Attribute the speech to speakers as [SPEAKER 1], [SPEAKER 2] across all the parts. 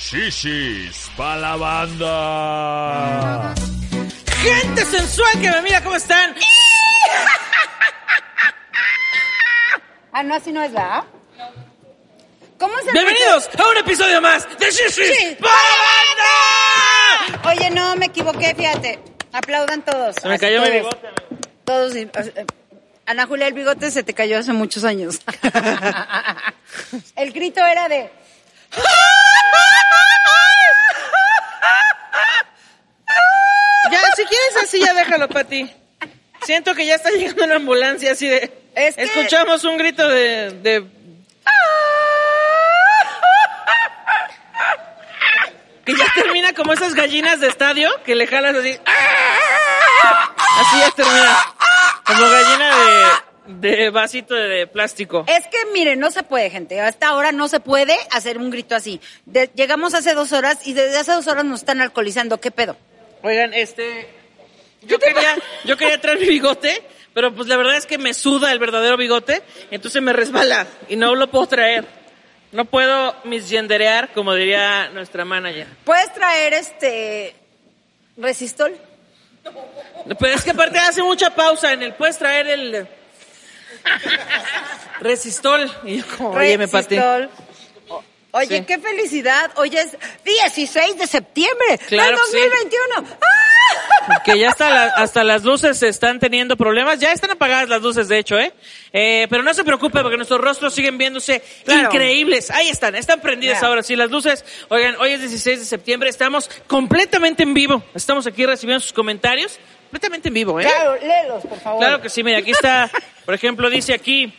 [SPEAKER 1] Shishis pa' la banda.
[SPEAKER 2] Gente sensual que me mira, ¿cómo están?
[SPEAKER 3] Ah, no, así no es, ¿verdad? ¿Cómo se
[SPEAKER 2] Bienvenidos a un episodio más de Shishis
[SPEAKER 3] Sí.
[SPEAKER 2] pa' la banda.
[SPEAKER 3] Oye, no, me equivoqué, fíjate. Aplaudan todos.
[SPEAKER 2] Se me
[SPEAKER 3] Así
[SPEAKER 2] cayó mi
[SPEAKER 3] todos.
[SPEAKER 2] bigote.
[SPEAKER 3] Todos. eh, eh, Ana Julia, el bigote se te cayó hace muchos años. el grito era de...
[SPEAKER 2] Ya, Ah, si quieres así, ya déjalo, Pati. Siento que ya está llegando la ambulancia así de...
[SPEAKER 3] Es que-
[SPEAKER 2] Escuchamos un grito de... de- Que ya termina como esas gallinas de estadio que le jalas así. Así ya termina. Como gallina de, de vasito de, de plástico.
[SPEAKER 3] Es que, miren, no se puede, gente. Hasta ahora no se puede hacer un grito así. De- llegamos hace dos horas y desde hace dos horas nos están alcoholizando. ¿Qué pedo?
[SPEAKER 2] Oigan, este. Yo quería, yo quería traer mi bigote, pero pues la verdad es que me suda el verdadero bigote, entonces me resbala y no lo puedo traer. No puedo misgenderear, como diría nuestra manager.
[SPEAKER 3] ¿Puedes traer este... resistol?
[SPEAKER 2] Pero es que aparte hace mucha pausa en el. Puedes traer el. Resistol. Y yo, como, oye, me pateé. Oh,
[SPEAKER 3] Resistol. O- Oye,
[SPEAKER 2] Sí.
[SPEAKER 3] qué felicidad. Hoy es 16 de septiembre
[SPEAKER 2] Claro que sí. ¿Eh?
[SPEAKER 3] del 2021. ¡Ah!
[SPEAKER 2] que ya hasta, la- hasta las luces están teniendo problemas. Ya están apagadas las luces, de hecho, ¿eh? Eh, pero no se preocupe porque nuestros rostros siguen viéndose
[SPEAKER 3] Claro.
[SPEAKER 2] increíbles. Ahí están, están prendidas
[SPEAKER 3] Claro.
[SPEAKER 2] ahora sí las luces. Oigan, hoy es 16 de septiembre, estamos completamente en vivo. Estamos aquí recibiendo sus comentarios. Completamente en vivo, ¿eh?
[SPEAKER 3] Claro, léelos, por favor.
[SPEAKER 2] Claro que sí, mira, aquí está, por ejemplo, dice aquí,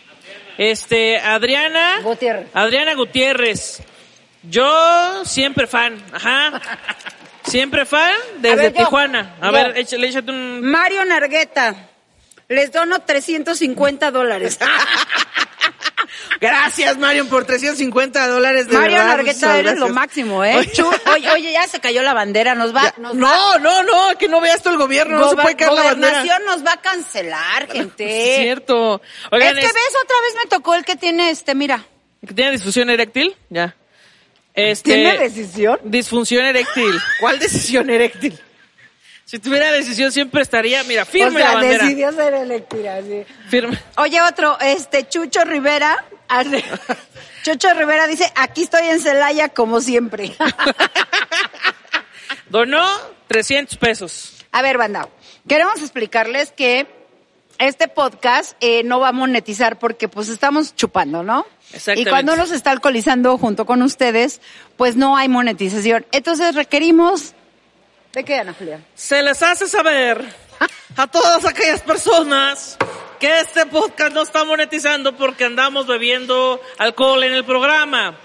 [SPEAKER 2] este, Adriana.
[SPEAKER 3] Gutiérrez.
[SPEAKER 2] Adriana Gutiérrez. Yo siempre fan, ajá. Siempre fan desde
[SPEAKER 3] ver, yo.
[SPEAKER 2] Tijuana. A
[SPEAKER 3] Yo. Mm.
[SPEAKER 2] ver, échale, échate un.
[SPEAKER 3] Mario Nargueta. Les dono 350 dólares.
[SPEAKER 2] Ah, Gracias, Marion, por 350 dólares
[SPEAKER 3] Mario Nargueta, eres lo máximo, ¿eh? Chu- Oye, oye, ya se cayó la bandera, nos va... nos va-
[SPEAKER 2] No, no, no, que no veas todo el gobierno, no se
[SPEAKER 3] Gober-
[SPEAKER 2] puede caer la bandera.
[SPEAKER 3] Gobernación nos va a cancelar,
[SPEAKER 2] Es
[SPEAKER 3] gente.
[SPEAKER 2] cierto. Oigan,
[SPEAKER 3] es que ves, otra vez me tocó el que tiene este, mira.
[SPEAKER 2] ¿Tiene disfunción eréctil? Ya. Este,
[SPEAKER 3] ¿Tiene decisión?
[SPEAKER 2] Disfunción eréctil.
[SPEAKER 4] ¿Cuál decisión eréctil?
[SPEAKER 2] Si tuviera decisión siempre estaría, mira, firme
[SPEAKER 4] o sea,
[SPEAKER 2] la bandera.
[SPEAKER 4] decidió ser electiva, sí.
[SPEAKER 2] Firme.
[SPEAKER 3] Oye, otro, este, Chucho Rivera. arre- Chucho Rivera dice, aquí estoy en Celaya como siempre.
[SPEAKER 2] Donó 300 pesos.
[SPEAKER 3] A ver, banda, queremos explicarles que este podcast eh, no va a monetizar porque pues estamos chupando, ¿no?
[SPEAKER 2] Exactamente.
[SPEAKER 3] Y cuando uno se está alcoholizando junto con ustedes, pues no hay monetización. Entonces requerimos... ¿De qué, Ana Julia?
[SPEAKER 2] Se les hace saber a todas aquellas personas que este podcast no está monetizando porque andamos bebiendo alcohol en el programa.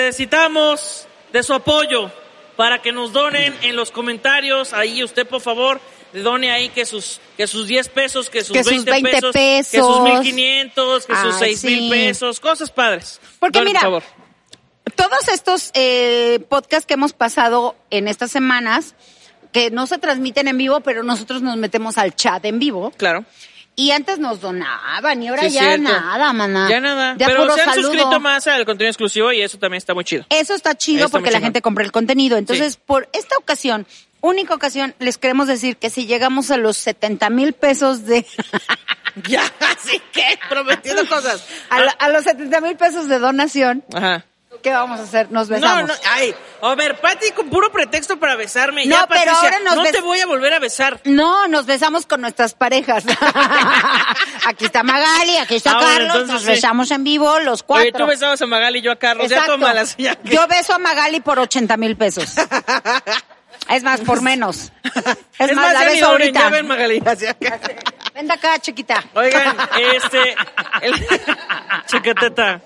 [SPEAKER 2] Necesitamos de su apoyo para que nos donen en los comentarios. Ahí usted, por favor, done ahí que sus, que sus 10 pesos, que sus,
[SPEAKER 3] Que sus
[SPEAKER 2] 20,
[SPEAKER 3] 20
[SPEAKER 2] pesos, que
[SPEAKER 3] pesos.
[SPEAKER 2] sus 1500, que sus
[SPEAKER 3] Ay,
[SPEAKER 2] 6000
[SPEAKER 3] sí.
[SPEAKER 2] pesos, cosas padres.
[SPEAKER 3] Porque
[SPEAKER 2] Donen,
[SPEAKER 3] mira,
[SPEAKER 2] por favor.
[SPEAKER 3] todos estos eh, podcasts que hemos pasado en estas semanas, que no se transmiten en vivo, pero nosotros nos metemos al chat en vivo.
[SPEAKER 2] Claro.
[SPEAKER 3] Y antes nos donaban y ahora
[SPEAKER 2] Sí,
[SPEAKER 3] ya
[SPEAKER 2] cierto.
[SPEAKER 3] nada, maná.
[SPEAKER 2] Ya nada.
[SPEAKER 3] Ya
[SPEAKER 2] Pero
[SPEAKER 3] puro
[SPEAKER 2] se han
[SPEAKER 3] saludo.
[SPEAKER 2] suscrito más al contenido exclusivo y eso también está muy chido.
[SPEAKER 3] Eso está chido
[SPEAKER 2] Está muy
[SPEAKER 3] porque la
[SPEAKER 2] chingón.
[SPEAKER 3] gente compra el contenido. Entonces,
[SPEAKER 2] Sí.
[SPEAKER 3] por esta ocasión, única ocasión, les queremos decir que si llegamos a los 70 mil pesos de...
[SPEAKER 2] Ya, así que prometiendo cosas. Ah,
[SPEAKER 3] A, la- a los 70 mil pesos de donación,
[SPEAKER 2] Ajá.
[SPEAKER 3] ¿qué vamos a hacer? Nos besamos.
[SPEAKER 2] No, no, ay. A ver, Pati, con puro pretexto para besarme.
[SPEAKER 3] No,
[SPEAKER 2] ya,
[SPEAKER 3] pero
[SPEAKER 2] Patricia,
[SPEAKER 3] ahora nos
[SPEAKER 2] no
[SPEAKER 3] bes-
[SPEAKER 2] te voy a volver a besar.
[SPEAKER 3] No, nos besamos con nuestras parejas. aquí está Magali, aquí está
[SPEAKER 2] Ah, bueno,
[SPEAKER 3] Carlos,
[SPEAKER 2] entonces
[SPEAKER 3] nos
[SPEAKER 2] sí.
[SPEAKER 3] besamos en vivo los cuatro.
[SPEAKER 2] Oye, tú besabas a Magali y yo a Carlos. Ya
[SPEAKER 3] Exacto.
[SPEAKER 2] tómalas. Ya que-
[SPEAKER 3] Yo beso a Magali por 80 mil pesos. Es más, por menos. Es, más, la
[SPEAKER 2] ya ni
[SPEAKER 3] beso
[SPEAKER 2] donen,
[SPEAKER 3] ahorita.
[SPEAKER 2] Ya ven, Magali. así acá.
[SPEAKER 3] Ven de acá, chiquita.
[SPEAKER 2] Oigan, este. el- Chacateta.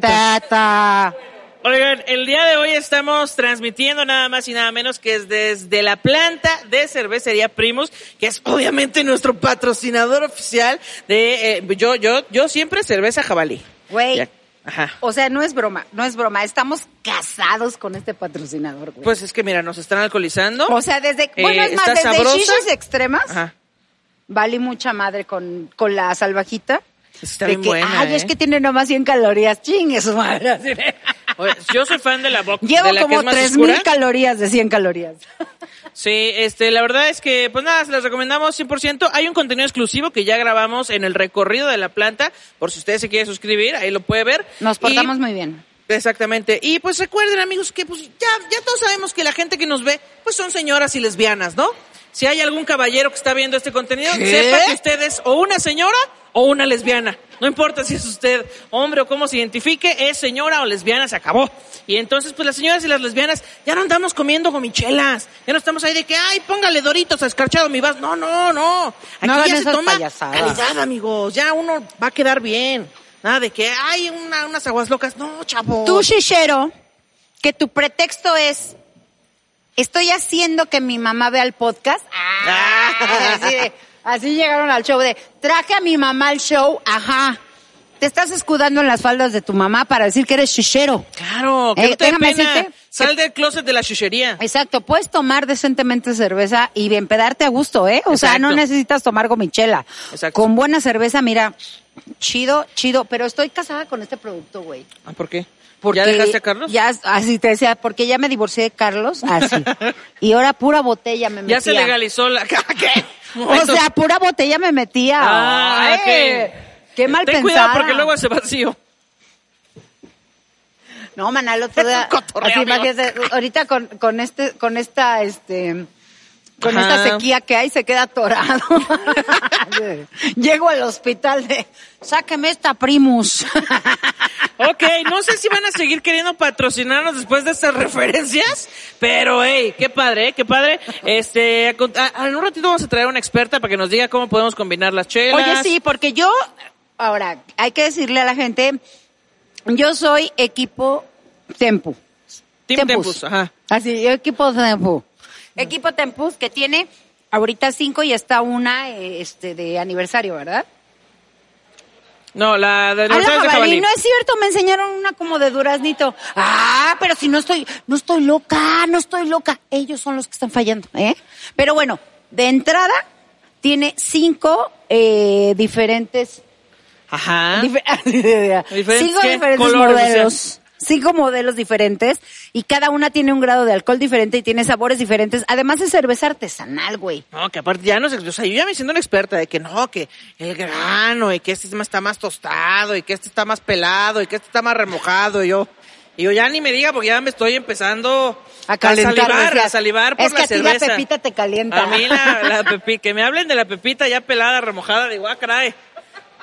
[SPEAKER 3] Chacatata.
[SPEAKER 2] Oigan, el día de hoy estamos transmitiendo nada más y nada menos que es desde la planta de cervecería Primus, que es obviamente nuestro patrocinador oficial de eh, yo yo yo siempre cerveza jabalí.
[SPEAKER 3] Güey.
[SPEAKER 2] Ya, Ajá.
[SPEAKER 3] O sea, no es broma, no es broma. Estamos casados con este patrocinador, güey.
[SPEAKER 2] Pues es que mira, nos están alcoholizando.
[SPEAKER 3] o sea, desde,
[SPEAKER 2] Eh,
[SPEAKER 3] bueno, es más,
[SPEAKER 2] está
[SPEAKER 3] desde
[SPEAKER 2] sabrosa.
[SPEAKER 3] shishis extremas,
[SPEAKER 2] Ajá.
[SPEAKER 3] vale mucha madre con, con la salvajita.
[SPEAKER 2] Está
[SPEAKER 3] de
[SPEAKER 2] bien
[SPEAKER 3] que,
[SPEAKER 2] buena,
[SPEAKER 3] ay,
[SPEAKER 2] ¿eh?
[SPEAKER 3] es que tiene nomás 100 calorías, chingue su madre. así de-
[SPEAKER 2] Oye, Yo soy fan de la boca.
[SPEAKER 3] Llevo
[SPEAKER 2] de la que
[SPEAKER 3] como
[SPEAKER 2] es más
[SPEAKER 3] 3000
[SPEAKER 2] oscura.
[SPEAKER 3] calorías de 100 calorías.
[SPEAKER 2] Sí, este, la verdad es que, pues nada, se las recomendamos 100%. Hay un contenido exclusivo que ya grabamos en el recorrido de la planta, por si ustedes se quieren suscribir, ahí lo puede ver.
[SPEAKER 3] Nos
[SPEAKER 2] Y-
[SPEAKER 3] portamos muy bien.
[SPEAKER 2] Exactamente. Y pues recuerden, amigos, que pues ya, ya todos sabemos que la gente que nos ve, pues son señoras y lesbianas, ¿no? Si hay algún caballero que está viendo este contenido,
[SPEAKER 3] ¿Qué?
[SPEAKER 2] sepa que usted es o una señora o una lesbiana. No importa si es usted hombre o cómo se identifique, es señora o lesbiana, se acabó. Y entonces, pues las señoras y las lesbianas ya no andamos comiendo gomichelas, ya no estamos ahí de que, ay, póngale doritos a escarchado mi vaso. No, no, no. Aquí
[SPEAKER 3] No hagan
[SPEAKER 2] ya se
[SPEAKER 3] esas
[SPEAKER 2] toma
[SPEAKER 3] payasadas.
[SPEAKER 2] calidad nada, amigos, ya uno va a quedar bien. Nada de que hay una, unas aguas locas. No, chavo.
[SPEAKER 3] Tú, chichero, que tu pretexto es, estoy haciendo que mi mamá vea el podcast. Ah, así, de- así llegaron al show de, traje a mi mamá al show, ajá. Te estás escudando en las faldas de tu mamá para decir que eres chichero.
[SPEAKER 2] Claro, que
[SPEAKER 3] Eh,
[SPEAKER 2] no te dé
[SPEAKER 3] déjame
[SPEAKER 2] pena.
[SPEAKER 3] decirte
[SPEAKER 2] Sal del closet de la chuchería.
[SPEAKER 3] Exacto, puedes tomar decentemente cerveza y empedarte a gusto, ¿eh? O sea,
[SPEAKER 2] Exacto.
[SPEAKER 3] no necesitas tomar gomichela.
[SPEAKER 2] Exacto.
[SPEAKER 3] Con buena cerveza, mira, chido, chido, pero estoy casada con este producto, güey.
[SPEAKER 2] Ah, ¿Por qué?
[SPEAKER 3] Porque
[SPEAKER 2] ¿Ya dejaste a Carlos?
[SPEAKER 3] Ya, así te decía, porque ya me divorcié de Carlos, así. y ahora pura botella me metía.
[SPEAKER 2] Ya se legalizó la. ¿Qué?
[SPEAKER 3] O
[SPEAKER 2] Eso-
[SPEAKER 3] sea, pura botella me metía.
[SPEAKER 2] Ah,
[SPEAKER 3] Ay,
[SPEAKER 2] ok.
[SPEAKER 3] Qué mal
[SPEAKER 2] Ten
[SPEAKER 3] pensada.
[SPEAKER 2] cuidado porque luego hace vacío.
[SPEAKER 3] No, Manalo,
[SPEAKER 2] Es
[SPEAKER 3] toda...
[SPEAKER 2] un cotorreo,
[SPEAKER 3] así,
[SPEAKER 2] amigo.
[SPEAKER 3] imagínate, ahorita con, con este, con esta, este... Con
[SPEAKER 2] Ajá.
[SPEAKER 3] esta sequía que hay, se queda atorado. Llego al hospital de, sáqueme esta primus.
[SPEAKER 2] Ok, no sé si van a seguir queriendo patrocinarnos después de estas referencias, pero hey, qué padre, ¿eh? qué padre. Este, a cont- a- a- en un ratito vamos a traer a una experta para que nos diga cómo podemos combinar las chelas.
[SPEAKER 3] Oye, sí, porque yo, ahora, hay que decirle a la gente, yo soy equipo Tempu.
[SPEAKER 2] Team Tempus, ajá.
[SPEAKER 3] Así, yo equipo Tempu. Equipo Tempus que tiene ahorita cinco y está una eh, este, de aniversario, ¿verdad?
[SPEAKER 2] No, la de
[SPEAKER 3] Ah, la
[SPEAKER 2] aniversario de
[SPEAKER 3] jabalí,
[SPEAKER 2] jabalí.
[SPEAKER 3] no es cierto, me enseñaron una como de duraznito. Ah, pero si no estoy, no estoy loca, no estoy loca. Ellos son los que están fallando, ¿eh? Pero bueno, de entrada tiene cinco eh, diferentes
[SPEAKER 2] Ajá.
[SPEAKER 3] Dife-
[SPEAKER 2] ¿Ah? ¿Diferentes
[SPEAKER 3] cinco
[SPEAKER 2] qué?
[SPEAKER 3] diferentes
[SPEAKER 2] Colores,
[SPEAKER 3] modelos.
[SPEAKER 2] o sea.
[SPEAKER 3] Cinco modelos diferentes y cada una tiene un grado de alcohol diferente y tiene sabores diferentes. Además es cerveza artesanal, güey.
[SPEAKER 2] No, que aparte ya no sé, o sea, yo ya me siento una experta de que no, que el grano y que este más- está más tostado y que este está más pelado y que este está más remojado y yo. Y yo ya ni me diga porque ya me estoy empezando
[SPEAKER 3] A calentar,
[SPEAKER 2] salivar,
[SPEAKER 3] decías.
[SPEAKER 2] a salivar por
[SPEAKER 3] Es que
[SPEAKER 2] la
[SPEAKER 3] a ti la
[SPEAKER 2] cerveza.
[SPEAKER 3] pepita te calienta.
[SPEAKER 2] A mí la, la pepi- que me hablen de la pepita ya pelada, remojada, digo, ah, caray.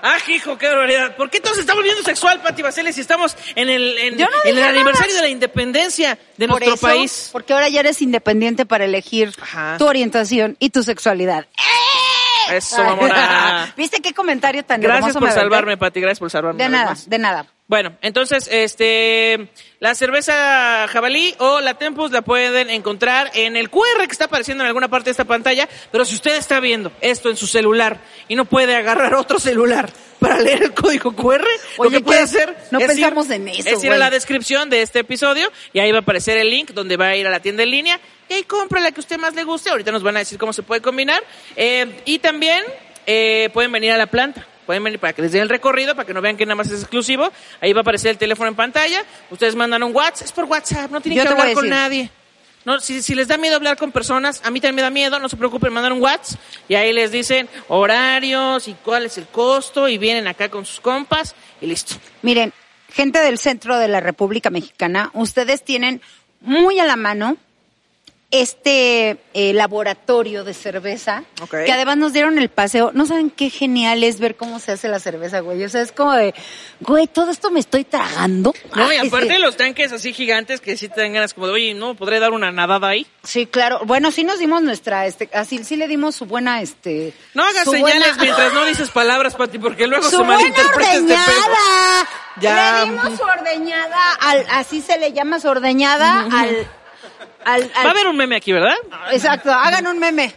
[SPEAKER 2] Ah, hijo, qué barbaridad. ¿Por qué todos estamos viendo sexual, Pati Baseles, si estamos en el, en,
[SPEAKER 3] Yo no
[SPEAKER 2] en el
[SPEAKER 3] dije nada.
[SPEAKER 2] aniversario de la independencia de
[SPEAKER 3] Por
[SPEAKER 2] nuestro
[SPEAKER 3] eso,
[SPEAKER 2] país?
[SPEAKER 3] Porque ahora ya eres independiente para elegir
[SPEAKER 2] Ajá.
[SPEAKER 3] tu orientación y tu sexualidad. ¡Eh!
[SPEAKER 2] Eso, mamona.
[SPEAKER 3] ¿Viste qué comentario tan
[SPEAKER 2] Gracias
[SPEAKER 3] hermoso
[SPEAKER 2] por
[SPEAKER 3] me aventé?
[SPEAKER 2] salvarme, Pati, gracias por salvarme.
[SPEAKER 3] De
[SPEAKER 2] una vez
[SPEAKER 3] nada,
[SPEAKER 2] más.
[SPEAKER 3] de nada.
[SPEAKER 2] Bueno, entonces, este, la cerveza jabalí o la Tempus la pueden encontrar en el QR que está apareciendo en alguna parte de esta pantalla, pero si usted está viendo esto en su celular y no puede agarrar otro celular para leer el código QR, lo
[SPEAKER 3] Oye,
[SPEAKER 2] que puede
[SPEAKER 3] ¿qué?
[SPEAKER 2] hacer
[SPEAKER 3] No
[SPEAKER 2] es
[SPEAKER 3] pensamos
[SPEAKER 2] ir,
[SPEAKER 3] en eso,
[SPEAKER 2] es ir a
[SPEAKER 3] güey.
[SPEAKER 2] la descripción de este episodio y ahí va a aparecer el link donde va a ir a la tienda en línea y ahí compra la que usted más le guste. Ahorita nos van a decir cómo se puede combinar. Eh, y también eh, pueden venir a la planta. Pueden venir para que les den el recorrido, para que no vean que nada más es exclusivo. Ahí va a aparecer el teléfono en pantalla. Ustedes mandan un WhatsApp. Es por WhatsApp, no tienen
[SPEAKER 3] Yo
[SPEAKER 2] que
[SPEAKER 3] te voy a
[SPEAKER 2] hablar con
[SPEAKER 3] decir.
[SPEAKER 2] nadie. No, si, si les da miedo hablar con personas, a mí también me da miedo, no se preocupen, mandan un WhatsApp y ahí les dicen horarios y cuál es el costo y vienen acá con sus compas y listo.
[SPEAKER 3] Miren, gente del centro de la República Mexicana, ustedes tienen muy a la mano este eh, laboratorio de cerveza,
[SPEAKER 2] Ok.
[SPEAKER 3] que además nos dieron el paseo. No saben qué genial es ver cómo se hace la cerveza, güey. O sea, es como de, güey, todo esto me estoy tragando.
[SPEAKER 2] No, y
[SPEAKER 3] Ah,
[SPEAKER 2] aparte
[SPEAKER 3] este-
[SPEAKER 2] los tanques así gigantes que sí te dan ganas como de, oye, no, ¿podré dar una nadada ahí?
[SPEAKER 3] Sí, claro. Bueno, sí nos dimos nuestra, este, así sí le dimos su buena, este...
[SPEAKER 2] No hagas
[SPEAKER 3] su
[SPEAKER 2] señales
[SPEAKER 3] buena-
[SPEAKER 2] mientras no dices palabras, Pati, porque luego
[SPEAKER 3] su
[SPEAKER 2] se
[SPEAKER 3] buena
[SPEAKER 2] malinterpreta este
[SPEAKER 3] ordeñada.
[SPEAKER 2] pedo. Ya. mm.
[SPEAKER 3] Le dimos su ordeñada al, así se le llama su ordeñada al, al, al-
[SPEAKER 2] Va a haber un meme aquí, ¿verdad?
[SPEAKER 3] Ah, exacto, hagan un meme.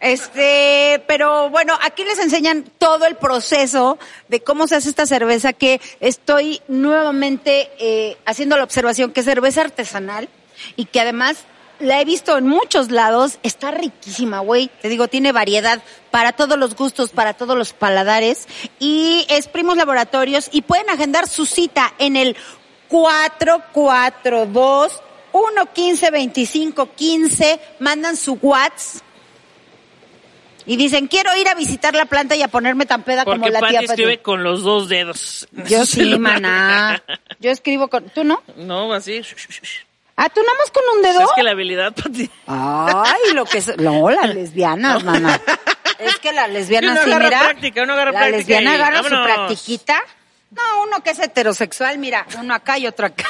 [SPEAKER 3] Este, pero bueno, aquí les enseñan todo el proceso de cómo se hace esta cerveza que estoy nuevamente eh, haciendo la observación que es cerveza artesanal y que además la he visto en muchos lados, está riquísima, güey. Te digo, tiene variedad para todos los gustos, para todos los paladares. Y es Primos Laboratorios y pueden agendar su cita en el 442 115 2515 mandan su WhatsApp y dicen, quiero ir a visitar la planta y a ponerme tan peda como
[SPEAKER 2] Porque
[SPEAKER 3] la tía
[SPEAKER 2] Pati
[SPEAKER 3] Pati".
[SPEAKER 2] escribe con los dos dedos.
[SPEAKER 3] Yo sí, maná. Yo escribo con... ¿Tú no?
[SPEAKER 2] No, así.
[SPEAKER 3] Ah, ¿tú nada más con un dedo?
[SPEAKER 2] Es que la habilidad, Pati.
[SPEAKER 3] Ay, lo que es... No, las lesbianas, mamá. Es que las lesbianas,
[SPEAKER 2] Uno
[SPEAKER 3] sí,
[SPEAKER 2] agarra
[SPEAKER 3] mira.
[SPEAKER 2] práctica, uno agarra
[SPEAKER 3] la
[SPEAKER 2] práctica
[SPEAKER 3] lesbiana
[SPEAKER 2] y
[SPEAKER 3] agarra
[SPEAKER 2] vámonos.
[SPEAKER 3] su practiquita. No, uno que es heterosexual, mira, uno acá y otro acá.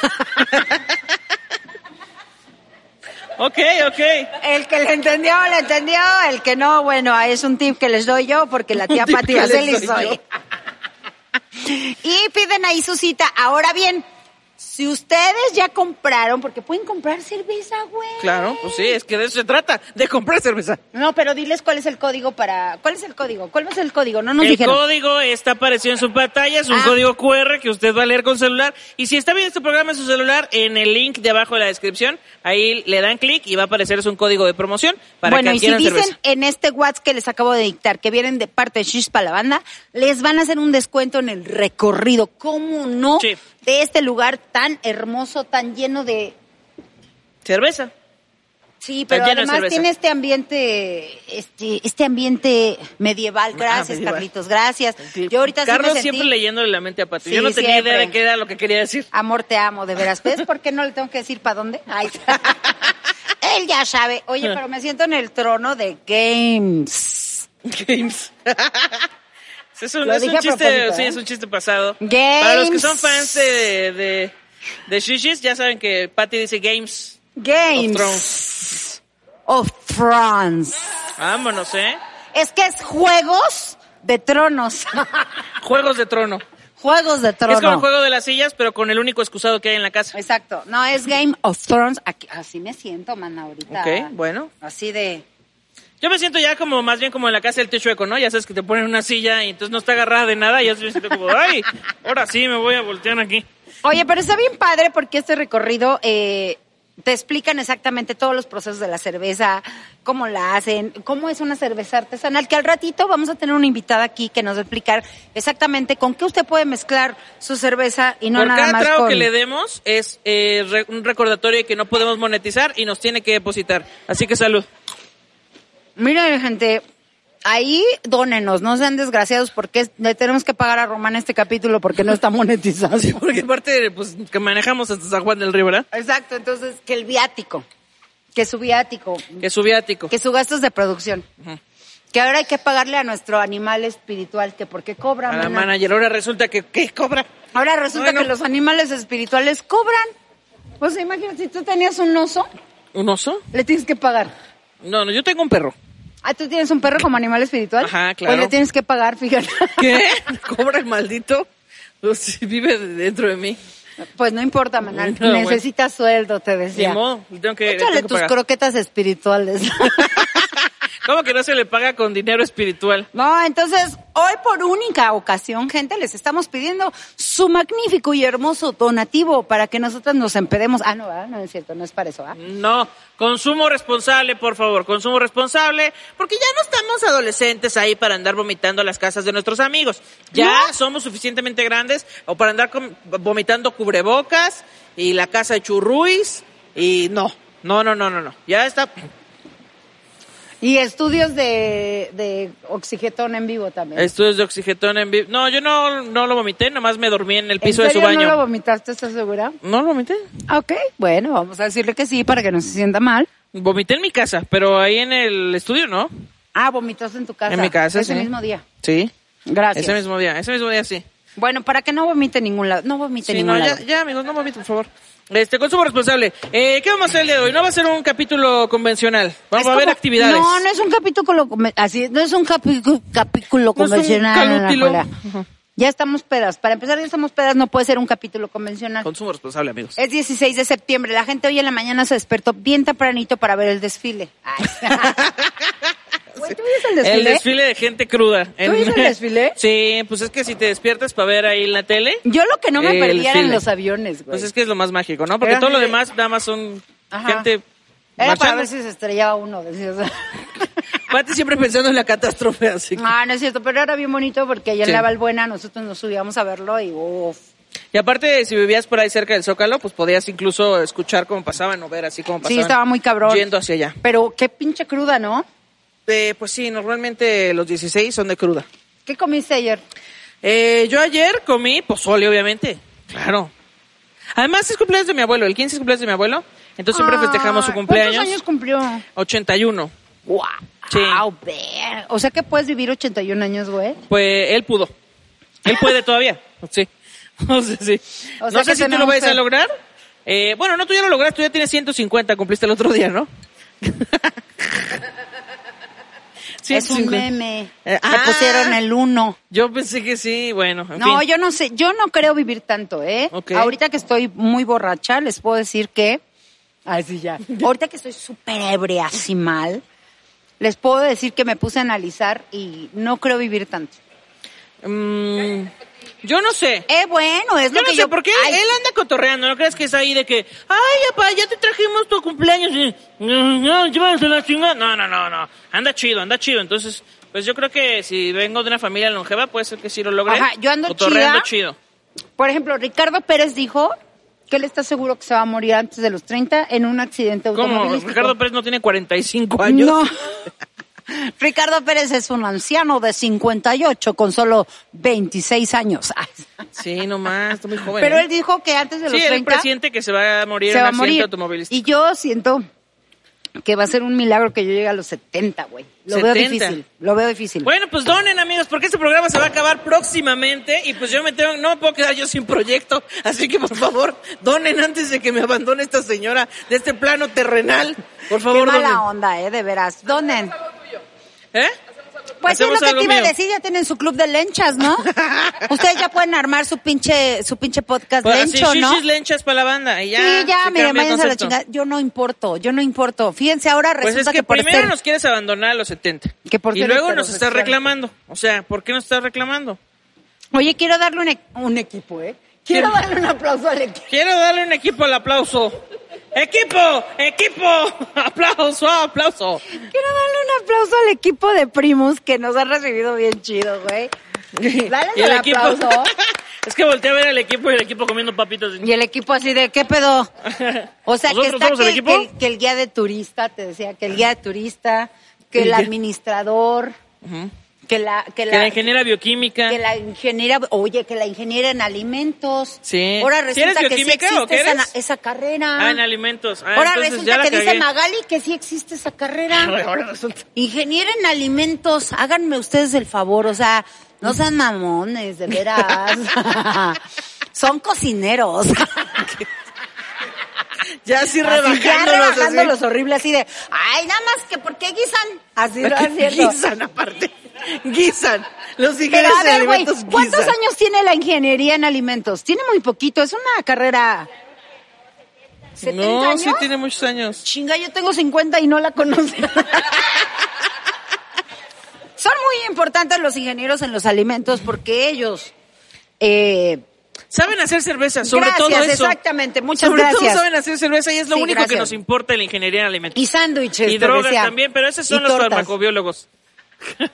[SPEAKER 2] Ok, ok.
[SPEAKER 3] El que le entendió, le entendió. El que no, bueno, es un tip que les doy yo porque la tía
[SPEAKER 2] tip que
[SPEAKER 3] Pati
[SPEAKER 2] les
[SPEAKER 3] Vaseli
[SPEAKER 2] doy yo.
[SPEAKER 3] soy. y piden ahí su cita. Ahora bien, si ustedes ya compraron, porque pueden comprar cerveza, güey.
[SPEAKER 2] Claro, pues sí, es que de eso se trata, de comprar cerveza.
[SPEAKER 3] No, pero diles cuál es el código para... ¿Cuál es el código? ¿Cuál es el código? No nos
[SPEAKER 2] el
[SPEAKER 3] dijeron.
[SPEAKER 2] código está aparecido en su pantalla, es un
[SPEAKER 3] Ah.
[SPEAKER 2] código QR que usted va a leer con celular. Y si está viendo este programa en su celular, en el link de abajo de la descripción, ahí le dan clic y va a aparecer un código de promoción para
[SPEAKER 3] bueno,
[SPEAKER 2] que
[SPEAKER 3] y si
[SPEAKER 2] adquieran
[SPEAKER 3] dicen
[SPEAKER 2] cerveza.
[SPEAKER 3] en este WhatsApp que les acabo de dictar que vienen de parte de Chispa la banda, les van a hacer un descuento en el recorrido, ¿cómo no?
[SPEAKER 2] Sí.
[SPEAKER 3] De este lugar tan hermoso, tan lleno de...
[SPEAKER 2] Cerveza.
[SPEAKER 3] Sí,
[SPEAKER 2] Tan
[SPEAKER 3] pero
[SPEAKER 2] lleno de
[SPEAKER 3] además
[SPEAKER 2] cerveza.
[SPEAKER 3] tiene este ambiente, este, este ambiente medieval. Gracias,
[SPEAKER 2] Ah, medieval.
[SPEAKER 3] Carlitos, gracias. Yo ahorita sí me
[SPEAKER 2] Carlos
[SPEAKER 3] sentí-
[SPEAKER 2] siempre leyéndole la mente a Pati. Yo
[SPEAKER 3] Sí,
[SPEAKER 2] no tenía
[SPEAKER 3] siempre.
[SPEAKER 2] idea de qué era lo que quería decir.
[SPEAKER 3] Amor, te amo, de veras. ¿Ves por qué no le tengo que decir para dónde? Ay. Él ya sabe. Oye, pero me siento en el trono de games.
[SPEAKER 2] Games. es un,
[SPEAKER 3] Lo
[SPEAKER 2] es un
[SPEAKER 3] dije a
[SPEAKER 2] chiste,
[SPEAKER 3] propósito,
[SPEAKER 2] sí,
[SPEAKER 3] ¿eh?
[SPEAKER 2] es un chiste pasado.
[SPEAKER 3] Games.
[SPEAKER 2] Para los que son fans de, de, de shishis, ya saben que Patty dice games. Of
[SPEAKER 3] Games of Thrones.
[SPEAKER 2] Vámonos, ¿eh?
[SPEAKER 3] Es que es juegos de tronos.
[SPEAKER 2] Juegos de trono.
[SPEAKER 3] juegos de tronos.
[SPEAKER 2] Es como el juego de las sillas, pero con el único excusado que hay en la casa.
[SPEAKER 3] Exacto. No, es Game of Thrones. Aquí- así me siento, man, ahorita.
[SPEAKER 2] Ok, bueno.
[SPEAKER 3] Así de...
[SPEAKER 2] Yo me siento ya como más bien como en la casa del tío chueco, ¿no? Ya sabes que te ponen una silla y entonces no está agarrada de nada y ya me siento como, ay, ahora sí me voy a voltear aquí.
[SPEAKER 3] Oye, pero está bien padre porque este recorrido eh, te explican exactamente todos los procesos de la cerveza, cómo la hacen, cómo es una cerveza artesanal, que al ratito vamos a tener una invitada aquí que nos va a explicar exactamente con qué usted puede mezclar su cerveza y no
[SPEAKER 2] Por
[SPEAKER 3] nada
[SPEAKER 2] cada
[SPEAKER 3] más
[SPEAKER 2] trago
[SPEAKER 3] con...
[SPEAKER 2] que le demos es eh, re- un recordatorio de que no podemos monetizar y nos tiene que depositar. Así que salud.
[SPEAKER 3] Miren, gente, ahí dónenos, no sean desgraciados porque es- le tenemos que pagar a Román este capítulo porque no está monetizado.
[SPEAKER 2] Porque aparte, pues, que manejamos hasta San Juan del Río, ¿verdad?
[SPEAKER 3] Exacto, entonces, que el viático, que su viático,
[SPEAKER 2] Que su viático.
[SPEAKER 3] que su gastos de producción. Que ahora hay que pagarle a nuestro animal espiritual, que porque cobra,
[SPEAKER 2] A la
[SPEAKER 3] maná.
[SPEAKER 2] manager. Ahora resulta que, ¿qué cobra?
[SPEAKER 3] Ahora resulta
[SPEAKER 2] Bueno.
[SPEAKER 3] que los animales espirituales cobran. Pues imagínate, si tú tenías un oso,
[SPEAKER 2] ¿Un oso?
[SPEAKER 3] le tienes que pagar.
[SPEAKER 2] No, no, yo tengo un perro.
[SPEAKER 3] Ah, tú tienes un perro como animal espiritual.
[SPEAKER 2] Ajá, claro.
[SPEAKER 3] Pues le tienes que pagar, fíjate.
[SPEAKER 2] ¿Qué? ¿Cobra el maldito? Pues, vive dentro de mí.
[SPEAKER 3] Pues no importa, maná.
[SPEAKER 2] No, bueno.
[SPEAKER 3] Necesitas sueldo, te decía.
[SPEAKER 2] Ni modo, le tengo que, le
[SPEAKER 3] Échale
[SPEAKER 2] tengo que
[SPEAKER 3] tus
[SPEAKER 2] pagar.
[SPEAKER 3] croquetas espirituales.
[SPEAKER 2] ¿Cómo que no se le paga con dinero espiritual?
[SPEAKER 3] No, entonces, hoy por única ocasión, gente, les estamos pidiendo su magnífico y hermoso donativo para que nosotras nos empedemos. Ah, no, ¿verdad? no es cierto, no es para eso. ¿ah? ¿verdad?
[SPEAKER 2] No, consumo responsable, por favor, consumo responsable, porque ya no estamos adolescentes ahí para andar vomitando a las casas de nuestros amigos. Ya
[SPEAKER 3] ¿No?
[SPEAKER 2] somos suficientemente grandes o para andar com- vomitando cubrebocas y la casa de churruis y no, no, no, no, no, no. Ya está.
[SPEAKER 3] Y estudios de, de oxigetón en vivo también.
[SPEAKER 2] Estudios Eh, de oxigetón en vivo. No, yo no, no lo vomité, nomás me dormí en el piso
[SPEAKER 3] ¿En
[SPEAKER 2] de su
[SPEAKER 3] serio ¿No lo
[SPEAKER 2] baño.
[SPEAKER 3] vomitaste, estás segura? Ah,
[SPEAKER 2] No lo vomité.
[SPEAKER 3] Ok, bueno, vamos a decirle que sí para que no se sienta mal.
[SPEAKER 2] Vomité en mi casa, pero ahí en el estudio, ¿no?
[SPEAKER 3] Ah, vomitaste en tu casa.
[SPEAKER 2] En mi casa,
[SPEAKER 3] Ese
[SPEAKER 2] sí.
[SPEAKER 3] mismo día.
[SPEAKER 2] Sí.
[SPEAKER 3] Gracias.
[SPEAKER 2] Ese mismo día, ese mismo día sí.
[SPEAKER 3] Bueno, para que no vomite en ningún lado. No vomite
[SPEAKER 2] Sí,
[SPEAKER 3] en ningún
[SPEAKER 2] no, ya,
[SPEAKER 3] lado.
[SPEAKER 2] ya, amigos, no vomiten, por favor. Este, consumo responsable. Eh, ¿Qué vamos a hacer el día de hoy? No va a ser un capítulo convencional. Vamos
[SPEAKER 3] Es
[SPEAKER 2] a haber
[SPEAKER 3] como-
[SPEAKER 2] actividades.
[SPEAKER 3] No, no es un capítulo conven- así, no es un capi- capítulo
[SPEAKER 2] No es un
[SPEAKER 3] convencional.
[SPEAKER 2] calútilo.
[SPEAKER 3] Ana Julia. Ya estamos pedas. Para empezar, ya estamos pedas, no puede ser un capítulo convencional.
[SPEAKER 2] Consumo responsable, amigos.
[SPEAKER 3] Es 16 de septiembre. La gente hoy en la mañana se despertó bien tempranito para ver el desfile. Ay. Güey, ¿Tú viste el desfile?
[SPEAKER 2] El desfile de gente cruda. En-
[SPEAKER 3] viste el desfile?
[SPEAKER 2] sí, pues es que si te despiertas para ver ahí en la tele,
[SPEAKER 3] Yo lo que no me
[SPEAKER 2] El
[SPEAKER 3] perdía eran
[SPEAKER 2] desfile.
[SPEAKER 3] los aviones, güey.
[SPEAKER 2] pues es que es lo más mágico, ¿no? Porque
[SPEAKER 3] Era
[SPEAKER 2] todo lo
[SPEAKER 3] gente-
[SPEAKER 2] demás nada más son
[SPEAKER 3] Ajá.
[SPEAKER 2] gente
[SPEAKER 3] Era para
[SPEAKER 2] Marchando.
[SPEAKER 3] ver si se estrellaba uno. decías.
[SPEAKER 4] Pati siempre pensando en la catástrofe, así que-
[SPEAKER 3] Ah, no es cierto, pero era bien bonito porque allá
[SPEAKER 2] Sí.
[SPEAKER 3] en la Valbuena nosotros nos subíamos a verlo y uff.
[SPEAKER 2] Y aparte, si vivías por ahí cerca del Zócalo, pues podías incluso escuchar cómo pasaban o ver así cómo pasaban.
[SPEAKER 3] Sí, estaba muy cabrón.
[SPEAKER 2] Yendo hacia allá.
[SPEAKER 3] Pero qué pinche cruda, ¿no?
[SPEAKER 2] Eh, pues sí, normalmente los 16 son de cruda.
[SPEAKER 3] ¿Qué comiste ayer?
[SPEAKER 2] Eh, yo ayer comí pozole, obviamente. Claro. Además, es cumpleaños de mi abuelo. El 15 es cumpleaños de mi abuelo. Entonces siempre festejamos su
[SPEAKER 3] Ah,
[SPEAKER 2] cumpleaños.
[SPEAKER 3] ¿Cuántos años cumplió?
[SPEAKER 2] 81.
[SPEAKER 3] ¡Wow!
[SPEAKER 2] Sí.
[SPEAKER 3] ver. O sea que puedes vivir 81 años, güey.
[SPEAKER 2] Pues él pudo. Él puede todavía. Sí. No sé, sí.
[SPEAKER 3] O sea
[SPEAKER 2] no sé
[SPEAKER 3] que
[SPEAKER 2] si tú lo
[SPEAKER 3] tenemos
[SPEAKER 2] vayas a
[SPEAKER 3] fe.
[SPEAKER 2] lograr. Eh, bueno, no, tú ya lo lograste. Tú ya tienes 150. Cumpliste el otro día, ¿no?
[SPEAKER 3] es un
[SPEAKER 2] 150.
[SPEAKER 3] meme.
[SPEAKER 2] Eh,
[SPEAKER 3] Te
[SPEAKER 2] ah.
[SPEAKER 3] pusieron el 1.
[SPEAKER 2] Yo pensé que sí. Bueno, en
[SPEAKER 3] No,
[SPEAKER 2] fin.
[SPEAKER 3] yo no sé, yo no creo vivir tanto, ¿eh?
[SPEAKER 2] Ok.
[SPEAKER 3] Ahorita que estoy muy borracha, les puedo decir que, ay, sí, ya. Ahorita que estoy súper ebria, así mal, les puedo decir que me puse a analizar y no creo vivir tanto.
[SPEAKER 2] Mm, yo no sé.
[SPEAKER 3] Eh, bueno, es
[SPEAKER 2] Yo
[SPEAKER 3] lo
[SPEAKER 2] no
[SPEAKER 3] que
[SPEAKER 2] sé
[SPEAKER 3] yo...
[SPEAKER 2] por qué
[SPEAKER 3] Ay,
[SPEAKER 2] él anda cotorreando, ¿no crees que es ahí de que, ay, papá, ya te trajimos tu cumpleaños? y, No, no, llévate la chingada. No, no, no, no. Anda chido, anda chido. Entonces, pues yo creo que si vengo de una familia longeva, puede ser que sí lo logre.
[SPEAKER 3] Ajá, yo ando
[SPEAKER 2] Cotorreando
[SPEAKER 3] chida.
[SPEAKER 2] chido.
[SPEAKER 3] Por ejemplo, Ricardo Pérez dijo que él está seguro que se va a morir antes de los 30 en un accidente
[SPEAKER 2] ¿Cómo?
[SPEAKER 3] automovilístico.
[SPEAKER 2] Ricardo Pérez no tiene 45 años.
[SPEAKER 3] No. Ricardo Pérez es un anciano de 58 con solo 26 años. Ay.
[SPEAKER 2] Sí, nomás, está muy joven.
[SPEAKER 3] Pero
[SPEAKER 2] ¿eh?
[SPEAKER 3] él dijo que antes de los
[SPEAKER 2] Sí, el
[SPEAKER 3] 30
[SPEAKER 2] presidente que se va a morir
[SPEAKER 3] se
[SPEAKER 2] en
[SPEAKER 3] va
[SPEAKER 2] un
[SPEAKER 3] a
[SPEAKER 2] accidente
[SPEAKER 3] morir.
[SPEAKER 2] automovilístico.
[SPEAKER 3] Y yo siento que va a ser un milagro que yo llegue a los 70, güey. Lo veo
[SPEAKER 2] 70.
[SPEAKER 3] difícil, lo veo difícil.
[SPEAKER 2] Bueno, pues donen, amigos, porque este programa se va a acabar próximamente y pues yo me tengo, no me puedo quedar yo sin proyecto, así que por favor, donen antes de que me abandone esta señora de este plano terrenal. Por
[SPEAKER 3] Qué
[SPEAKER 2] favor,
[SPEAKER 3] mala
[SPEAKER 2] donen.
[SPEAKER 3] onda, eh, de veras. Donen.
[SPEAKER 2] ¿Eh?
[SPEAKER 3] Pues es lo
[SPEAKER 2] Hacemos
[SPEAKER 3] que
[SPEAKER 2] algo
[SPEAKER 3] te iba a
[SPEAKER 2] mío.
[SPEAKER 3] decir, ya tienen su club de lenchas, ¿no? Ustedes ya pueden armar su pinche, su pinche podcast
[SPEAKER 2] Pues así,
[SPEAKER 3] lencho, ¿no?
[SPEAKER 2] shishis lenchas para la banda y ya.
[SPEAKER 3] sí, ya,
[SPEAKER 2] se
[SPEAKER 3] miren,
[SPEAKER 2] cambia el
[SPEAKER 3] váyanse a la
[SPEAKER 2] concepto.
[SPEAKER 3] chingada. Yo no importo, yo no importo. Fíjense, ahora
[SPEAKER 2] Pues
[SPEAKER 3] resulta
[SPEAKER 2] es que,
[SPEAKER 3] por este-
[SPEAKER 2] primero
[SPEAKER 3] estar-
[SPEAKER 2] nos quieres abandonar a los 70
[SPEAKER 3] Que por pues,
[SPEAKER 2] y
[SPEAKER 3] ser
[SPEAKER 2] luego nos estás
[SPEAKER 3] heterosexual.
[SPEAKER 2] reclamando. O sea, ¿por qué nos estás reclamando?
[SPEAKER 3] Oye, quiero darle un, e- un equipo, ¿eh? Quiero
[SPEAKER 2] ¿Quién?
[SPEAKER 3] darle un aplauso al equipo.
[SPEAKER 2] Quiero darle un equipo al aplauso. ¡Equipo! ¡Equipo! ¡Aplauso! ¡Aplauso!
[SPEAKER 3] Quiero darle un aplauso al equipo de primos que nos han recibido bien chido, güey. Dales
[SPEAKER 2] Y el
[SPEAKER 3] el
[SPEAKER 2] equipo.
[SPEAKER 3] aplauso.
[SPEAKER 2] es que volteé a ver al equipo y el equipo comiendo papitas.
[SPEAKER 3] Y el equipo así de, ¿qué pedo? O sea, que
[SPEAKER 2] ¿Nosotros
[SPEAKER 3] está
[SPEAKER 2] somos el
[SPEAKER 3] que,
[SPEAKER 2] equipo?
[SPEAKER 3] que el- que el guía de turista, te decía, que el guía de turista, que
[SPEAKER 2] ¿El
[SPEAKER 3] el
[SPEAKER 2] guía?
[SPEAKER 3] administrador, que la, que
[SPEAKER 2] Que
[SPEAKER 3] la,
[SPEAKER 2] la ingeniera bioquímica.
[SPEAKER 3] que la ingeniera, oye, que la ingeniera en alimentos.
[SPEAKER 2] Sí.
[SPEAKER 3] Ahora
[SPEAKER 2] ¿Sí eres
[SPEAKER 3] resulta que sí
[SPEAKER 2] bioquímica o
[SPEAKER 3] existe
[SPEAKER 2] qué
[SPEAKER 3] esa,
[SPEAKER 2] eres?
[SPEAKER 3] na- esa carrera.
[SPEAKER 2] Ah, en alimentos. Ah,
[SPEAKER 3] Ahora
[SPEAKER 2] entonces ya
[SPEAKER 3] resulta
[SPEAKER 2] la
[SPEAKER 3] que dice
[SPEAKER 2] cagué.
[SPEAKER 3] Magali que sí existe esa carrera.
[SPEAKER 2] Ahora resulta.
[SPEAKER 3] Ingeniera en alimentos, háganme ustedes el favor, o sea, no sean mamones, de veras. Son cocineros.
[SPEAKER 2] Ya sí
[SPEAKER 3] Así, ya
[SPEAKER 2] rebajándolos. así.
[SPEAKER 3] rebajándolos horrible, así de, ay, nada más que por qué guisan. Así lo haciendo.
[SPEAKER 2] Guisan aparte. Guisan. Los
[SPEAKER 3] Pero
[SPEAKER 2] ingenieros
[SPEAKER 3] a
[SPEAKER 2] de
[SPEAKER 3] ver, güey,
[SPEAKER 2] alimentos
[SPEAKER 3] ¿cuántos
[SPEAKER 2] guisan.
[SPEAKER 3] años tiene la ingeniería en alimentos? Tiene muy poquito, es una carrera. ¿70
[SPEAKER 2] No,
[SPEAKER 3] años?
[SPEAKER 2] sí tiene muchos años.
[SPEAKER 3] Chinga, yo tengo 50 y no la conozco. Son muy importantes los ingenieros en los alimentos porque ellos... eh,
[SPEAKER 2] Saben hacer cerveza, sobre
[SPEAKER 3] Gracias,
[SPEAKER 2] todo eso.
[SPEAKER 3] exactamente, muchas
[SPEAKER 2] sobre
[SPEAKER 3] gracias.
[SPEAKER 2] todo saben hacer cerveza y es lo
[SPEAKER 3] Sí,
[SPEAKER 2] único que
[SPEAKER 3] gracias.
[SPEAKER 2] nos importa de la ingeniería en alimentos.
[SPEAKER 3] y sándwiches.
[SPEAKER 2] Y
[SPEAKER 3] te
[SPEAKER 2] drogas
[SPEAKER 3] decía.
[SPEAKER 2] también, pero esos
[SPEAKER 3] Y
[SPEAKER 2] son los
[SPEAKER 3] tortas.
[SPEAKER 2] farmacobiólogos. Y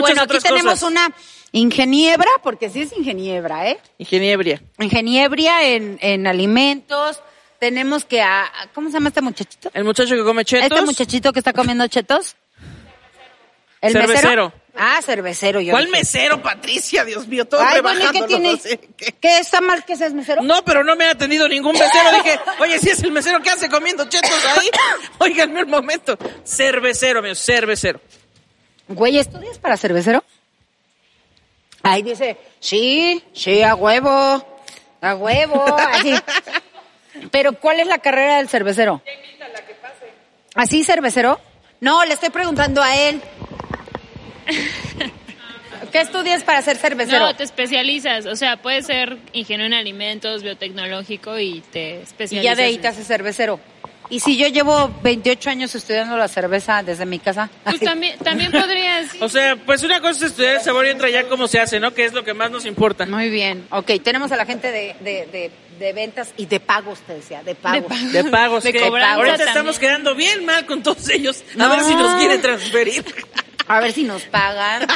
[SPEAKER 2] muchas
[SPEAKER 3] bueno, aquí
[SPEAKER 2] otras
[SPEAKER 3] tenemos
[SPEAKER 2] cosas.
[SPEAKER 3] una ingeniebra, porque sí es ingeniebra, ¿eh?
[SPEAKER 2] Ingeniebria.
[SPEAKER 3] Ingeniebria en, en alimentos. Tenemos que a... a- ¿Cómo se llama este muchachito?
[SPEAKER 2] El muchacho que come chetos.
[SPEAKER 3] Este muchachito que está comiendo chetos. ¿El
[SPEAKER 2] Cervecero.
[SPEAKER 3] mesero? Ah, cervecero. Yo
[SPEAKER 2] ¿Cuál
[SPEAKER 3] dije.
[SPEAKER 2] mesero, Patricia? Dios mío, todo
[SPEAKER 3] Ay, bueno, ¿y
[SPEAKER 2] rebajándolo.
[SPEAKER 3] qué tiene?
[SPEAKER 2] no sé qué.
[SPEAKER 3] ¿Qué está mal que seas mesero?
[SPEAKER 2] No, pero no me ha atendido ningún mesero. Dije, oye, si es el mesero, ¿qué hace comiendo chetos ahí? Óiganme un momento. Cervecero, amigo, cervecero.
[SPEAKER 3] Güey, ¿estudias para cervecero? Ahí dice, sí, sí, a huevo, a huevo, así. Pero, ¿cuál es la carrera del cervecero? ¿Así, cervecero? No, le estoy preguntando a él. ¿Qué estudias para ser cervecero?
[SPEAKER 5] No, te especializas. O sea, puedes ser ingeniero en alimentos, biotecnológico y te
[SPEAKER 3] y
[SPEAKER 5] especializas.
[SPEAKER 3] ya de ahí
[SPEAKER 5] en-
[SPEAKER 3] te haces cervecero. Y si yo llevo 28 años estudiando la cerveza desde mi casa.
[SPEAKER 5] Pues también, también podrías.
[SPEAKER 2] O sea, pues una cosa es estudiar el sabor y otra ya cómo se hace, ¿no? Que es lo que más nos importa.
[SPEAKER 3] Muy bien. Ok, tenemos a la gente de, de, de, de ventas y de pagos, te decía, de pagos.
[SPEAKER 2] De pagos.
[SPEAKER 5] De
[SPEAKER 2] que
[SPEAKER 5] cobranza
[SPEAKER 2] ahorita
[SPEAKER 5] también.
[SPEAKER 2] estamos quedando bien mal con todos ellos. A
[SPEAKER 3] No.
[SPEAKER 2] ver si nos quieren transferir.
[SPEAKER 3] A ver si nos pagan.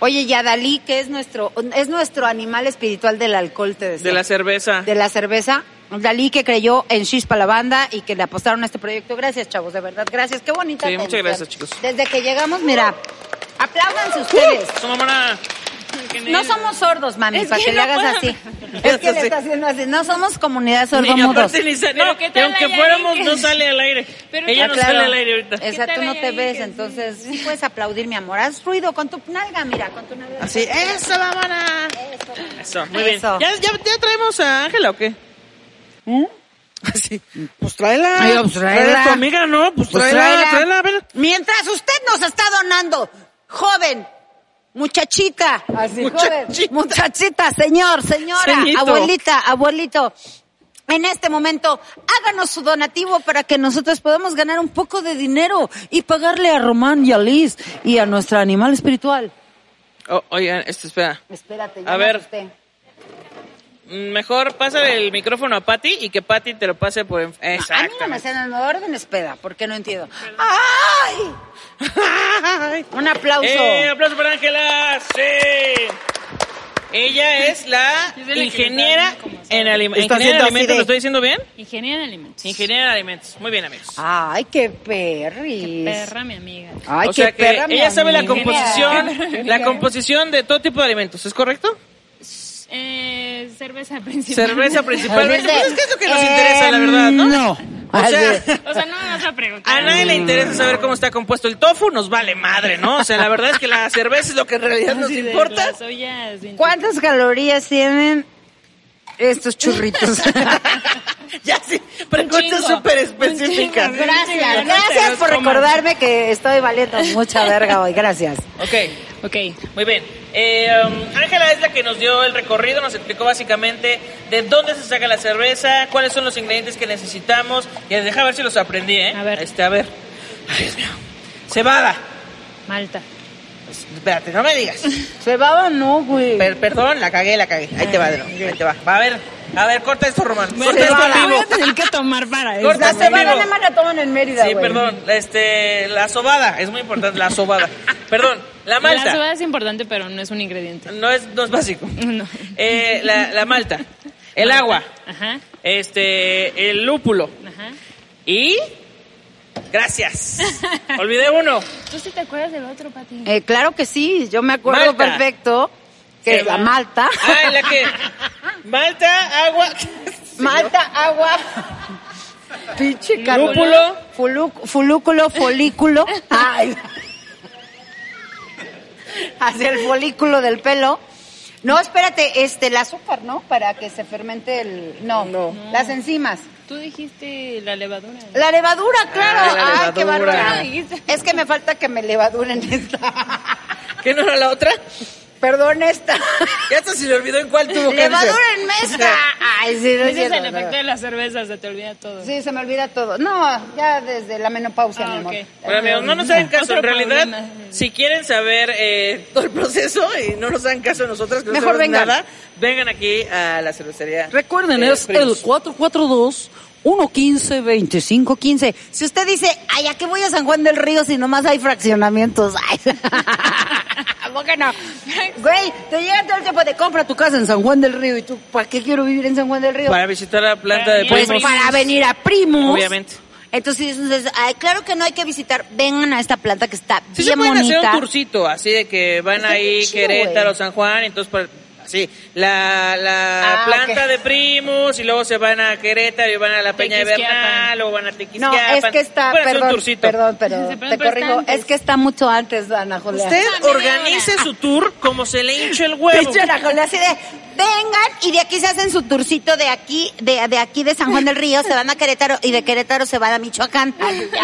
[SPEAKER 3] Oye, Yadalí, que es nuestro, es nuestro animal espiritual del alcohol, te decía.
[SPEAKER 2] De la cerveza.
[SPEAKER 3] de la cerveza. Dalí que creyó en Chispa la banda y que le apostaron a este proyecto. Gracias, chavos, de verdad. Gracias. Qué bonita.
[SPEAKER 2] Sí, muchas
[SPEAKER 3] atención.
[SPEAKER 2] gracias, chicos.
[SPEAKER 3] Desde que llegamos, mira, apláudanse ustedes.
[SPEAKER 2] Su mamá.
[SPEAKER 3] No somos sordos, mami,
[SPEAKER 5] Es
[SPEAKER 3] para que,
[SPEAKER 5] que
[SPEAKER 3] le
[SPEAKER 5] no
[SPEAKER 3] hagas
[SPEAKER 5] puedo.
[SPEAKER 3] así. Es que
[SPEAKER 2] Eso
[SPEAKER 3] le
[SPEAKER 2] sí.
[SPEAKER 3] está haciendo así. No somos comunidad
[SPEAKER 2] Ni
[SPEAKER 3] sordomudos.
[SPEAKER 2] aparte ni sa-
[SPEAKER 5] Pero
[SPEAKER 2] no,
[SPEAKER 5] ¿qué
[SPEAKER 2] y
[SPEAKER 5] tal
[SPEAKER 2] aunque
[SPEAKER 5] la
[SPEAKER 2] fuéramos,
[SPEAKER 5] Yanin que-
[SPEAKER 2] no sale al aire.
[SPEAKER 5] Pero-
[SPEAKER 2] Ella
[SPEAKER 5] Ah,
[SPEAKER 2] no
[SPEAKER 3] claro.
[SPEAKER 2] sale al aire ahorita.
[SPEAKER 5] Es-
[SPEAKER 3] Esa
[SPEAKER 5] ¿Qué
[SPEAKER 3] tú
[SPEAKER 5] tal
[SPEAKER 3] no
[SPEAKER 5] ahí,
[SPEAKER 3] te
[SPEAKER 5] ahí,
[SPEAKER 3] ves,
[SPEAKER 5] que sí?
[SPEAKER 3] entonces sí puedes aplaudir, mi amor. Haz ruido con tu nalga, mira, con tu nalga.
[SPEAKER 2] Así, ¡eso, mamá!
[SPEAKER 3] Eso.
[SPEAKER 2] Eso, muy
[SPEAKER 3] Eso.
[SPEAKER 2] bien. ¿Ya, ya, ya traemos a Ángela o qué? Sí. Pues tráela.
[SPEAKER 3] Ay, pues, tráela.
[SPEAKER 2] a tu amiga, ¿no? Pues, tráela, tráela, a ver.
[SPEAKER 3] Mientras usted nos está donando, joven, muchachita, así,
[SPEAKER 2] Muchachita.
[SPEAKER 3] joven, muchachita, señor, señora,
[SPEAKER 2] Señito.
[SPEAKER 3] abuelita, abuelito. En este momento, háganos su donativo para que nosotros podamos ganar un poco de dinero y pagarle a Román y a Liz y a nuestra animal espiritual.
[SPEAKER 2] Oh, oigan, esto, espera.
[SPEAKER 3] Espérate,
[SPEAKER 2] ya A me ver. asusté. Mm, Mejor pasa el micrófono a Patty y que Patty te lo pase por... enf-
[SPEAKER 3] A mí no me
[SPEAKER 2] Exactamente.
[SPEAKER 3] hacen en orden, espera, porque no entiendo. ¡Ay! Un aplauso.
[SPEAKER 2] ¡Eh, aplauso para Ángela! ¡Sí! Ella es la
[SPEAKER 5] Es de la que
[SPEAKER 2] ingeniera
[SPEAKER 5] le está dando como
[SPEAKER 2] en, alima-
[SPEAKER 3] Está
[SPEAKER 2] ingeniera en
[SPEAKER 3] haciendo así
[SPEAKER 2] alimentos.
[SPEAKER 3] de-
[SPEAKER 2] ¿Lo estoy diciendo bien?
[SPEAKER 5] Ingeniera en alimentos.
[SPEAKER 2] Ingeniera de alimentos. Muy bien, amigos.
[SPEAKER 3] Ay, qué perris.
[SPEAKER 5] Perra, mi amiga.
[SPEAKER 3] Ay,
[SPEAKER 2] o sea
[SPEAKER 3] qué
[SPEAKER 2] que
[SPEAKER 3] perra, mi
[SPEAKER 2] ella sabe la
[SPEAKER 3] amiga.
[SPEAKER 2] composición, la composición de todo tipo de alimentos, ¿es correcto?
[SPEAKER 5] Eh, cerveza principal.
[SPEAKER 2] Cerveza principalmente.
[SPEAKER 3] Cerveza.
[SPEAKER 2] Pues es que es lo que nos
[SPEAKER 3] Eh,
[SPEAKER 2] interesa, la verdad, ¿no?
[SPEAKER 3] no.
[SPEAKER 2] O sea,
[SPEAKER 5] O sea, no me vas a preguntar.
[SPEAKER 2] a nadie le interesa saber cómo está compuesto el tofu, nos vale madre, ¿no? O sea, la verdad es que la cerveza es lo que en realidad nos
[SPEAKER 5] Sí, de
[SPEAKER 2] importa.
[SPEAKER 5] las ollas de-
[SPEAKER 3] ¿Cuántas calorías tienen estos churritos?
[SPEAKER 2] Ya sí, preguntas
[SPEAKER 5] chingo.
[SPEAKER 2] súper
[SPEAKER 5] Un
[SPEAKER 2] específicas.
[SPEAKER 5] chingo,
[SPEAKER 3] gracias, gracias por recordarme que estoy valiendo mucha verga hoy. Gracias.
[SPEAKER 2] Ok.
[SPEAKER 5] Ok.
[SPEAKER 2] Muy bien. Eh, um, Ángela es la que nos dio el recorrido, nos explicó básicamente de dónde se saca la cerveza, cuáles son los ingredientes que necesitamos. Y deja ver si los aprendí, ¿eh?
[SPEAKER 5] A ver.
[SPEAKER 2] Este, a ver. Ay, Dios mío. Cebada.
[SPEAKER 5] Malta.
[SPEAKER 2] Espérate, no me digas.
[SPEAKER 3] Se va o no, güey.
[SPEAKER 2] Per- perdón, la cagué, la cagué. Ahí te va, de nuevo, ahí te va. Va, a ver, a ver, corta esto, Román. Corta esto en
[SPEAKER 5] Voy
[SPEAKER 2] vivo.
[SPEAKER 5] a tener que tomar para eso.
[SPEAKER 2] Corta esto en vivo.
[SPEAKER 3] nada más la toman en Mérida,
[SPEAKER 2] Sí,
[SPEAKER 3] güey.
[SPEAKER 2] perdón. Este, la sobada, es muy importante, la sobada. Perdón, la
[SPEAKER 5] La
[SPEAKER 2] malta.
[SPEAKER 5] soda es importante, pero no es un ingrediente.
[SPEAKER 2] No es, no es básico.
[SPEAKER 5] No.
[SPEAKER 2] Eh, la, la malta, el agua,
[SPEAKER 5] Ajá,
[SPEAKER 2] este, el lúpulo
[SPEAKER 5] ajá.
[SPEAKER 2] y gracias. Olvidé uno.
[SPEAKER 5] ¿Tú sí te acuerdas del otro, Pati?
[SPEAKER 3] Eh, claro que sí, yo me acuerdo
[SPEAKER 2] Malta.
[SPEAKER 3] perfecto que
[SPEAKER 2] Eh,
[SPEAKER 3] es la malta.
[SPEAKER 2] Ah, en la que malta, agua,
[SPEAKER 3] Malta, agua. Pinche
[SPEAKER 2] Lúpulo.
[SPEAKER 3] carbono. Fulu- fulúculo, folículo. Ay. Hacia el folículo del pelo. No, espérate, este, el azúcar, ¿no? Para que se fermente el. No, las enzimas.
[SPEAKER 5] Tú dijiste la levadura.
[SPEAKER 3] La levadura, claro.
[SPEAKER 2] Ah, la
[SPEAKER 3] Ay, qué
[SPEAKER 2] levadura.
[SPEAKER 3] bárbara. Es que me falta que me levaduren esta.
[SPEAKER 2] ¿Qué no era la otra?
[SPEAKER 3] Perdón, esta.
[SPEAKER 2] Ya hasta se le olvidó en cuál tuvo que
[SPEAKER 3] levadura en mesa. Ay, sí, no es
[SPEAKER 5] Ese es
[SPEAKER 3] cierto,
[SPEAKER 5] el
[SPEAKER 3] no.
[SPEAKER 5] efecto de la cerveza, se te olvida todo.
[SPEAKER 3] Sí, se me olvida todo. No, ya desde la menopausia,
[SPEAKER 5] Ah,
[SPEAKER 3] mi amor.
[SPEAKER 5] ok.
[SPEAKER 2] Bueno, amigos, no nos hagan caso.
[SPEAKER 5] Otro
[SPEAKER 2] En realidad,
[SPEAKER 5] problema.
[SPEAKER 2] si quieren saber eh, todo el proceso y no nos hagan caso a nosotras, que no
[SPEAKER 3] Mejor
[SPEAKER 2] sabemos
[SPEAKER 3] vengan.
[SPEAKER 2] nada, vengan aquí a la cervecería.
[SPEAKER 4] Recuerden,
[SPEAKER 2] eh,
[SPEAKER 4] es el
[SPEAKER 2] Primus.
[SPEAKER 4] 442-115-2515.
[SPEAKER 3] Si usted dice, ay, ¿a qué voy a San Juan del Río si nomás hay fraccionamientos? Ay. ¿Por qué no? Güey, te llega todo el tiempo de compra tu casa en San Juan del Río y tú, ¿para qué quiero vivir en San Juan del Río?
[SPEAKER 2] Para visitar la planta de
[SPEAKER 3] pues
[SPEAKER 2] Primus.
[SPEAKER 3] para venir a Primus.
[SPEAKER 2] Obviamente.
[SPEAKER 3] Entonces, entonces, ay, claro que no hay que visitar. Vengan a esta planta que está
[SPEAKER 2] Sí se
[SPEAKER 3] bien
[SPEAKER 2] pueden
[SPEAKER 3] bonita.
[SPEAKER 2] hacer un tourcito, así de que van
[SPEAKER 3] Está bien
[SPEAKER 2] ahí
[SPEAKER 3] chido, eh.
[SPEAKER 2] Querétaro,
[SPEAKER 3] güey.
[SPEAKER 2] San Juan, entonces pues, así la, la
[SPEAKER 3] Ah,
[SPEAKER 2] planta
[SPEAKER 3] ok.
[SPEAKER 2] de Primus y luego se van a Querétaro y van a la Peña de
[SPEAKER 5] Tequisquiapan.
[SPEAKER 2] Bernal, luego van a
[SPEAKER 3] No,
[SPEAKER 2] Tequisquiapan.
[SPEAKER 3] es que está,
[SPEAKER 2] Pueden ah, hacer un
[SPEAKER 3] perdón,
[SPEAKER 2] tourcito.
[SPEAKER 3] perdón,
[SPEAKER 5] Sí,
[SPEAKER 3] pero
[SPEAKER 5] pero
[SPEAKER 3] te
[SPEAKER 5] está
[SPEAKER 3] corrijo,
[SPEAKER 5] antes.
[SPEAKER 3] es que está mucho antes, Ana Julia.
[SPEAKER 2] Usted
[SPEAKER 5] Dame
[SPEAKER 2] organice
[SPEAKER 5] ahora.
[SPEAKER 2] su tour como se le hinche el huevo.
[SPEAKER 3] Pinche Anajole, así de, vengan y de aquí se hacen su turcito de aquí, de, de aquí de San Juan del Río, se van a Querétaro y de Querétaro se van a Michoacán.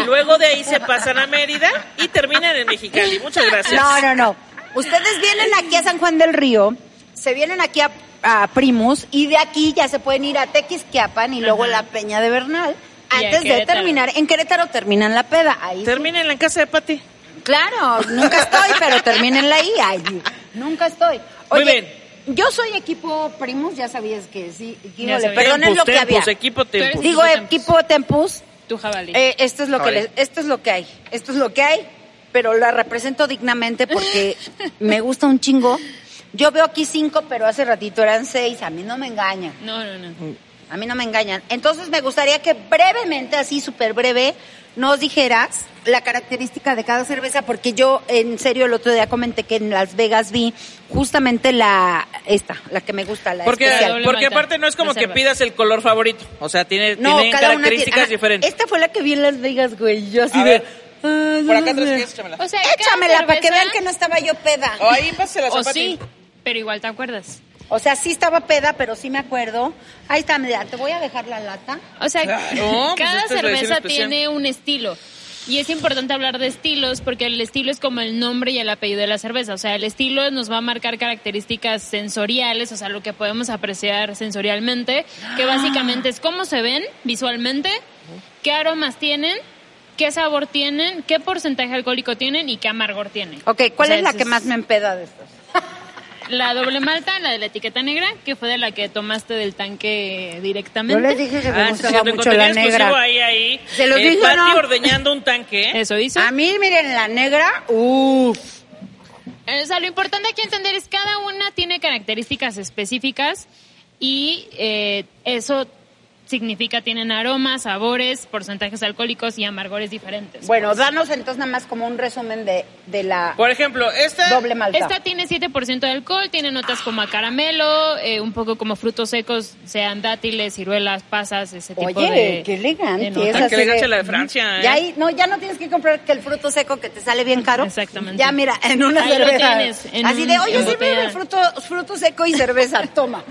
[SPEAKER 2] Y luego de ahí se pasan a Mérida y terminan en Mexicali. Muchas gracias.
[SPEAKER 3] No, no, no. Ustedes vienen aquí a San Juan del Río, se vienen aquí a, a Primus y de aquí ya se pueden ir a Tequisquiapan y luego la Peña de Bernal.
[SPEAKER 5] Y en
[SPEAKER 3] antes de
[SPEAKER 5] Querétaro.
[SPEAKER 3] terminar, en Querétaro terminan la peda. Ahí.
[SPEAKER 2] Terminen en casa de Pati.
[SPEAKER 3] Claro, nunca estoy, pero termínenla ahí. Ay, nunca estoy.
[SPEAKER 2] Muy
[SPEAKER 3] Oye,
[SPEAKER 2] bien.
[SPEAKER 3] Yo soy equipo primos, ya sabías que sí.
[SPEAKER 5] Ya
[SPEAKER 3] Híjole,
[SPEAKER 5] sabía.
[SPEAKER 3] perdón, es lo que
[SPEAKER 2] tempus,
[SPEAKER 3] había.
[SPEAKER 2] equipo tempus.
[SPEAKER 5] eres-
[SPEAKER 3] Digo
[SPEAKER 5] Tempus.
[SPEAKER 3] equipo tempus.
[SPEAKER 5] Tu jabalí.
[SPEAKER 3] Eh, esto es lo que
[SPEAKER 6] Ahora.
[SPEAKER 3] les- esto es lo que hay, esto es lo que hay, pero la represento dignamente porque me gusta un chingo. Yo veo aquí cinco, pero hace ratito eran seis. A mí no me engañan,
[SPEAKER 5] No, no, no.
[SPEAKER 3] a mí no me engañan. Entonces me gustaría que brevemente, así súper breve, nos dijeras la característica de cada cerveza, porque yo en serio el otro día comenté que en Las Vegas vi justamente la esta, la que me gusta, la
[SPEAKER 2] Porque,
[SPEAKER 3] especial.
[SPEAKER 5] doble
[SPEAKER 2] porque
[SPEAKER 5] malta,
[SPEAKER 2] aparte no es como que
[SPEAKER 5] reserva.
[SPEAKER 2] pidas el color favorito. O sea, tiene, tienen
[SPEAKER 3] cada una tiene- Ah,
[SPEAKER 2] características
[SPEAKER 3] ajá,
[SPEAKER 2] diferentes.
[SPEAKER 3] Esta fue la que vi en Las Vegas, güey. Yo así
[SPEAKER 1] A
[SPEAKER 3] de.
[SPEAKER 1] ver,
[SPEAKER 3] ah,
[SPEAKER 1] Por
[SPEAKER 3] no
[SPEAKER 1] acá
[SPEAKER 3] sé.
[SPEAKER 1] tres que échamela.
[SPEAKER 5] O sea, cada
[SPEAKER 3] Échamela para que
[SPEAKER 5] cerveza-
[SPEAKER 3] vean que no estaba yo peda.
[SPEAKER 1] O ahí pásela
[SPEAKER 5] O
[SPEAKER 1] Pati.
[SPEAKER 5] sí, pero igual te acuerdas.
[SPEAKER 3] O sea, sí estaba peda, pero sí me acuerdo. Ahí está, mira, te voy a dejar la lata.
[SPEAKER 5] O sea,
[SPEAKER 2] Claro, pues
[SPEAKER 5] cada
[SPEAKER 2] esta es la edición
[SPEAKER 5] cerveza
[SPEAKER 2] especial.
[SPEAKER 5] tiene un estilo. Y es importante hablar de estilos porque el estilo es como el nombre y el apellido de la cerveza. O sea, el estilo nos va a marcar características sensoriales, o sea, lo que podemos apreciar sensorialmente,
[SPEAKER 2] Ah.
[SPEAKER 5] que básicamente es cómo se ven visualmente, qué aromas tienen, qué sabor tienen, qué porcentaje alcohólico tienen y qué amargor tienen.
[SPEAKER 3] Ok, ¿cuál
[SPEAKER 5] O sea,
[SPEAKER 3] es la
[SPEAKER 5] ese
[SPEAKER 3] que más me empeda de estas?
[SPEAKER 5] La doble malta, la de la etiqueta negra, que fue de la que tomaste del tanque
[SPEAKER 3] Yo
[SPEAKER 5] directamente.
[SPEAKER 3] les dije que me
[SPEAKER 2] Ah, sí,
[SPEAKER 3] gustaba
[SPEAKER 2] cierto,
[SPEAKER 3] mucho
[SPEAKER 2] contenido
[SPEAKER 3] la
[SPEAKER 2] exclusivo
[SPEAKER 3] negra.
[SPEAKER 2] ahí, ahí.
[SPEAKER 3] Se los
[SPEAKER 2] Eh,
[SPEAKER 3] dije,
[SPEAKER 2] Pati
[SPEAKER 3] ¿no?
[SPEAKER 2] ordeñando un tanque, ¿eh?
[SPEAKER 5] Eso hizo.
[SPEAKER 3] A mí, miren, la negra, uff.
[SPEAKER 5] Eh, O sea, lo importante aquí entender es cada una tiene características específicas y eh, eso significa tienen aromas, sabores, porcentajes alcohólicos y amargores diferentes.
[SPEAKER 3] Bueno, danos entonces nada más como un resumen de, de la
[SPEAKER 5] Pues,
[SPEAKER 2] Por ejemplo, este esta...
[SPEAKER 3] doble malta.
[SPEAKER 5] Esta tiene 7% de alcohol, tiene notas como a caramelo, eh, un poco como frutos secos, sean dátiles, ciruelas, pasas, ese tipo
[SPEAKER 3] Oye,
[SPEAKER 5] de...
[SPEAKER 3] qué
[SPEAKER 5] de
[SPEAKER 3] elegante.
[SPEAKER 5] notas.
[SPEAKER 3] es
[SPEAKER 2] Ah, qué
[SPEAKER 3] así
[SPEAKER 2] elegancia la de Francia, ¿eh?
[SPEAKER 3] Ya ahí, no, ya no tienes que comprar que el fruto seco que te sale bien caro.
[SPEAKER 5] Exactamente.
[SPEAKER 3] Ya mira, en una
[SPEAKER 5] Ahí lo
[SPEAKER 3] cerveza.
[SPEAKER 5] tienes, en
[SPEAKER 3] así
[SPEAKER 5] un-
[SPEAKER 3] de, oye,
[SPEAKER 5] en
[SPEAKER 3] sirve
[SPEAKER 5] botella.
[SPEAKER 3] el fruto, fruto seco y cerveza, toma.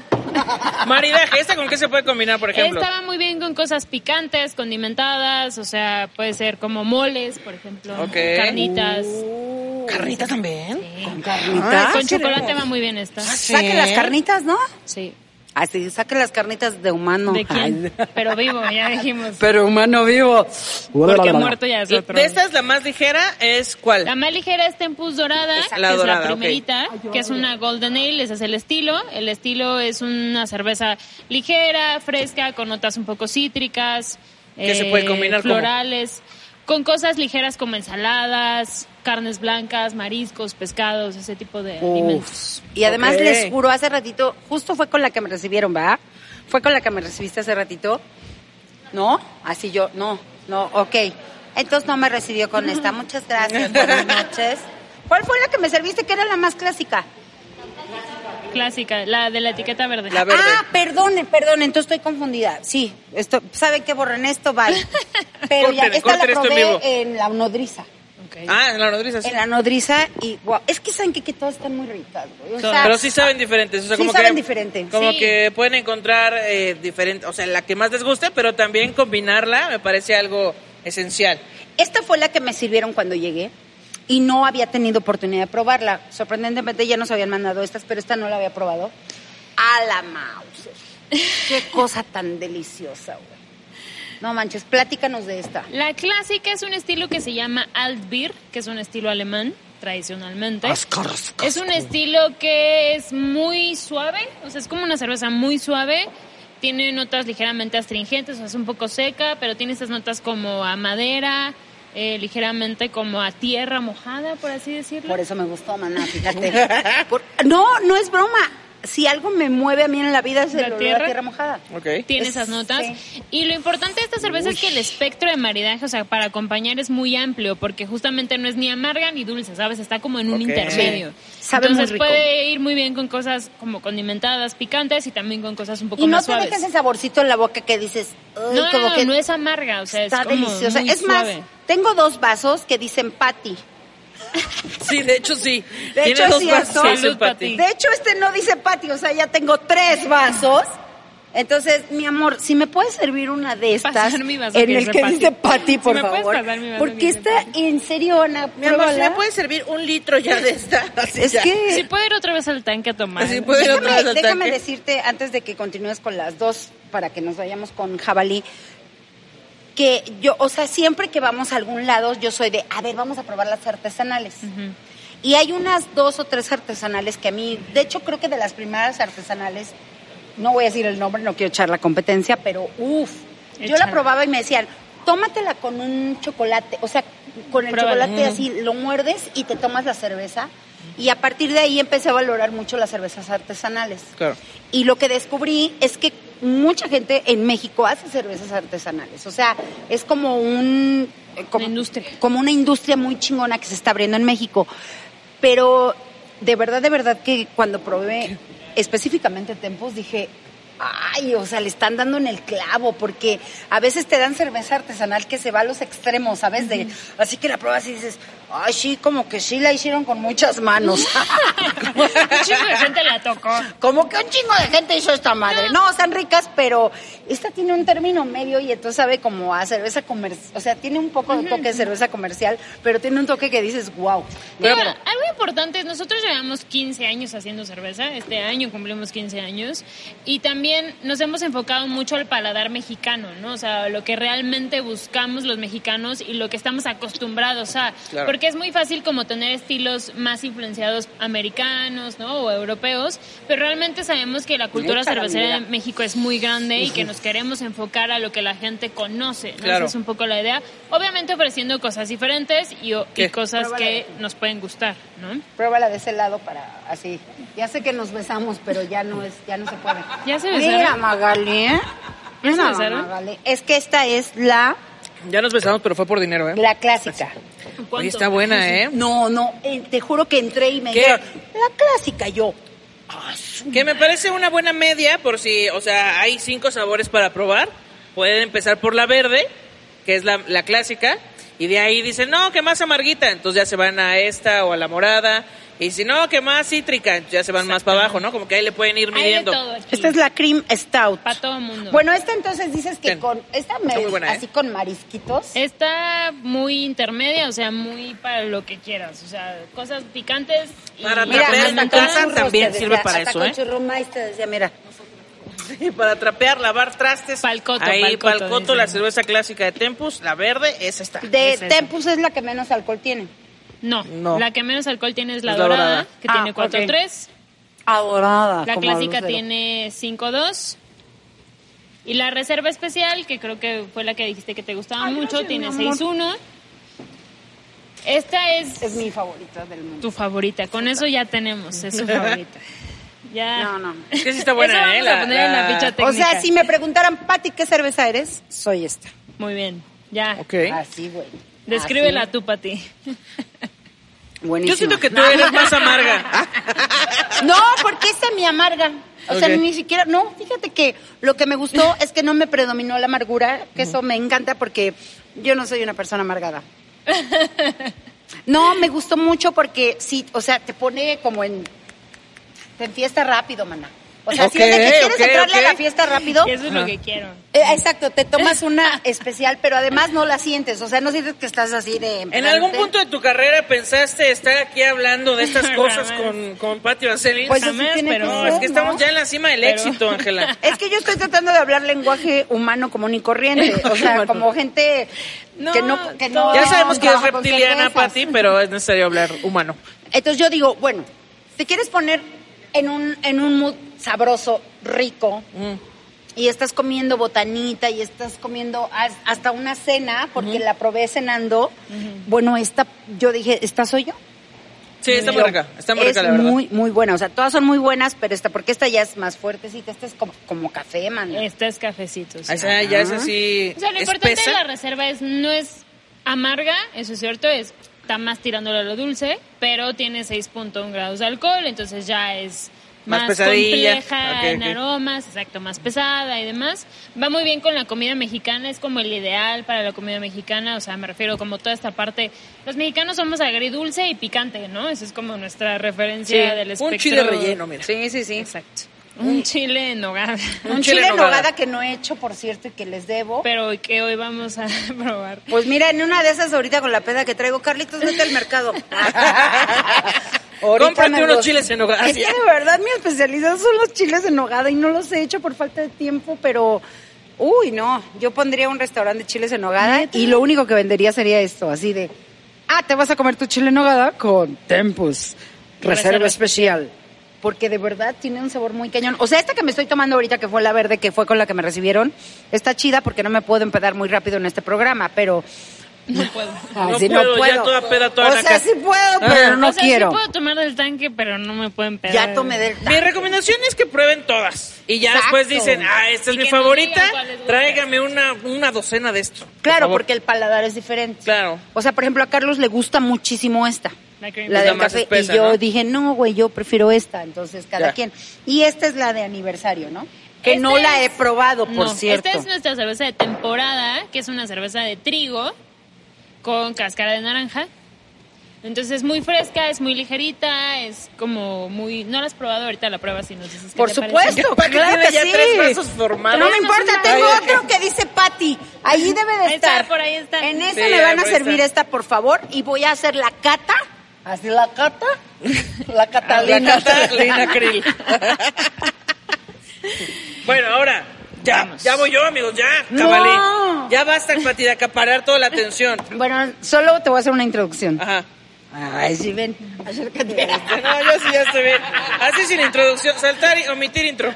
[SPEAKER 2] Maridaje, ¿esta con qué se puede combinar, por ejemplo?
[SPEAKER 5] Estaba muy bien con cosas picantes, condimentadas, o sea, puede ser como moles, por ejemplo,
[SPEAKER 2] Ok.
[SPEAKER 5] carnitas.
[SPEAKER 3] Uh.
[SPEAKER 2] ¿Carnita también?
[SPEAKER 3] Con carnitas.
[SPEAKER 5] Con chocolate va muy bien esta.
[SPEAKER 2] Ah,
[SPEAKER 3] Saquen
[SPEAKER 5] ¿eh?
[SPEAKER 3] las carnitas, ¿no?
[SPEAKER 5] Sí.
[SPEAKER 3] Así, saquen las carnitas de humano.
[SPEAKER 5] ¿De quién?
[SPEAKER 3] Ay,
[SPEAKER 5] Pero vivo, ya dijimos.
[SPEAKER 4] Pero humano vivo.
[SPEAKER 5] Porque muerto ya es
[SPEAKER 2] Y
[SPEAKER 5] otro.
[SPEAKER 2] de estas, la más ligera es cuál?
[SPEAKER 5] La más ligera es Tempus Dorada,
[SPEAKER 2] Esa.
[SPEAKER 5] que
[SPEAKER 2] La
[SPEAKER 5] es
[SPEAKER 2] dorada,
[SPEAKER 5] la primerita, que es una Golden Ale, ese es el estilo. El estilo es una cerveza ligera, fresca, con notas un poco cítricas. eh,
[SPEAKER 2] ¿Qué se puede combinar como?
[SPEAKER 5] Florales, con cosas ligeras como ensaladas, carnes blancas, mariscos, pescados, ese tipo de alimentos.
[SPEAKER 3] Y además
[SPEAKER 2] Ok.
[SPEAKER 3] les juro, hace ratito, justo fue con la que me recibieron, ¿verdad? Fue con la que me recibiste hace ratito. ¿No? Así yo, no, no, ok. Entonces no me recibió con esta. Muchas gracias, buenas noches. ¿Cuál fue la que me serviste que era la más clásica?
[SPEAKER 5] Clásica, la de la etiqueta verde.
[SPEAKER 2] La verde.
[SPEAKER 3] Ah, perdonen, perdonen, entonces estoy confundida. Sí, esto, ¿saben qué? Borren esto, bye. Pero ya,
[SPEAKER 2] Corten,
[SPEAKER 3] esta la
[SPEAKER 2] corten esto en vivo.
[SPEAKER 3] probé en la nodriza.
[SPEAKER 5] Ok.
[SPEAKER 2] Ah, en la nodriza, sí.
[SPEAKER 3] En la nodriza y guau. Es que saben que, que todas están muy ricas, güey. O sea,
[SPEAKER 2] Pero sí saben diferentes. O sea,
[SPEAKER 3] Sí
[SPEAKER 2] como
[SPEAKER 3] saben
[SPEAKER 2] que,
[SPEAKER 3] diferente.
[SPEAKER 2] Como
[SPEAKER 5] Sí.
[SPEAKER 2] que pueden encontrar eh, diferente, o sea, la que más les guste, pero también combinarla me parece algo esencial.
[SPEAKER 3] Esta fue la que me sirvieron cuando llegué y no había tenido oportunidad de probarla. Sorprendentemente ya nos habían mandado estas, pero esta no la había probado. A la Mauser. Qué cosa tan deliciosa, güey. No manches, platícanos de esta.
[SPEAKER 5] La clásica es un estilo que se llama Altbier, que es un estilo alemán tradicionalmente. Es un estilo que es muy suave, o sea, es como una cerveza muy suave. Tiene notas ligeramente astringentes, o sea, es un poco seca, pero tiene esas notas como a madera, eh, ligeramente como a tierra mojada, por así decirlo.
[SPEAKER 3] Por eso me gustó, maná, fíjate. Por- No, no es broma. Si algo me mueve a mí en la vida es el
[SPEAKER 5] ¿La
[SPEAKER 3] olor a
[SPEAKER 5] tierra?
[SPEAKER 3] tierra mojada.
[SPEAKER 2] Ok.
[SPEAKER 5] tiene
[SPEAKER 3] Es-
[SPEAKER 5] esas notas.
[SPEAKER 3] sí.
[SPEAKER 5] Y lo importante de esta cerveza es que el espectro de maridaje, o sea, para acompañar es muy amplio, porque justamente no es ni amarga ni dulce, ¿sabes? Está como en un
[SPEAKER 2] Ok.
[SPEAKER 5] intermedio.
[SPEAKER 3] Sí. Sabe muy
[SPEAKER 5] Entonces
[SPEAKER 3] rico.
[SPEAKER 5] puede ir muy bien con cosas como condimentadas, picantes y también con cosas un poco
[SPEAKER 3] Y no
[SPEAKER 5] más
[SPEAKER 3] te
[SPEAKER 5] suaves.
[SPEAKER 3] dejes ese saborcito en la boca que dices, "Ay,
[SPEAKER 5] no,
[SPEAKER 3] como
[SPEAKER 5] no,
[SPEAKER 3] que
[SPEAKER 5] no es amarga, o sea,
[SPEAKER 3] está
[SPEAKER 5] es como
[SPEAKER 3] deliciosa.
[SPEAKER 5] muy
[SPEAKER 3] Es
[SPEAKER 5] suave.
[SPEAKER 3] más, tengo dos vasos que dicen Patty.
[SPEAKER 2] Sí, de hecho sí.
[SPEAKER 3] De
[SPEAKER 2] Tiene
[SPEAKER 3] hecho,
[SPEAKER 2] dos
[SPEAKER 3] sí,
[SPEAKER 2] vasos,
[SPEAKER 5] es-
[SPEAKER 2] dice Pati.
[SPEAKER 5] Sí.
[SPEAKER 3] De hecho, este no dice patio, o sea, ya tengo tres vasos. Entonces, mi amor, si me puedes servir una de estas
[SPEAKER 5] Pasar mi vaso
[SPEAKER 3] en
[SPEAKER 5] que
[SPEAKER 3] el
[SPEAKER 5] dice
[SPEAKER 3] que
[SPEAKER 5] Patty.
[SPEAKER 3] dice Patty,
[SPEAKER 5] Si
[SPEAKER 3] por
[SPEAKER 5] me puedes
[SPEAKER 3] favor,
[SPEAKER 5] pasar mi vaso
[SPEAKER 3] porque
[SPEAKER 5] que dice
[SPEAKER 3] está en serio, Ana,
[SPEAKER 2] Mi amor, ¿sí
[SPEAKER 3] pruébala.
[SPEAKER 2] me puede servir un litro ya de esta? Así
[SPEAKER 3] es
[SPEAKER 2] ya.
[SPEAKER 3] que
[SPEAKER 5] Si puede ir otra vez al tanque a tomar.
[SPEAKER 2] Así puede ir otra vez
[SPEAKER 3] déjame,
[SPEAKER 2] al
[SPEAKER 3] déjame
[SPEAKER 2] tanque.
[SPEAKER 3] decirte antes de que continúes con las dos para que nos vayamos con jabalí, que yo, o sea, siempre que vamos a algún lado, yo soy de, a ver, vamos a probar las artesanales. Y hay unas dos o tres artesanales que a mí, de hecho, creo que de las primeras artesanales, no voy a decir el nombre, no quiero echar la competencia, pero uff, yo la
[SPEAKER 5] Échala.
[SPEAKER 3] probaba y me decían, tómatela con un chocolate, o sea, con el
[SPEAKER 5] Pruébala.
[SPEAKER 3] chocolate así, lo muerdes y te tomas la cerveza. Y a partir de ahí empecé a valorar mucho las cervezas artesanales.
[SPEAKER 4] Claro.
[SPEAKER 3] Y lo que descubrí es que mucha gente en México hace cervezas artesanales. O sea, es como un... eh, Como,
[SPEAKER 5] industria.
[SPEAKER 3] Como una industria muy chingona que se está abriendo en México. Pero de verdad, de verdad que cuando probé específicamente Tempos dije... Ay, o sea, le están dando en el clavo, porque a veces te dan cerveza artesanal que se va a los extremos, ¿sabes? De, así que la pruebas y dices, ay, sí, como que sí la hicieron con muchas manos.
[SPEAKER 5] Un chingo de gente la tocó.
[SPEAKER 3] Como que un chingo de gente hizo esta madre. No, están ricas, pero esta tiene un término medio y entonces sabe como a cerveza comercial. O sea, tiene un poco de toque de cerveza comercial, pero tiene un toque que dices, wow.
[SPEAKER 5] Digo, algo importante, es, nosotros llevamos 15 años haciendo cerveza, este año cumplimos 15 años, y también nos hemos enfocado mucho al paladar mexicano, ¿no? O sea, lo que realmente buscamos los mexicanos y lo que estamos acostumbrados a,
[SPEAKER 4] Claro.
[SPEAKER 5] porque es muy fácil como tener estilos más influenciados americanos, ¿no? O europeos, pero realmente sabemos que la
[SPEAKER 4] Pues
[SPEAKER 5] cultura
[SPEAKER 3] Échala,
[SPEAKER 5] cervecera de
[SPEAKER 3] mira.
[SPEAKER 5] México es muy grande y que nos queremos enfocar a lo que la gente conoce, ¿no? Esa
[SPEAKER 4] Claro.
[SPEAKER 5] es un poco la idea, obviamente ofreciendo cosas diferentes y, o- y
[SPEAKER 4] ¿Qué?
[SPEAKER 5] cosas
[SPEAKER 3] Pruébala de
[SPEAKER 5] que
[SPEAKER 3] aquí.
[SPEAKER 5] nos pueden gustar, ¿no?
[SPEAKER 3] Pruébala de ese lado para así. Ya sé que nos besamos, pero ya no es, ya no se puede.
[SPEAKER 5] ¿Ya se besaron?
[SPEAKER 3] Mira, Magali, ¿eh?
[SPEAKER 5] ¿Ya se
[SPEAKER 3] Mira,
[SPEAKER 5] besaron?
[SPEAKER 3] Magali. Es que esta es la,
[SPEAKER 4] Ya nos besamos, pero fue por dinero, ¿eh?
[SPEAKER 3] la clásica.
[SPEAKER 4] Oye, está buena, ¿eh?
[SPEAKER 3] No, no, eh, te juro que entré y me
[SPEAKER 4] ¿Qué?
[SPEAKER 3] dijeron, la clásica yo.
[SPEAKER 4] Que me parece una buena media por si, o sea, hay cinco sabores para probar. Pueden empezar por la verde, que es la, la clásica, y de ahí dicen, no, que más amarguita, entonces ya se van a esta o a la morada, y si no, que más cítrica, entonces ya se van más para abajo, ¿no? Como que ahí le pueden ir
[SPEAKER 5] Hay de
[SPEAKER 4] midiendo.
[SPEAKER 5] todo aquí.
[SPEAKER 3] Esta es la cream stout.
[SPEAKER 5] Para todo mundo.
[SPEAKER 3] Bueno, esta entonces dices que
[SPEAKER 4] Ten.
[SPEAKER 3] con esta me-
[SPEAKER 4] muy buena, ¿eh?
[SPEAKER 3] así con marisquitos.
[SPEAKER 5] Está muy intermedia, o sea, muy para lo que quieras. O sea, cosas picantes. Y
[SPEAKER 4] Para
[SPEAKER 5] Ah, Mira,
[SPEAKER 4] trapear
[SPEAKER 5] hasta
[SPEAKER 4] en
[SPEAKER 5] con
[SPEAKER 4] casa
[SPEAKER 5] churros.
[SPEAKER 4] también sirve para
[SPEAKER 3] hasta
[SPEAKER 4] eso,
[SPEAKER 3] con
[SPEAKER 4] ¿eh?
[SPEAKER 3] churrumais te decía, mira.
[SPEAKER 4] Sí, para trapear, lavar trastes.
[SPEAKER 5] Pa'l coto,
[SPEAKER 4] ahí
[SPEAKER 5] pa'l coto,
[SPEAKER 4] palcoto, la
[SPEAKER 5] dicen.
[SPEAKER 4] cerveza clásica de Tempus, la verde, Ah, esa está.
[SPEAKER 3] De
[SPEAKER 5] es eso.
[SPEAKER 3] Tempus es la que menos alcohol tiene.
[SPEAKER 5] No,
[SPEAKER 4] No.
[SPEAKER 5] la que menos alcohol tiene es la
[SPEAKER 4] Es la
[SPEAKER 5] dorada,
[SPEAKER 4] dorada.
[SPEAKER 5] que
[SPEAKER 3] Ah,
[SPEAKER 5] tiene
[SPEAKER 3] ok.
[SPEAKER 5] 4.3.
[SPEAKER 3] Adorada.
[SPEAKER 5] La clásica tiene 5.2. Y la reserva especial, que creo que fue la que dijiste que te gustaba
[SPEAKER 3] Ay,
[SPEAKER 5] mucho,
[SPEAKER 3] gracias,
[SPEAKER 5] tiene
[SPEAKER 3] mi amor.
[SPEAKER 5] 6.1. Esta es,
[SPEAKER 3] Es mi favorita del mundo.
[SPEAKER 5] tu favorita. Con eso ya tenemos, es su favorita. Ya.
[SPEAKER 3] No, no.
[SPEAKER 4] Es que sí está buena,
[SPEAKER 5] Eso vamos
[SPEAKER 4] ¿eh?
[SPEAKER 5] a poner en la ficha
[SPEAKER 3] O
[SPEAKER 5] técnica.
[SPEAKER 3] sea, si me preguntaran, Pati, ¿qué cerveza eres? Soy esta.
[SPEAKER 5] Muy bien, ya.
[SPEAKER 4] Ok. Ah,
[SPEAKER 3] Así, güey.
[SPEAKER 5] Descríbela
[SPEAKER 3] Así.
[SPEAKER 5] tú, Pati.
[SPEAKER 3] Buenísima.
[SPEAKER 4] Yo siento que tú eres más amarga.
[SPEAKER 3] No, porque esta es mi amarga. O sea,
[SPEAKER 4] Ok.
[SPEAKER 3] ni siquiera, no, fíjate que lo que me gustó es que no me predominó la amargura, que eso me encanta porque yo no soy una persona amargada. No, me gustó mucho porque sí, o sea, te pone como en te enfiesta rápido, maná. O sea, si es de que
[SPEAKER 4] Ok,
[SPEAKER 3] quieres
[SPEAKER 4] ok,
[SPEAKER 3] entrarle
[SPEAKER 4] ok.
[SPEAKER 3] a la fiesta rápido,
[SPEAKER 5] Eso
[SPEAKER 4] Ah.
[SPEAKER 5] es lo que quiero.
[SPEAKER 3] eh, exacto, te tomas una especial, pero además no la sientes, o sea, no sientes que estás así de
[SPEAKER 4] ¿En algún punto de tu carrera pensaste estar aquí hablando de estas cosas con, con Patio Anselin?
[SPEAKER 3] Pues así
[SPEAKER 5] Jamás,
[SPEAKER 3] tiene
[SPEAKER 5] pero-
[SPEAKER 3] que
[SPEAKER 4] no,
[SPEAKER 3] ser,
[SPEAKER 4] es que estamos
[SPEAKER 3] ¿no?
[SPEAKER 4] ya en la cima del
[SPEAKER 5] Pero-
[SPEAKER 4] éxito, Ángela.
[SPEAKER 3] Es que yo estoy tratando de hablar lenguaje humano común y corriente, o sea, como gente que no, que no-
[SPEAKER 4] Ya sabemos que es
[SPEAKER 3] trabaja con
[SPEAKER 4] reptiliana,
[SPEAKER 3] cervezas.
[SPEAKER 4] Pati, pero es necesario hablar humano.
[SPEAKER 3] Entonces yo digo, bueno, te quieres poner en un, en un mood sabroso, rico,
[SPEAKER 4] Mm.
[SPEAKER 3] y estás comiendo botanita y estás comiendo has- hasta una cena, porque la probé cenando, bueno, esta, yo dije, ¿esta soy yo?
[SPEAKER 4] Sí, está muy rica, está muy
[SPEAKER 3] es
[SPEAKER 4] rica, la verdad.
[SPEAKER 3] muy, muy buena, o sea, todas son muy buenas, pero esta, porque esta ya es más fuertecita, esta es como, como café, man.
[SPEAKER 5] Este es cafecito. sí.
[SPEAKER 4] O sea, ya es así
[SPEAKER 5] O sea, lo importante
[SPEAKER 4] espesa.
[SPEAKER 5] de la reserva es no es amarga, eso es cierto, es está más tirándole a lo dulce, pero tiene 6.1 grados de alcohol, entonces ya es
[SPEAKER 4] Más
[SPEAKER 5] más,
[SPEAKER 4] pesadilla.
[SPEAKER 5] compleja
[SPEAKER 4] Ok,
[SPEAKER 5] en
[SPEAKER 4] ok.
[SPEAKER 5] aromas, exacto, más pesada y demás. Va muy bien con la comida mexicana, es como el ideal para la comida mexicana, o sea, me refiero como toda esta parte. Los mexicanos somos agridulce y picante, ¿no? Esa es como nuestra referencia del
[SPEAKER 4] Sí,
[SPEAKER 5] espectro.
[SPEAKER 4] un chile relleno, mira.
[SPEAKER 5] Sí, sí, sí. Exacto. Un chile en nogada.
[SPEAKER 3] Un chile en nogada que no he hecho, por cierto, y que les debo.
[SPEAKER 5] Pero que hoy vamos a probar.
[SPEAKER 3] Pues mira, en una de esas ahorita con la peda que traigo, Carlitos, vete al mercado. Ahorita
[SPEAKER 4] Cómprate
[SPEAKER 3] me
[SPEAKER 4] unos
[SPEAKER 3] los-
[SPEAKER 4] chiles en nogada.
[SPEAKER 3] Es que de verdad mi especialidad son los chiles en nogada y no los he hecho por falta de tiempo, pero Uy, no, yo pondría un restaurante de chiles en nogada y lo único que vendería sería esto, así de, ah, te vas a comer tu chile en nogada con Tempus, reserva,
[SPEAKER 5] Reserva.
[SPEAKER 3] especial. Porque de verdad tiene un sabor muy cañón. O sea, esta que me estoy tomando ahorita, que fue la verde, que fue con la que me recibieron, está chida porque no me puedo empedar muy rápido en este programa, pero... Ah,
[SPEAKER 5] No puedo.
[SPEAKER 2] No puedo, ya toda peda, toda
[SPEAKER 3] o
[SPEAKER 2] naca.
[SPEAKER 3] sea, sí puedo, pero no
[SPEAKER 5] o sea,
[SPEAKER 3] quiero.
[SPEAKER 5] sí puedo tomar del tanque, pero no me pueden pegar.
[SPEAKER 3] ya tomé del
[SPEAKER 2] Mi recomendación es que prueben todas. Y ya después
[SPEAKER 3] Exacto.
[SPEAKER 2] dicen, ah, esta es
[SPEAKER 5] Y
[SPEAKER 2] mi
[SPEAKER 5] que nos
[SPEAKER 2] favorita,
[SPEAKER 5] digan cuál les gusta.
[SPEAKER 2] tráigame una, una docena de esto. por
[SPEAKER 3] Claro,
[SPEAKER 2] favor".
[SPEAKER 3] porque el paladar es diferente.
[SPEAKER 2] Claro.
[SPEAKER 3] O sea, por ejemplo, a Carlos le gusta muchísimo esta.
[SPEAKER 5] La
[SPEAKER 3] La,
[SPEAKER 5] cream
[SPEAKER 2] Es
[SPEAKER 3] del
[SPEAKER 2] la más
[SPEAKER 3] café.
[SPEAKER 2] espesa,
[SPEAKER 3] y yo
[SPEAKER 2] ¿no?
[SPEAKER 3] dije, no, güey, yo prefiero esta. Entonces, cada
[SPEAKER 2] Ya.
[SPEAKER 3] quien. Y esta es la de aniversario, ¿no? Que
[SPEAKER 5] Esta
[SPEAKER 3] no la he
[SPEAKER 5] es-
[SPEAKER 3] probado, por
[SPEAKER 5] No,
[SPEAKER 3] cierto.
[SPEAKER 5] Esta es nuestra cerveza de temporada, que es una cerveza de trigo con cáscara de naranja. Entonces es muy fresca, es muy ligerita, es como muy... No la has probado, ahorita la pruebas y nos dices qué
[SPEAKER 3] Por
[SPEAKER 5] te parece.
[SPEAKER 3] supuesto,
[SPEAKER 2] ¿Para qué
[SPEAKER 3] claro
[SPEAKER 2] tiene
[SPEAKER 3] que
[SPEAKER 2] ya
[SPEAKER 3] sí.
[SPEAKER 2] tres vasos formados?
[SPEAKER 3] No me
[SPEAKER 5] Eso es
[SPEAKER 3] importa,
[SPEAKER 5] una-
[SPEAKER 3] tengo
[SPEAKER 2] Ay,
[SPEAKER 3] otro que dice Patty. Allí debe de
[SPEAKER 5] Ahí está,
[SPEAKER 3] estar.
[SPEAKER 5] por ahí está.
[SPEAKER 3] En esa
[SPEAKER 2] Sí,
[SPEAKER 3] me van a
[SPEAKER 2] por ahí
[SPEAKER 3] servir
[SPEAKER 2] está.
[SPEAKER 3] esta, por favor, y voy a hacer la cata. ¿Así la cata? La
[SPEAKER 2] La
[SPEAKER 3] catalina.
[SPEAKER 2] Catalina Krill. bueno, ahora, ya, ya voy yo, amigos, ya,
[SPEAKER 3] No.
[SPEAKER 2] cabalí. Ya basta Pati, de acaparar toda la atención.
[SPEAKER 3] Bueno, solo te voy a hacer una introducción.
[SPEAKER 2] Ajá.
[SPEAKER 3] Ay, sí, ven, acércate.
[SPEAKER 2] No, yo sí ya estoy bien. Así sin introducción, saltar y omitir intro.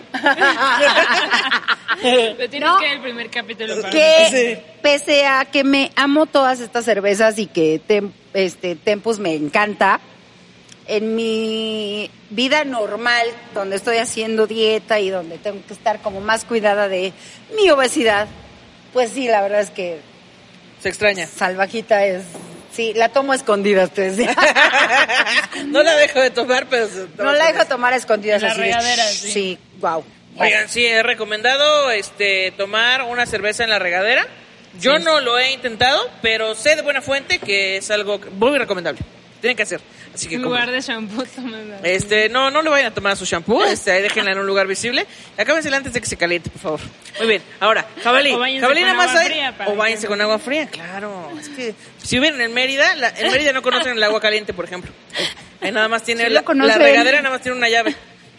[SPEAKER 5] Pero tienes
[SPEAKER 3] No.
[SPEAKER 5] que ver el primer capítulo para
[SPEAKER 3] que pese a que me amo todas estas cervezas y que Tem- este Tempus me encanta, en mi vida normal, donde estoy haciendo dieta y donde tengo que estar como más cuidada de mi obesidad, pues sí, la verdad es que
[SPEAKER 2] Se extraña.
[SPEAKER 3] salvajita es, sí, la tomo a escondidas, te decía.
[SPEAKER 2] No la dejo de tomar, pero... se-
[SPEAKER 3] No la dejo tomar a escondidas
[SPEAKER 5] En la
[SPEAKER 3] así. de-
[SPEAKER 5] regadera, sí.
[SPEAKER 3] sí, wow.
[SPEAKER 2] Oigan, sí, he recomendado este, tomar una cerveza en la regadera. Yo no lo he intentado, pero sé de buena fuente que es algo que- muy recomendable. Tienen que hacer. Así que
[SPEAKER 5] En
[SPEAKER 2] compren.
[SPEAKER 5] lugar de shampoo, tomas la-
[SPEAKER 2] Este, no, no le vayan a tomar su shampoo, este, ahí déjenla en un lugar visible. Acábensela antes de que se caliente, por favor. Muy bien, ahora, jabalí.
[SPEAKER 5] O váyanse
[SPEAKER 2] Jabalí
[SPEAKER 5] con
[SPEAKER 2] nada más
[SPEAKER 5] agua
[SPEAKER 2] hay-
[SPEAKER 5] fría para
[SPEAKER 2] O
[SPEAKER 5] que-
[SPEAKER 2] váyanse con agua fría, claro. Es que si viven en Mérida, la- en Mérida no conocen el agua caliente, por ejemplo. Ahí nada más tiene
[SPEAKER 3] Sí lo
[SPEAKER 2] la,
[SPEAKER 3] conocen.
[SPEAKER 2] la regadera, nada más tiene una llave.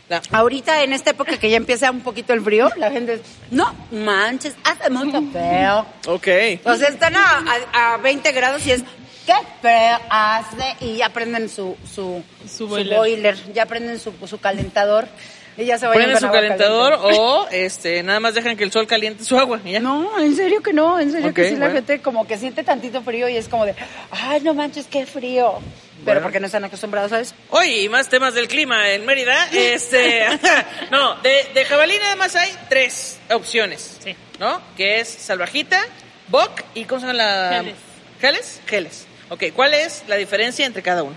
[SPEAKER 2] La-
[SPEAKER 3] Ahorita en esta época que ya empieza un poquito el frío, la gente es, no manches, hace mucho feo.
[SPEAKER 2] ok.
[SPEAKER 3] O sea, están a, a- a 20 grados y es, ¿qué feo hace? Y ya prenden su, su,
[SPEAKER 5] Su boiler.
[SPEAKER 3] ya prenden su, su calentador y ya se vayan
[SPEAKER 2] Prenden
[SPEAKER 3] con
[SPEAKER 2] su
[SPEAKER 3] agua
[SPEAKER 2] calentador
[SPEAKER 3] caliente.
[SPEAKER 2] o este, nada más dejan que el sol caliente su agua. y ya.
[SPEAKER 3] No, en serio que no, en serio
[SPEAKER 2] Ok,
[SPEAKER 3] que sí la
[SPEAKER 2] bueno.
[SPEAKER 3] gente como que siente tantito frío y es como de, ay, no manches, qué frío. Pero porque no están acostumbrados a eso.
[SPEAKER 2] Oye, y más temas del clima en Mérida. Este, no, de, de jabalí nada más hay tres opciones.
[SPEAKER 5] Sí.
[SPEAKER 2] ¿No? Que es salvajita, boc y ¿cómo se llama la?
[SPEAKER 5] Geles.
[SPEAKER 2] ¿Geles? Geles. Ok, ¿cuál es la diferencia entre cada una?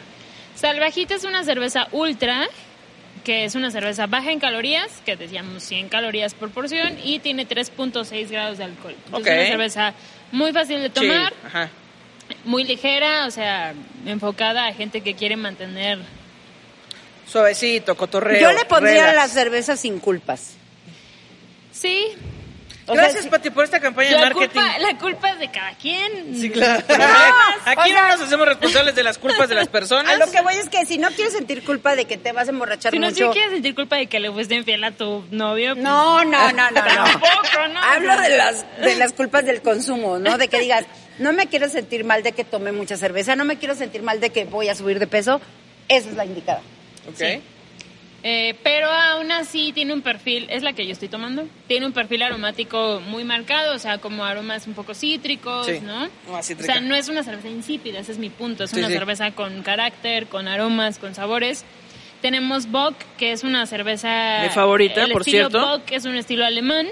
[SPEAKER 5] Salvajita es una cerveza ultra, que es una cerveza baja en calorías, que decíamos 100 calorías por porción, y tiene 3.6 grados de alcohol. Entonces,
[SPEAKER 2] Ok.
[SPEAKER 5] Es una cerveza muy fácil de tomar,
[SPEAKER 2] Chill, Ajá.
[SPEAKER 5] muy ligera, o sea, enfocada a gente que quiere mantener.
[SPEAKER 2] Suavecito, cotorreo.
[SPEAKER 3] Yo le pondría
[SPEAKER 2] relax.
[SPEAKER 3] la cerveza sin culpas.
[SPEAKER 5] Sí,
[SPEAKER 3] o sea,
[SPEAKER 2] Gracias,
[SPEAKER 3] sí.
[SPEAKER 2] Pati, por esta campaña de
[SPEAKER 5] la
[SPEAKER 2] marketing.
[SPEAKER 5] culpa, la culpa es de cada quien.
[SPEAKER 2] Sí, claro.
[SPEAKER 3] o
[SPEAKER 2] Aquí no
[SPEAKER 3] sea-
[SPEAKER 2] nos hacemos responsables de las culpas de las personas.
[SPEAKER 3] A lo que voy es que si no quieres sentir culpa de que te vas a emborrachar
[SPEAKER 5] Si no, si
[SPEAKER 3] mucho.
[SPEAKER 5] quieres sentir culpa de que le fuiste infiel a tu novio. pues
[SPEAKER 3] No, no, no, no, no.
[SPEAKER 5] Tampoco, no.
[SPEAKER 3] Hablo de las, de las culpas del consumo, ¿no? De que digas, no me quiero sentir mal de que tomé mucha cerveza, no me quiero sentir mal de que voy a subir de peso. Esa es la indicada.
[SPEAKER 2] Ok.
[SPEAKER 5] Eh, pero aún así tiene un perfil, es la que yo estoy tomando, tiene un perfil aromático muy marcado, o sea, como aromas un poco cítricos,
[SPEAKER 2] Sí,
[SPEAKER 5] ¿no?
[SPEAKER 2] más
[SPEAKER 5] o
[SPEAKER 2] cítrica.
[SPEAKER 5] sea, no es una cerveza insípida, ese es mi punto, es
[SPEAKER 2] Sí,
[SPEAKER 5] una
[SPEAKER 2] sí.
[SPEAKER 5] cerveza con carácter, con aromas, con sabores. Tenemos Bock, que es una cerveza...
[SPEAKER 2] Mi favorita,
[SPEAKER 5] el
[SPEAKER 2] por
[SPEAKER 5] estilo
[SPEAKER 2] cierto.
[SPEAKER 5] Bock es un estilo alemán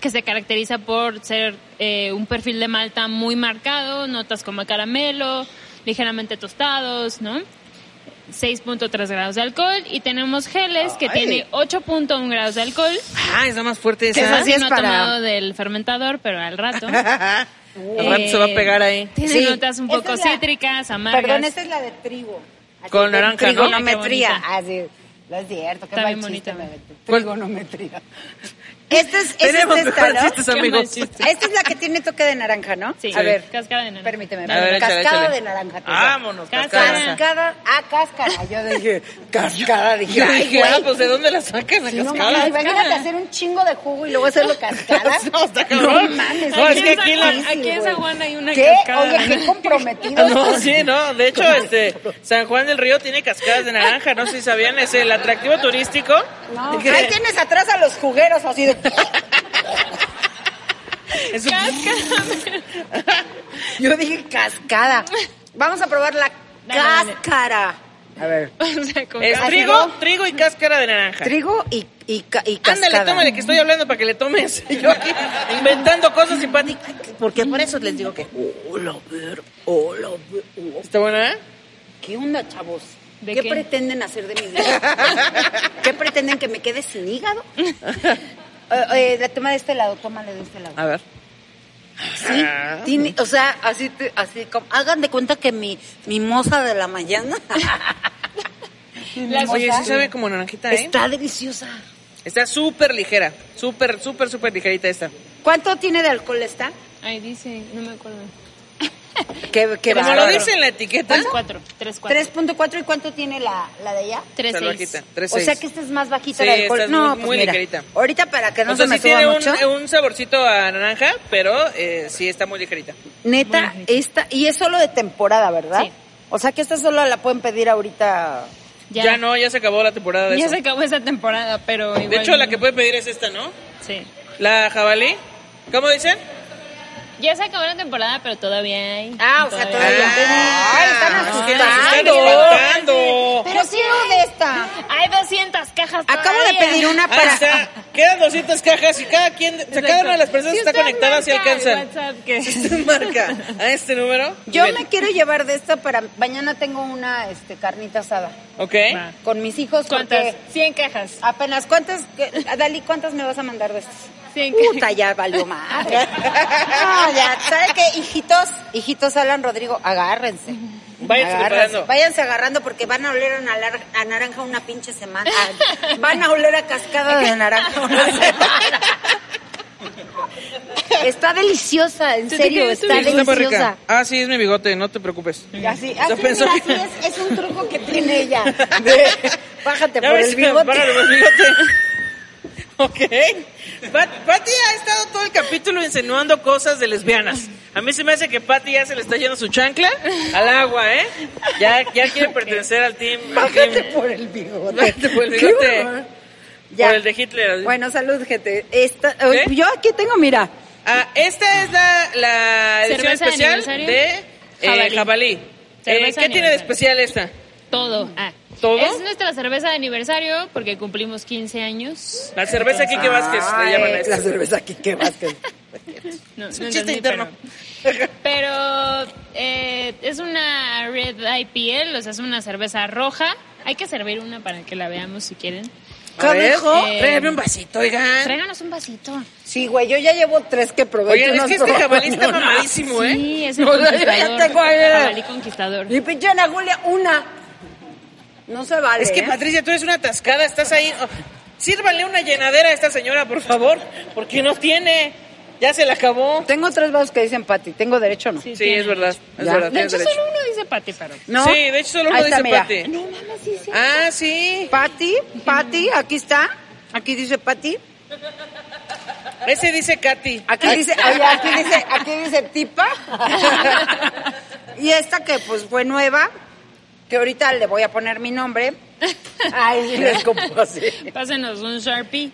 [SPEAKER 5] que se caracteriza por ser eh, un perfil de malta muy marcado, notas como a caramelo, ligeramente tostados, ¿no? 6.3 grados de alcohol y tenemos geles que
[SPEAKER 3] Ay.
[SPEAKER 5] tiene 8.1 grados de alcohol.
[SPEAKER 2] Ah, es la más fuerte
[SPEAKER 3] Que
[SPEAKER 2] esa.
[SPEAKER 3] esa sí es
[SPEAKER 5] Casi no ha
[SPEAKER 3] para-
[SPEAKER 5] tomado del fermentador, pero al rato.
[SPEAKER 2] El rato se va a pegar ahí.
[SPEAKER 5] Tiene
[SPEAKER 3] Sí.
[SPEAKER 5] notas un poco
[SPEAKER 3] Esta es la-
[SPEAKER 5] cítricas, amargas.
[SPEAKER 3] Perdón, esta es la de trigo. Así
[SPEAKER 2] Con
[SPEAKER 3] de
[SPEAKER 2] naranja, ¿no?
[SPEAKER 3] Trigonometría.
[SPEAKER 5] Ay, Ah, qué bonita.
[SPEAKER 3] Así. No es cierto, qué
[SPEAKER 5] Está
[SPEAKER 3] mal
[SPEAKER 5] bien
[SPEAKER 3] chiste
[SPEAKER 5] bonita.
[SPEAKER 3] me aventé. Trigonometría. Esta es, esta es
[SPEAKER 7] Tenemos
[SPEAKER 3] esta,
[SPEAKER 7] mejores
[SPEAKER 3] ¿no?
[SPEAKER 7] chistes,
[SPEAKER 5] Qué mal
[SPEAKER 7] amigos.
[SPEAKER 5] chiste.
[SPEAKER 3] Esta es la que tiene toque de naranja, ¿no?
[SPEAKER 5] Sí.
[SPEAKER 3] A ver,
[SPEAKER 5] Cascada de naranja.
[SPEAKER 3] permíteme.
[SPEAKER 5] A ver,
[SPEAKER 3] cascada
[SPEAKER 2] échale, échale.
[SPEAKER 3] de naranja. te digo.
[SPEAKER 2] Vámonos,
[SPEAKER 5] Cascada.
[SPEAKER 2] cascada.
[SPEAKER 3] Cascada. Ah, cáscara. Yo dije, cascada. Dije,
[SPEAKER 2] Yo
[SPEAKER 3] ay,
[SPEAKER 2] dije,
[SPEAKER 3] güey.
[SPEAKER 2] ah, pues ¿de dónde la sacan la
[SPEAKER 3] Sí, no
[SPEAKER 2] cascada?
[SPEAKER 3] mames, imagínate hacer un chingo de jugo y luego hacerlo cascada.
[SPEAKER 2] No, está cabrón.
[SPEAKER 3] mames,
[SPEAKER 2] No, es
[SPEAKER 5] Aquí
[SPEAKER 2] que
[SPEAKER 5] en
[SPEAKER 2] aquí
[SPEAKER 5] San Juan-
[SPEAKER 2] la...
[SPEAKER 5] aquí en San Juan hay una
[SPEAKER 3] ¿Qué?
[SPEAKER 5] cascada.
[SPEAKER 3] Oye, qué comprometido.
[SPEAKER 2] Ah, No, sí, no. De hecho, este, San Juan del Río tiene cascadas de naranja. No sé si sabían, es el atractivo turístico.
[SPEAKER 3] No, ahí tienes atrás a los jugueros así de...
[SPEAKER 2] Es un-
[SPEAKER 3] Yo dije cascada. Vamos a probar la
[SPEAKER 5] Dale, dale.
[SPEAKER 3] cáscara. A ver.
[SPEAKER 5] O sea, con
[SPEAKER 2] es
[SPEAKER 5] cascada.
[SPEAKER 2] trigo, trigo y cáscara de naranja.
[SPEAKER 3] Trigo y, y, ca- y cascada.
[SPEAKER 2] Ándale, tómale, que estoy hablando para que le tomes. Y Yo aquí inventando cosas simpáticas. Porque por eso les digo que...
[SPEAKER 3] Hola, a ver, hola, a ver, hola.
[SPEAKER 2] ¿Está buena, eh?
[SPEAKER 3] ¿Qué onda, chavos?
[SPEAKER 5] ¿De
[SPEAKER 3] ¿Qué,
[SPEAKER 5] qué?
[SPEAKER 3] pretenden hacer de mi vida? ¿Qué pretenden que me quede sin hígado? Eh, eh, la toma de este lado, tómale de este lado.
[SPEAKER 2] A ver.
[SPEAKER 3] Sí, tiene, o sea, así, te- así como, hagan de cuenta que mi, mi moza de la mañana
[SPEAKER 5] Las-
[SPEAKER 2] Oye, sí
[SPEAKER 3] Mostaza.
[SPEAKER 2] sabe como naranjita, ¿eh?
[SPEAKER 3] está deliciosa.
[SPEAKER 2] Está súper ligera. Súper, súper, súper ligerita esta.
[SPEAKER 3] ¿Cuánto tiene de alcohol esta?
[SPEAKER 5] Ahí dice, no me acuerdo.
[SPEAKER 3] Que, que
[SPEAKER 2] Como lo
[SPEAKER 3] bárbaro. Pues
[SPEAKER 2] dice en la etiqueta.
[SPEAKER 5] 3-4. 3-4.
[SPEAKER 3] 3.4 y cuánto tiene la, la de allá?
[SPEAKER 2] Está bajita,
[SPEAKER 5] 3-6.
[SPEAKER 2] tres,
[SPEAKER 3] o sea
[SPEAKER 2] seis.
[SPEAKER 3] que esta es más bajita
[SPEAKER 2] Sí,
[SPEAKER 3] de alcohol.
[SPEAKER 2] esta es
[SPEAKER 3] no,
[SPEAKER 2] muy-
[SPEAKER 3] pues
[SPEAKER 2] muy
[SPEAKER 3] mira,
[SPEAKER 2] ligerita.
[SPEAKER 3] ahorita para que no
[SPEAKER 2] o sea,
[SPEAKER 3] se me
[SPEAKER 2] sí
[SPEAKER 3] suba
[SPEAKER 2] tiene un,
[SPEAKER 3] mucho.
[SPEAKER 2] eh, un saborcito a naranja, pero eh, sí está muy ligerita.
[SPEAKER 3] Neta, esta, y es solo de temporada, ¿verdad?
[SPEAKER 5] Sí.
[SPEAKER 3] O sea que esta solo la pueden pedir ahorita.
[SPEAKER 2] Ya. no, ya se acabó la temporada de
[SPEAKER 5] Ya
[SPEAKER 2] eso.
[SPEAKER 5] se acabó esa temporada, pero igual.
[SPEAKER 2] De hecho, la
[SPEAKER 5] no.
[SPEAKER 2] que puede pedir es esta, ¿no?
[SPEAKER 5] Sí.
[SPEAKER 2] La jabalí. ¿Cómo dicen?
[SPEAKER 5] Ya se acabó la temporada, pero todavía hay.
[SPEAKER 3] Ah, o sea, todavía.
[SPEAKER 2] Ah,
[SPEAKER 3] Ay, están
[SPEAKER 2] es que
[SPEAKER 3] asustando.
[SPEAKER 2] nos están espantando.
[SPEAKER 3] Pero quiero de esta.
[SPEAKER 5] Hay 200 cajas
[SPEAKER 3] Acabo de
[SPEAKER 5] todavía.
[SPEAKER 3] pedir una
[SPEAKER 2] Ahí
[SPEAKER 3] para.
[SPEAKER 2] está. Quedan 200 cajas y cada quien, o sea, cada una de las personas
[SPEAKER 5] Si
[SPEAKER 2] que está
[SPEAKER 5] usted
[SPEAKER 2] conectada si
[SPEAKER 5] marca el
[SPEAKER 2] alcanzan.
[SPEAKER 5] WhatsApp que-
[SPEAKER 2] Marca a este número.
[SPEAKER 3] Yo
[SPEAKER 2] Ven.
[SPEAKER 3] me quiero llevar de esta para mañana tengo una este carnita asada
[SPEAKER 2] Ok.
[SPEAKER 5] Va.
[SPEAKER 3] con mis hijos
[SPEAKER 5] ¿Cuántas?
[SPEAKER 3] porque
[SPEAKER 5] 100 cajas.
[SPEAKER 3] apenas cuántas que- Dalí cuántas me vas a mandar de estas.
[SPEAKER 5] 100
[SPEAKER 3] Puta, ya valió madre. No, Ah, ya, ¿sabe qué? Hijitos, hijitos Alan Rodrigo, agárrense.
[SPEAKER 2] Váyanse preparando.
[SPEAKER 3] Váyanse agarrando porque van a oler a, nalar- a naranja una pinche semana. Ah, Van a oler a cascada de naranja una semana. Está deliciosa, en
[SPEAKER 5] Yo te
[SPEAKER 3] serio,
[SPEAKER 5] quería
[SPEAKER 3] está
[SPEAKER 5] subir.
[SPEAKER 2] Está muy rica.
[SPEAKER 3] deliciosa.
[SPEAKER 2] Ah, sí, es mi bigote, no te preocupes.
[SPEAKER 3] Así,
[SPEAKER 2] Yo
[SPEAKER 3] así,
[SPEAKER 2] pensó
[SPEAKER 3] mira,
[SPEAKER 2] que-
[SPEAKER 3] así es, este, es un truco que tiene ella. De, bájate
[SPEAKER 2] Ya
[SPEAKER 3] por
[SPEAKER 2] ves,
[SPEAKER 3] el bigote.
[SPEAKER 2] bájale por el bigote. ok. Pat- Patty ha estado todo el capítulo insinuando cosas de lesbianas. A mí se me hace que Patty ya se le está yendo su chancla al agua, ¿eh? Ya, ya quiere pertenecer al team. al team-
[SPEAKER 3] Bájate por el bigote.
[SPEAKER 2] Bájate por el
[SPEAKER 3] Qué
[SPEAKER 2] bigote.
[SPEAKER 3] bárbaro.
[SPEAKER 2] Por el de Hitler.
[SPEAKER 3] Bueno, salud, gente. Esta, eh,
[SPEAKER 2] ¿Eh?
[SPEAKER 3] Yo aquí tengo, mira.
[SPEAKER 2] Ah, esta es la, la edición
[SPEAKER 5] Cerveza de
[SPEAKER 2] especial de,
[SPEAKER 5] aniversario.
[SPEAKER 2] eh,
[SPEAKER 5] Jabalí.
[SPEAKER 2] Jabalí.
[SPEAKER 5] Cerveza
[SPEAKER 2] Eh,
[SPEAKER 5] de
[SPEAKER 2] ¿Qué tiene de
[SPEAKER 5] aniversario.
[SPEAKER 2] especial esta?
[SPEAKER 5] Todo. Ah.
[SPEAKER 2] ¿Todo?
[SPEAKER 5] Es nuestra cerveza de aniversario porque cumplimos 15 años.
[SPEAKER 2] La cerveza Kike Vázquez, le
[SPEAKER 3] Ay,
[SPEAKER 2] llaman a esta.
[SPEAKER 3] La cerveza aquí, qué Vázquez.
[SPEAKER 5] No,
[SPEAKER 2] Es un
[SPEAKER 5] no entendí,
[SPEAKER 2] chiste interno.
[SPEAKER 5] Pero, pero, eh, es una Red IPL, o sea, es una cerveza roja. Hay que servir una para que la veamos si quieren.
[SPEAKER 2] A ver,
[SPEAKER 3] dijo?
[SPEAKER 5] Eh,
[SPEAKER 2] tráigame un vasito, oigan.
[SPEAKER 5] Tráiganos un vasito.
[SPEAKER 3] Sí, güey, yo ya llevo tres que probé.
[SPEAKER 2] Oigan,
[SPEAKER 3] tú
[SPEAKER 2] es
[SPEAKER 3] no
[SPEAKER 2] que
[SPEAKER 3] has
[SPEAKER 2] este
[SPEAKER 3] probado
[SPEAKER 2] jabalí está
[SPEAKER 3] ni una.
[SPEAKER 2] mamadísimo, ¿eh?
[SPEAKER 5] Sí, es el
[SPEAKER 3] No, yo ya
[SPEAKER 5] conquistador.
[SPEAKER 3] tengo ayer.
[SPEAKER 5] Jabalí conquistador.
[SPEAKER 3] Y pinche Ana Julia, una. No se vale.
[SPEAKER 2] Es que
[SPEAKER 3] ¿eh?
[SPEAKER 2] Patricia, tú eres una atascada, estás ahí. Oh, sírvanle una llenadera a esta señora, por favor, porque no tiene. Ya se la acabó.
[SPEAKER 3] Tengo tres vasos que dicen Pati. ¿Tengo derecho o no?
[SPEAKER 5] Sí,
[SPEAKER 2] Sí,
[SPEAKER 5] tiene.
[SPEAKER 2] es verdad, es
[SPEAKER 3] Ya.
[SPEAKER 2] verdad,
[SPEAKER 5] De
[SPEAKER 2] tienes
[SPEAKER 5] hecho,
[SPEAKER 2] derecho.
[SPEAKER 5] solo uno dice Pati, pero...
[SPEAKER 3] ¿No?
[SPEAKER 2] Sí, de hecho solo uno
[SPEAKER 3] Ahí está,
[SPEAKER 2] dice
[SPEAKER 3] mira.
[SPEAKER 2] Pati.
[SPEAKER 5] No mames, sí, sí.
[SPEAKER 2] Ah, sí.
[SPEAKER 3] Pati, Pati, aquí está. Aquí dice Pati.
[SPEAKER 2] Ese dice Katy.
[SPEAKER 3] Aquí dice, oye, aquí dice, aquí dice tipa. Y esta que pues fue nueva, que ahorita le voy a poner mi nombre. Ay, les compuse.
[SPEAKER 5] Pásenos un Sharpie.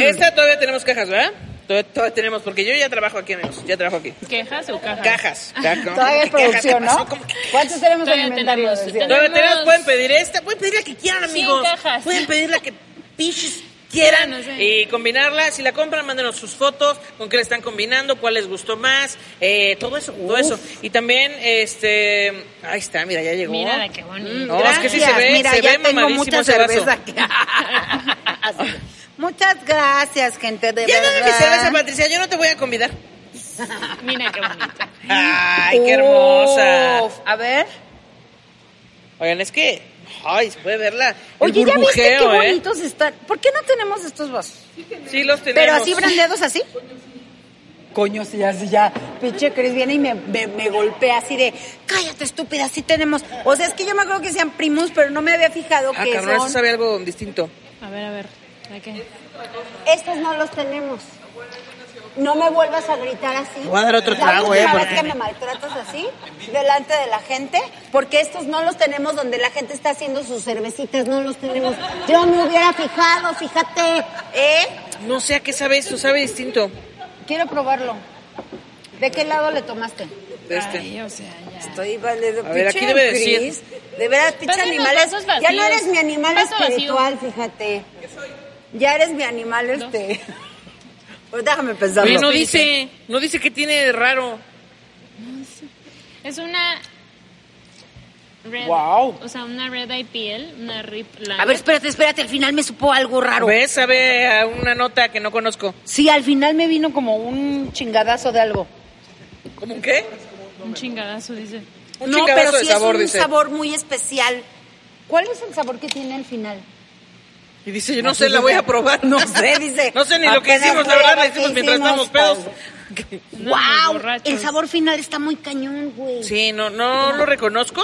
[SPEAKER 2] Esta todavía tenemos cajas, ¿verdad? Todavía, todavía tenemos, porque yo ya trabajo aquí, amigos. Ya trabajo aquí.
[SPEAKER 5] ¿Quejas o cajas?
[SPEAKER 2] Cajas. cajas.
[SPEAKER 3] Todavía hay
[SPEAKER 2] ¿Cómo que cajas? ¿Qué
[SPEAKER 3] producción,
[SPEAKER 2] pasó?
[SPEAKER 3] ¿no?
[SPEAKER 2] ¿Cómo que-
[SPEAKER 3] ¿Cuántos tenemos en
[SPEAKER 5] Todavía
[SPEAKER 3] inventario?
[SPEAKER 5] tenemos,
[SPEAKER 3] Decía.
[SPEAKER 5] tenemos.
[SPEAKER 2] Todavía tenemos, pueden pedir esta, pueden pedir la que quieran,
[SPEAKER 5] Cien
[SPEAKER 2] amigos.
[SPEAKER 5] cajas.
[SPEAKER 2] Pueden pedir la que pinches quieran
[SPEAKER 5] Sí, no sé.
[SPEAKER 2] y combinarla. Si la compran, mándenos sus fotos, con qué la están combinando, cuál les gustó más, eh, todo eso, todo eso. Y también, este, ahí está, mira, ya llegó. Mm,
[SPEAKER 5] Mira, qué bonito.
[SPEAKER 2] No, es que sí se ve,
[SPEAKER 3] Mira,
[SPEAKER 2] se
[SPEAKER 3] ya
[SPEAKER 2] ve
[SPEAKER 3] tengo
[SPEAKER 2] mamadísimo
[SPEAKER 3] mucha
[SPEAKER 2] ese vaso.
[SPEAKER 3] cerveza. aquí. Muchas gracias, gente de
[SPEAKER 2] Ya dame mi cerveza,
[SPEAKER 3] verdad.
[SPEAKER 2] Patricia, yo no te voy a convidar.
[SPEAKER 5] Mira qué bonito.
[SPEAKER 2] Ay, qué hermosa.
[SPEAKER 3] Uf, a ver.
[SPEAKER 2] Oigan, es que Ay, se puede verla. El
[SPEAKER 3] Oye, ya viste qué
[SPEAKER 2] burbujeo, ¿eh?
[SPEAKER 3] bonitos están. ¿Por qué no tenemos estos vasos?
[SPEAKER 2] Sí, los tenemos.
[SPEAKER 3] Pero así brandeados así. Coño, si ya, si ya, pinche Cris viene y me, me- me golpea así de, cállate estúpida, sí tenemos. O sea, es que yo me acuerdo que sean primus, pero no me había fijado
[SPEAKER 2] Ah,
[SPEAKER 3] que
[SPEAKER 2] cabrón, eso
[SPEAKER 3] son.
[SPEAKER 2] sabe algo distinto.
[SPEAKER 5] A ver, a ver. ¿a qué?
[SPEAKER 3] Estos no los tenemos. No me vuelvas a gritar así.
[SPEAKER 2] voy a dar otro
[SPEAKER 3] La
[SPEAKER 2] trago,
[SPEAKER 3] última
[SPEAKER 2] eh,
[SPEAKER 3] vez
[SPEAKER 2] porque-
[SPEAKER 3] que me maltratas así, delante de la gente, porque estos no los tenemos donde la gente está haciendo sus cervecitas, no los tenemos. Yo me hubiera fijado, fíjate, ¿eh?
[SPEAKER 2] No sé a qué sabe esto, sabe distinto.
[SPEAKER 3] Quiero probarlo. ¿De qué lado le tomaste?
[SPEAKER 2] De este.
[SPEAKER 5] Ay, o sea, ya.
[SPEAKER 3] Estoy valiendo.
[SPEAKER 2] A ver,
[SPEAKER 3] pinche
[SPEAKER 2] aquí debe decir.
[SPEAKER 3] Cris. De veras, pinche
[SPEAKER 5] Pásanos
[SPEAKER 3] animal. es-
[SPEAKER 5] vasos vacíos.
[SPEAKER 3] Ya no eres mi animal
[SPEAKER 5] Vaso vacío.
[SPEAKER 3] espiritual, fíjate. Ya eres mi animal este. Pues déjame pensarlo.
[SPEAKER 2] Oye, no dice, no dice que tiene de raro.
[SPEAKER 5] Es una. Red,
[SPEAKER 2] Wow.
[SPEAKER 5] O sea, una red IPL, una RIP
[SPEAKER 3] A ver,
[SPEAKER 5] Lager.
[SPEAKER 3] espérate, espérate, al final me supo algo raro.
[SPEAKER 2] ¿Ves? Sabe a una nota que no conozco.
[SPEAKER 3] Sí, al final me vino como un chingadazo de algo.
[SPEAKER 2] ¿Cómo un qué?
[SPEAKER 5] Un chingadazo, dice.
[SPEAKER 2] Un
[SPEAKER 3] no,
[SPEAKER 2] chingadazo
[SPEAKER 3] pero
[SPEAKER 2] de
[SPEAKER 3] sí
[SPEAKER 2] sabor,
[SPEAKER 3] es un
[SPEAKER 2] dice.
[SPEAKER 3] sabor muy especial. ¿Cuál es el sabor que tiene al final?
[SPEAKER 2] Y dice, yo no sé, la voy a probar.
[SPEAKER 3] No sé, dice.
[SPEAKER 2] No sé ni lo que
[SPEAKER 3] Apenas
[SPEAKER 2] hicimos, la
[SPEAKER 3] voy a
[SPEAKER 2] verdad,
[SPEAKER 3] ver
[SPEAKER 2] la
[SPEAKER 3] qué
[SPEAKER 2] hicimos mientras
[SPEAKER 3] hicimos,
[SPEAKER 2] estábamos pedos.
[SPEAKER 5] No,
[SPEAKER 3] ¡Wow!
[SPEAKER 5] borrachos.
[SPEAKER 3] El sabor final está muy cañón, güey.
[SPEAKER 2] Sí, no, no lo reconozco,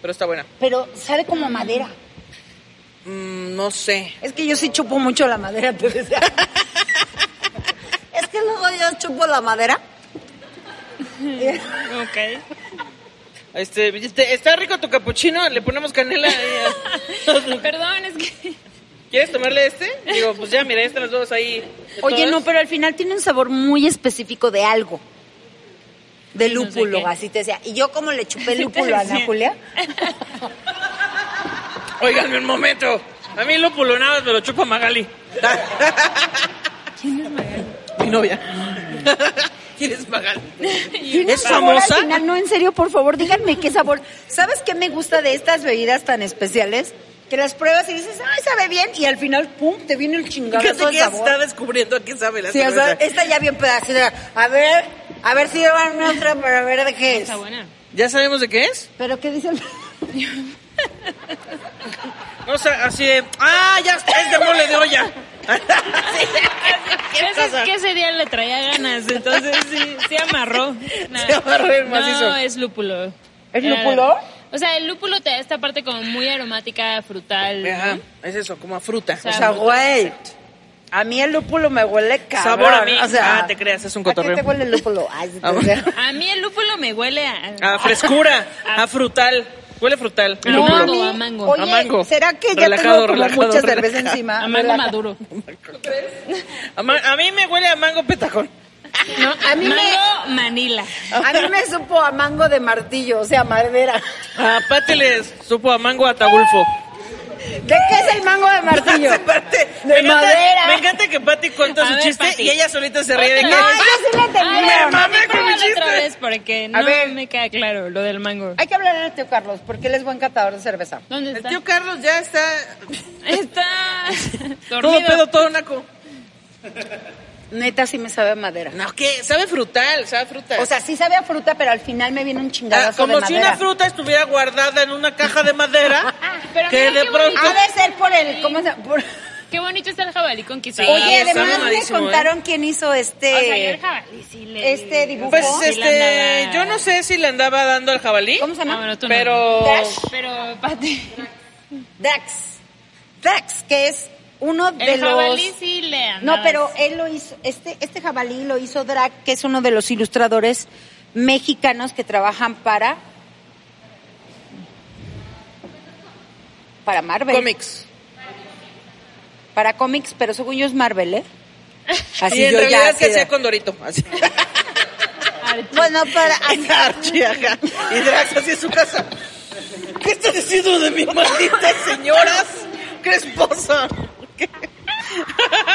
[SPEAKER 2] pero está buena.
[SPEAKER 3] Pero sabe como a madera.
[SPEAKER 2] Mm, no sé.
[SPEAKER 3] Es que yo sí chupo mucho la madera, te decía. es que luego yo chupo la madera.
[SPEAKER 5] Ok.
[SPEAKER 2] Este, este, está rico tu capuchino, le ponemos canela. ahí.
[SPEAKER 5] Perdón, es que.
[SPEAKER 2] ¿Quieres tomarle este? Digo, pues ya, mira, ya están las dos ahí. de
[SPEAKER 3] Oye,
[SPEAKER 2] todas.
[SPEAKER 3] no, pero al final tiene un sabor muy específico de algo. De
[SPEAKER 5] Sí, no sé
[SPEAKER 3] lúpulo,
[SPEAKER 5] qué.
[SPEAKER 3] así te decía. Y yo como le chupé
[SPEAKER 5] te
[SPEAKER 3] lúpulo a Ana
[SPEAKER 5] decía.
[SPEAKER 3] Julia.
[SPEAKER 2] Óiganme un momento. A mí el lúpulo nada más me lo chupa Magali.
[SPEAKER 5] ¿Quién es Magali?
[SPEAKER 2] Mi novia. ¿Quién es Magali?
[SPEAKER 3] Tiene
[SPEAKER 2] ¿Es
[SPEAKER 3] sabor al
[SPEAKER 2] famosa?
[SPEAKER 3] final. No, en serio, por favor, díganme qué sabor. ¿Sabes qué me gusta de estas bebidas tan especiales? Que las pruebas y dices, ay, sabe bien. Y al final, pum, te viene el chingadazo de sabor.
[SPEAKER 2] está descubriendo a qué sabe la
[SPEAKER 3] Sí, o sea,
[SPEAKER 2] cerveza.
[SPEAKER 3] esta ya bien pedacito. A ver, a ver si llevan una otra para ver de qué es.
[SPEAKER 5] Está buena.
[SPEAKER 2] ¿Ya sabemos de qué es?
[SPEAKER 3] Pero qué dicen.
[SPEAKER 2] No, o sea, así de... ¡Ah, ya! ¡Es de mole de olla!
[SPEAKER 5] Ese,
[SPEAKER 2] cosa.
[SPEAKER 5] es que ese día le traía ganas, entonces sí, sí amarró. Nah.
[SPEAKER 2] Se amarró el macizo.
[SPEAKER 5] No, es lúpulo.
[SPEAKER 3] ¿Es
[SPEAKER 5] Era-
[SPEAKER 3] lúpulo?
[SPEAKER 5] O sea, el lúpulo te da esta parte como muy aromática, frutal.
[SPEAKER 2] Ajá,
[SPEAKER 5] ¿no?
[SPEAKER 2] es eso, como a fruta.
[SPEAKER 5] sea,
[SPEAKER 3] O sea, güey. A mí el lúpulo me huele cabrón.
[SPEAKER 2] Sabor a mí.
[SPEAKER 3] O sea,
[SPEAKER 2] ah, te creas, es un
[SPEAKER 3] ¿A
[SPEAKER 2] cotorreo.
[SPEAKER 3] qué te huele el lúpulo? Ay, sí,
[SPEAKER 2] Ah,
[SPEAKER 3] o sea,
[SPEAKER 5] A mí el lúpulo me huele a...
[SPEAKER 2] A frescura, a frutal. Huele frutal.
[SPEAKER 5] A
[SPEAKER 2] el lúpulo.
[SPEAKER 5] mango, a mango.
[SPEAKER 3] Oye,
[SPEAKER 2] A mango.
[SPEAKER 3] ¿será que ya
[SPEAKER 2] Relajado,
[SPEAKER 3] tengo como
[SPEAKER 2] relajado,
[SPEAKER 3] mucha
[SPEAKER 2] relajado.
[SPEAKER 3] cerveza encima?
[SPEAKER 5] a mango
[SPEAKER 3] Relaja-
[SPEAKER 5] maduro.
[SPEAKER 2] A, ma- a mí me huele a mango petacón.
[SPEAKER 3] No, a mí
[SPEAKER 5] Mango manila.
[SPEAKER 3] me a mí me supo a mango de martillo, o sea, madera.
[SPEAKER 2] A Pati le supo a mango atabulfo.
[SPEAKER 3] ¿De qué es el mango de martillo?
[SPEAKER 2] Aparte,
[SPEAKER 3] De
[SPEAKER 2] me, encanta,
[SPEAKER 3] madera.
[SPEAKER 2] me encanta que Pati cuenta
[SPEAKER 5] A
[SPEAKER 2] su
[SPEAKER 5] ver,
[SPEAKER 2] chiste
[SPEAKER 5] Pati.
[SPEAKER 2] y ella solita se ríe de que...
[SPEAKER 5] Otra
[SPEAKER 2] Ah,
[SPEAKER 5] vez.
[SPEAKER 3] No, yo sí le entendí.
[SPEAKER 5] Ay,
[SPEAKER 2] Me
[SPEAKER 5] no,
[SPEAKER 2] mamé
[SPEAKER 5] sí,
[SPEAKER 2] con mi
[SPEAKER 5] pruébalo otra
[SPEAKER 2] chiste.
[SPEAKER 5] vez porque
[SPEAKER 3] A
[SPEAKER 5] no
[SPEAKER 3] ver.
[SPEAKER 5] me queda claro lo del mango.
[SPEAKER 3] Hay que hablar a tío Carlos, porque él es buen catador de cerveza.
[SPEAKER 5] ¿Dónde está?
[SPEAKER 2] Carlos ya está...
[SPEAKER 5] Está
[SPEAKER 2] Todo
[SPEAKER 5] dormido.
[SPEAKER 2] pedo, todo naco.
[SPEAKER 3] Neta, sí me sabe a madera.
[SPEAKER 2] No, que sabe frutal, sabe frutal.
[SPEAKER 3] O sea, sí sabe a fruta, pero al final me viene un
[SPEAKER 2] Ah,
[SPEAKER 3] chingadazo de
[SPEAKER 2] como si
[SPEAKER 3] madera.
[SPEAKER 2] una fruta estuviera guardada en una caja de madera.
[SPEAKER 5] Ah, Pero
[SPEAKER 2] que
[SPEAKER 5] mira
[SPEAKER 2] de
[SPEAKER 5] qué
[SPEAKER 2] pronto.
[SPEAKER 5] bonito.
[SPEAKER 3] Ha de ser por el... ¿Cómo se llama? Por-
[SPEAKER 5] Qué bonito está el jabalí con queso.
[SPEAKER 2] Sí,
[SPEAKER 3] Oye,
[SPEAKER 2] está
[SPEAKER 3] además me
[SPEAKER 2] mamadísimo, ¿eh?
[SPEAKER 3] contaron quién hizo este...
[SPEAKER 5] O sea, yo el jabalí sí le...
[SPEAKER 3] Este dibujo.
[SPEAKER 2] Pues
[SPEAKER 3] Sí,
[SPEAKER 2] este, yo no sé si le andaba dando al jabalí,
[SPEAKER 3] ¿Cómo se
[SPEAKER 5] Ah,
[SPEAKER 3] llama?
[SPEAKER 5] bueno, tú no.
[SPEAKER 2] pero
[SPEAKER 3] Dash.
[SPEAKER 5] Pero, Pati,
[SPEAKER 3] Dax. Dax, que es uno de
[SPEAKER 5] el jabalí
[SPEAKER 3] los...
[SPEAKER 5] sí le andabas.
[SPEAKER 3] No, pero él lo hizo, este, este jabalí lo hizo Drac, que es uno de los ilustradores mexicanos que trabajan para... Para Marvel.
[SPEAKER 2] cómics.
[SPEAKER 3] Para cómics, pero según yo es Marvel, ¿eh? Así
[SPEAKER 2] y en
[SPEAKER 3] yo ya
[SPEAKER 2] realidad es que
[SPEAKER 3] así de-
[SPEAKER 2] hacía con Dorito. Así.
[SPEAKER 5] Archi.
[SPEAKER 3] Bueno, para...
[SPEAKER 2] Archie, ajá. Y Drax así en su casa. ¿Qué estás diciendo de mis malditas señoras? ¿Qué esposa? ¿Qué?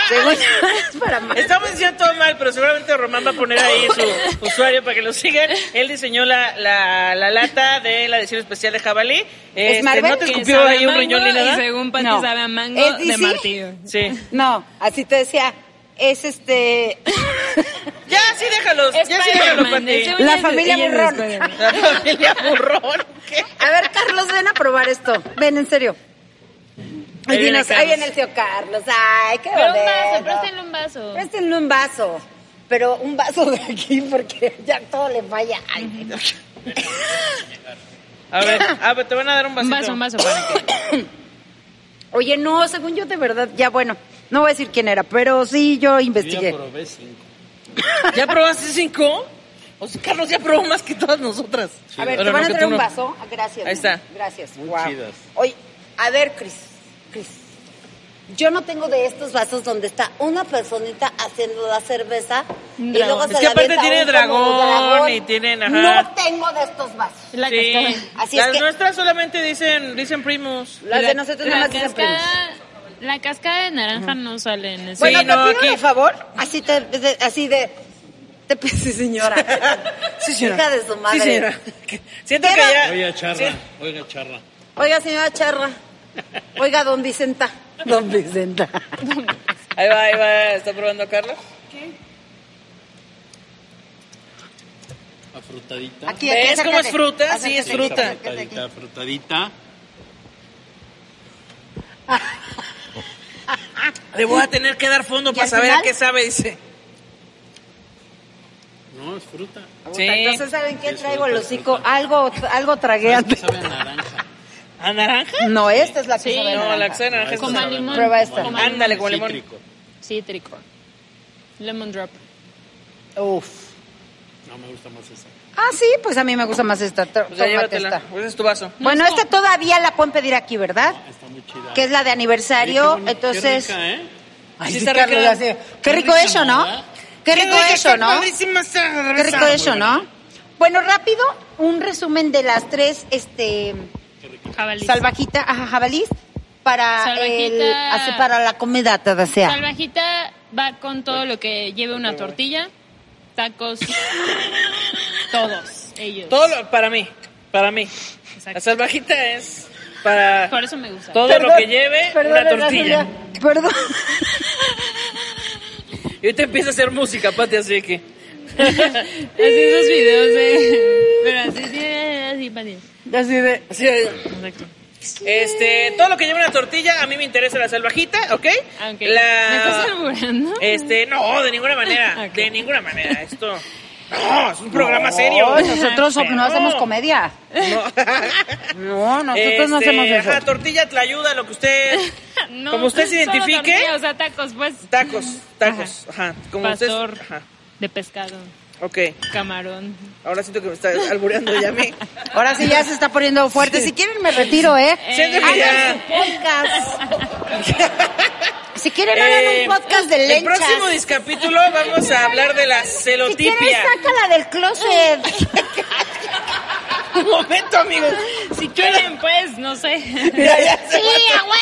[SPEAKER 3] Según yo es para Marvel.
[SPEAKER 2] Estamos diciendo todo mal, pero seguramente Román va a poner ahí su usuario para que lo sigan. Él diseñó la, la, la lata de la edición especial de Jabalí. Este,
[SPEAKER 3] Marvel?
[SPEAKER 2] ¿No te
[SPEAKER 3] Que
[SPEAKER 2] escupió
[SPEAKER 5] sabe a
[SPEAKER 2] ahí un
[SPEAKER 5] mango
[SPEAKER 2] riñón ni
[SPEAKER 5] Y
[SPEAKER 2] nada?
[SPEAKER 5] según Pati
[SPEAKER 3] No.
[SPEAKER 5] sabe a mango
[SPEAKER 3] ¿Es
[SPEAKER 5] de
[SPEAKER 3] DC?
[SPEAKER 5] martillo.
[SPEAKER 2] Sí.
[SPEAKER 3] No, así te decía, es este...
[SPEAKER 2] Ya, sí, déjalos. ya sí, déjalos,
[SPEAKER 5] Spider-Man,
[SPEAKER 2] Pati.
[SPEAKER 5] ese-
[SPEAKER 3] La
[SPEAKER 5] ella es-
[SPEAKER 3] familia
[SPEAKER 5] ella es de
[SPEAKER 3] Burrón.
[SPEAKER 5] Spider-Man.
[SPEAKER 2] La familia burrón.
[SPEAKER 3] A ver, Carlos, ven a probar esto. Ven, en serio. Ahí,
[SPEAKER 2] Ahí viene
[SPEAKER 3] dinos-
[SPEAKER 2] Carlos.
[SPEAKER 3] ahí viene el tío Carlos. Ay, qué
[SPEAKER 5] Pero un
[SPEAKER 3] bonito.
[SPEAKER 5] vaso, préstenle un vaso.
[SPEAKER 3] Préstenle un vaso. Pero un vaso de aquí porque ya todo le falla. Ay, no.
[SPEAKER 2] A ver, ah, pero te van a dar un vasito.
[SPEAKER 5] Un vaso, un vaso para que.
[SPEAKER 3] Oye, no, según yo de verdad, ya bueno, no voy a decir quién era, pero sí yo investigué.
[SPEAKER 2] ¿Ya probaste cinco? O sea, Carlos ya probó más que todas nosotras.
[SPEAKER 3] a ver,
[SPEAKER 2] Bueno,
[SPEAKER 3] te van a
[SPEAKER 2] no, que
[SPEAKER 3] traer
[SPEAKER 2] tú
[SPEAKER 3] un
[SPEAKER 2] no.
[SPEAKER 3] vaso. Ah, Gracias.
[SPEAKER 2] Ahí está.
[SPEAKER 3] Gracias. Guau. Oye, a ver, Cris, Cris. Yo no tengo de estos vasos donde está una personita haciendo la cerveza
[SPEAKER 5] Un
[SPEAKER 3] y
[SPEAKER 5] dragón.
[SPEAKER 3] luego se
[SPEAKER 2] Es que
[SPEAKER 3] la
[SPEAKER 2] aparte
[SPEAKER 3] avienta
[SPEAKER 2] tiene
[SPEAKER 3] a un como
[SPEAKER 2] dragón y tienen, ajá.
[SPEAKER 3] No tengo de estos vasos.
[SPEAKER 5] La
[SPEAKER 2] Sí.
[SPEAKER 5] cascada.
[SPEAKER 3] Así es
[SPEAKER 2] Las
[SPEAKER 3] que-
[SPEAKER 2] nuestras solamente dicen, dicen primos.
[SPEAKER 3] Las
[SPEAKER 5] La-
[SPEAKER 3] de nosotros nada
[SPEAKER 5] la
[SPEAKER 3] más dicen primos.
[SPEAKER 5] cascada- La cascada de naranja no sale en ese.
[SPEAKER 3] Bueno,
[SPEAKER 2] Sí,
[SPEAKER 3] te
[SPEAKER 2] no,
[SPEAKER 3] pido
[SPEAKER 2] aquí-
[SPEAKER 3] de favor, así te, de- así de, te sí, señora.
[SPEAKER 2] Sí, señora.
[SPEAKER 3] Hija de su madre.
[SPEAKER 2] Sí, señora. Siento que
[SPEAKER 3] Era-
[SPEAKER 2] ya...
[SPEAKER 1] Oiga, charla,
[SPEAKER 2] Sí.
[SPEAKER 1] oiga, charla.
[SPEAKER 3] Oiga, señora Charra. Oiga, don Vicenta. Don Vicenta.
[SPEAKER 2] Ahí va, ahí va. ¿Está probando Carlos?
[SPEAKER 1] Afrutadita.
[SPEAKER 3] Aquí,
[SPEAKER 2] ¿Ves
[SPEAKER 3] acércate.
[SPEAKER 2] cómo es fruta? Sí, es
[SPEAKER 3] Acércate,
[SPEAKER 2] fruta.
[SPEAKER 3] acércate aquí.
[SPEAKER 1] Afrutadita, afrutadita.
[SPEAKER 2] Le voy a tener que dar fondo para
[SPEAKER 3] al
[SPEAKER 2] saber a
[SPEAKER 3] final?
[SPEAKER 2] qué sabe, dice.
[SPEAKER 1] No, es fruta.
[SPEAKER 3] Puta,
[SPEAKER 2] Sí.
[SPEAKER 3] Entonces, ¿saben qué traigo el hocico? Algo, algo tragué antes.
[SPEAKER 1] Sabe a naranja.
[SPEAKER 2] ¿A naranja?
[SPEAKER 3] No, esta es la que
[SPEAKER 5] Sí,
[SPEAKER 3] sabe a
[SPEAKER 5] no,
[SPEAKER 2] No,
[SPEAKER 3] naranja.
[SPEAKER 2] la que sabe a naranja es
[SPEAKER 5] Como
[SPEAKER 2] otra.
[SPEAKER 5] al limón.
[SPEAKER 3] Prueba esta.
[SPEAKER 5] Como al
[SPEAKER 2] Ándale, con limón.
[SPEAKER 1] Cítrico.
[SPEAKER 5] limón. Cítrico. Lemon drop.
[SPEAKER 3] Uf.
[SPEAKER 1] No me gusta más esa.
[SPEAKER 3] Ah, sí, pues a mí me gusta más esta. Tro-
[SPEAKER 2] Pues ya
[SPEAKER 3] Tómate
[SPEAKER 2] llévatela.
[SPEAKER 3] esta.
[SPEAKER 2] Pues ese es tu vaso.
[SPEAKER 3] Bueno,
[SPEAKER 5] No,
[SPEAKER 3] esta todavía la pueden pedir aquí, ¿verdad?
[SPEAKER 1] Está muy chida.
[SPEAKER 3] Que es la de
[SPEAKER 1] Oye, qué
[SPEAKER 3] aniversario,
[SPEAKER 1] bonito,
[SPEAKER 3] entonces...
[SPEAKER 1] Qué rica, ¿eh?
[SPEAKER 3] Ay,
[SPEAKER 2] Sí
[SPEAKER 3] sí,
[SPEAKER 2] está
[SPEAKER 3] Carlos,
[SPEAKER 2] rica.
[SPEAKER 3] así. Qué rico
[SPEAKER 1] rica,
[SPEAKER 3] eso, ¿no?
[SPEAKER 1] ¿verdad?
[SPEAKER 3] Qué rico
[SPEAKER 2] rica,
[SPEAKER 3] eso,
[SPEAKER 2] está
[SPEAKER 3] ¿no?
[SPEAKER 2] padrísima esta
[SPEAKER 3] Qué
[SPEAKER 2] cerveza.
[SPEAKER 3] rico eso,
[SPEAKER 1] buena.
[SPEAKER 3] ¿no? Bueno, rápido, un resumen de las tres este
[SPEAKER 5] Jabalí.
[SPEAKER 3] salvajita, ajá, jabalís para el,
[SPEAKER 5] Salvajita.
[SPEAKER 3] así para la comida toda sea.
[SPEAKER 5] Salvajita va con todo lo que lleve una tortilla, tacos, todos ellos.
[SPEAKER 2] Todo lo- para mí, para mí.
[SPEAKER 5] Exacto.
[SPEAKER 2] La salvajita es para
[SPEAKER 5] Por eso me gusta.
[SPEAKER 2] todo lo que lleve una tortilla.
[SPEAKER 3] Perdón.
[SPEAKER 2] Y ahorita empieza a hacer música, Pati, así que...
[SPEAKER 5] Así esos videos de... Pero así, así, así,
[SPEAKER 3] Así de
[SPEAKER 2] Así de-
[SPEAKER 5] Exacto.
[SPEAKER 2] Este, todo lo que lleve una tortilla, a mí me interesa la salvajita, ¿ok?
[SPEAKER 5] Aunque...
[SPEAKER 2] La-
[SPEAKER 5] ¿Me estás alburando?
[SPEAKER 2] Este, no, de ninguna manera,
[SPEAKER 5] Ok.
[SPEAKER 2] de ninguna manera, esto... No, es un programa serio.
[SPEAKER 3] Ay, nosotros
[SPEAKER 2] Pero-
[SPEAKER 3] no hacemos comedia.
[SPEAKER 2] No.
[SPEAKER 3] No, nosotros no
[SPEAKER 2] Este,
[SPEAKER 3] hacemos eso.
[SPEAKER 2] Ajá, tortilla, te ayuda, lo que usted...
[SPEAKER 5] No,
[SPEAKER 2] como usted se
[SPEAKER 5] solo
[SPEAKER 2] identifique-
[SPEAKER 5] tortilla, o sea, tacos, pues.
[SPEAKER 2] Tacos, tacos, ajá. como
[SPEAKER 5] pastor
[SPEAKER 2] usted... Ajá,
[SPEAKER 5] de pescado,
[SPEAKER 2] ok.
[SPEAKER 5] camarón.
[SPEAKER 2] Ahora siento que me está albureando ya a mí.
[SPEAKER 3] Ahora sí ya se está poniendo fuerte. Si quieren me retiro, ¿eh?
[SPEAKER 2] Siento que ya...
[SPEAKER 3] Hagan su podcast. Si quieren hagan
[SPEAKER 2] Eh,
[SPEAKER 3] un podcast de lenchas.
[SPEAKER 2] El próximo discapítulo vamos a hablar de la
[SPEAKER 3] Si quieres,
[SPEAKER 2] celotipia.
[SPEAKER 3] sácala del closet.
[SPEAKER 2] Un momento, amigos.
[SPEAKER 5] Si quieren, pues, no sé.
[SPEAKER 2] Mira, ya se
[SPEAKER 3] ¡Sí, a huevo!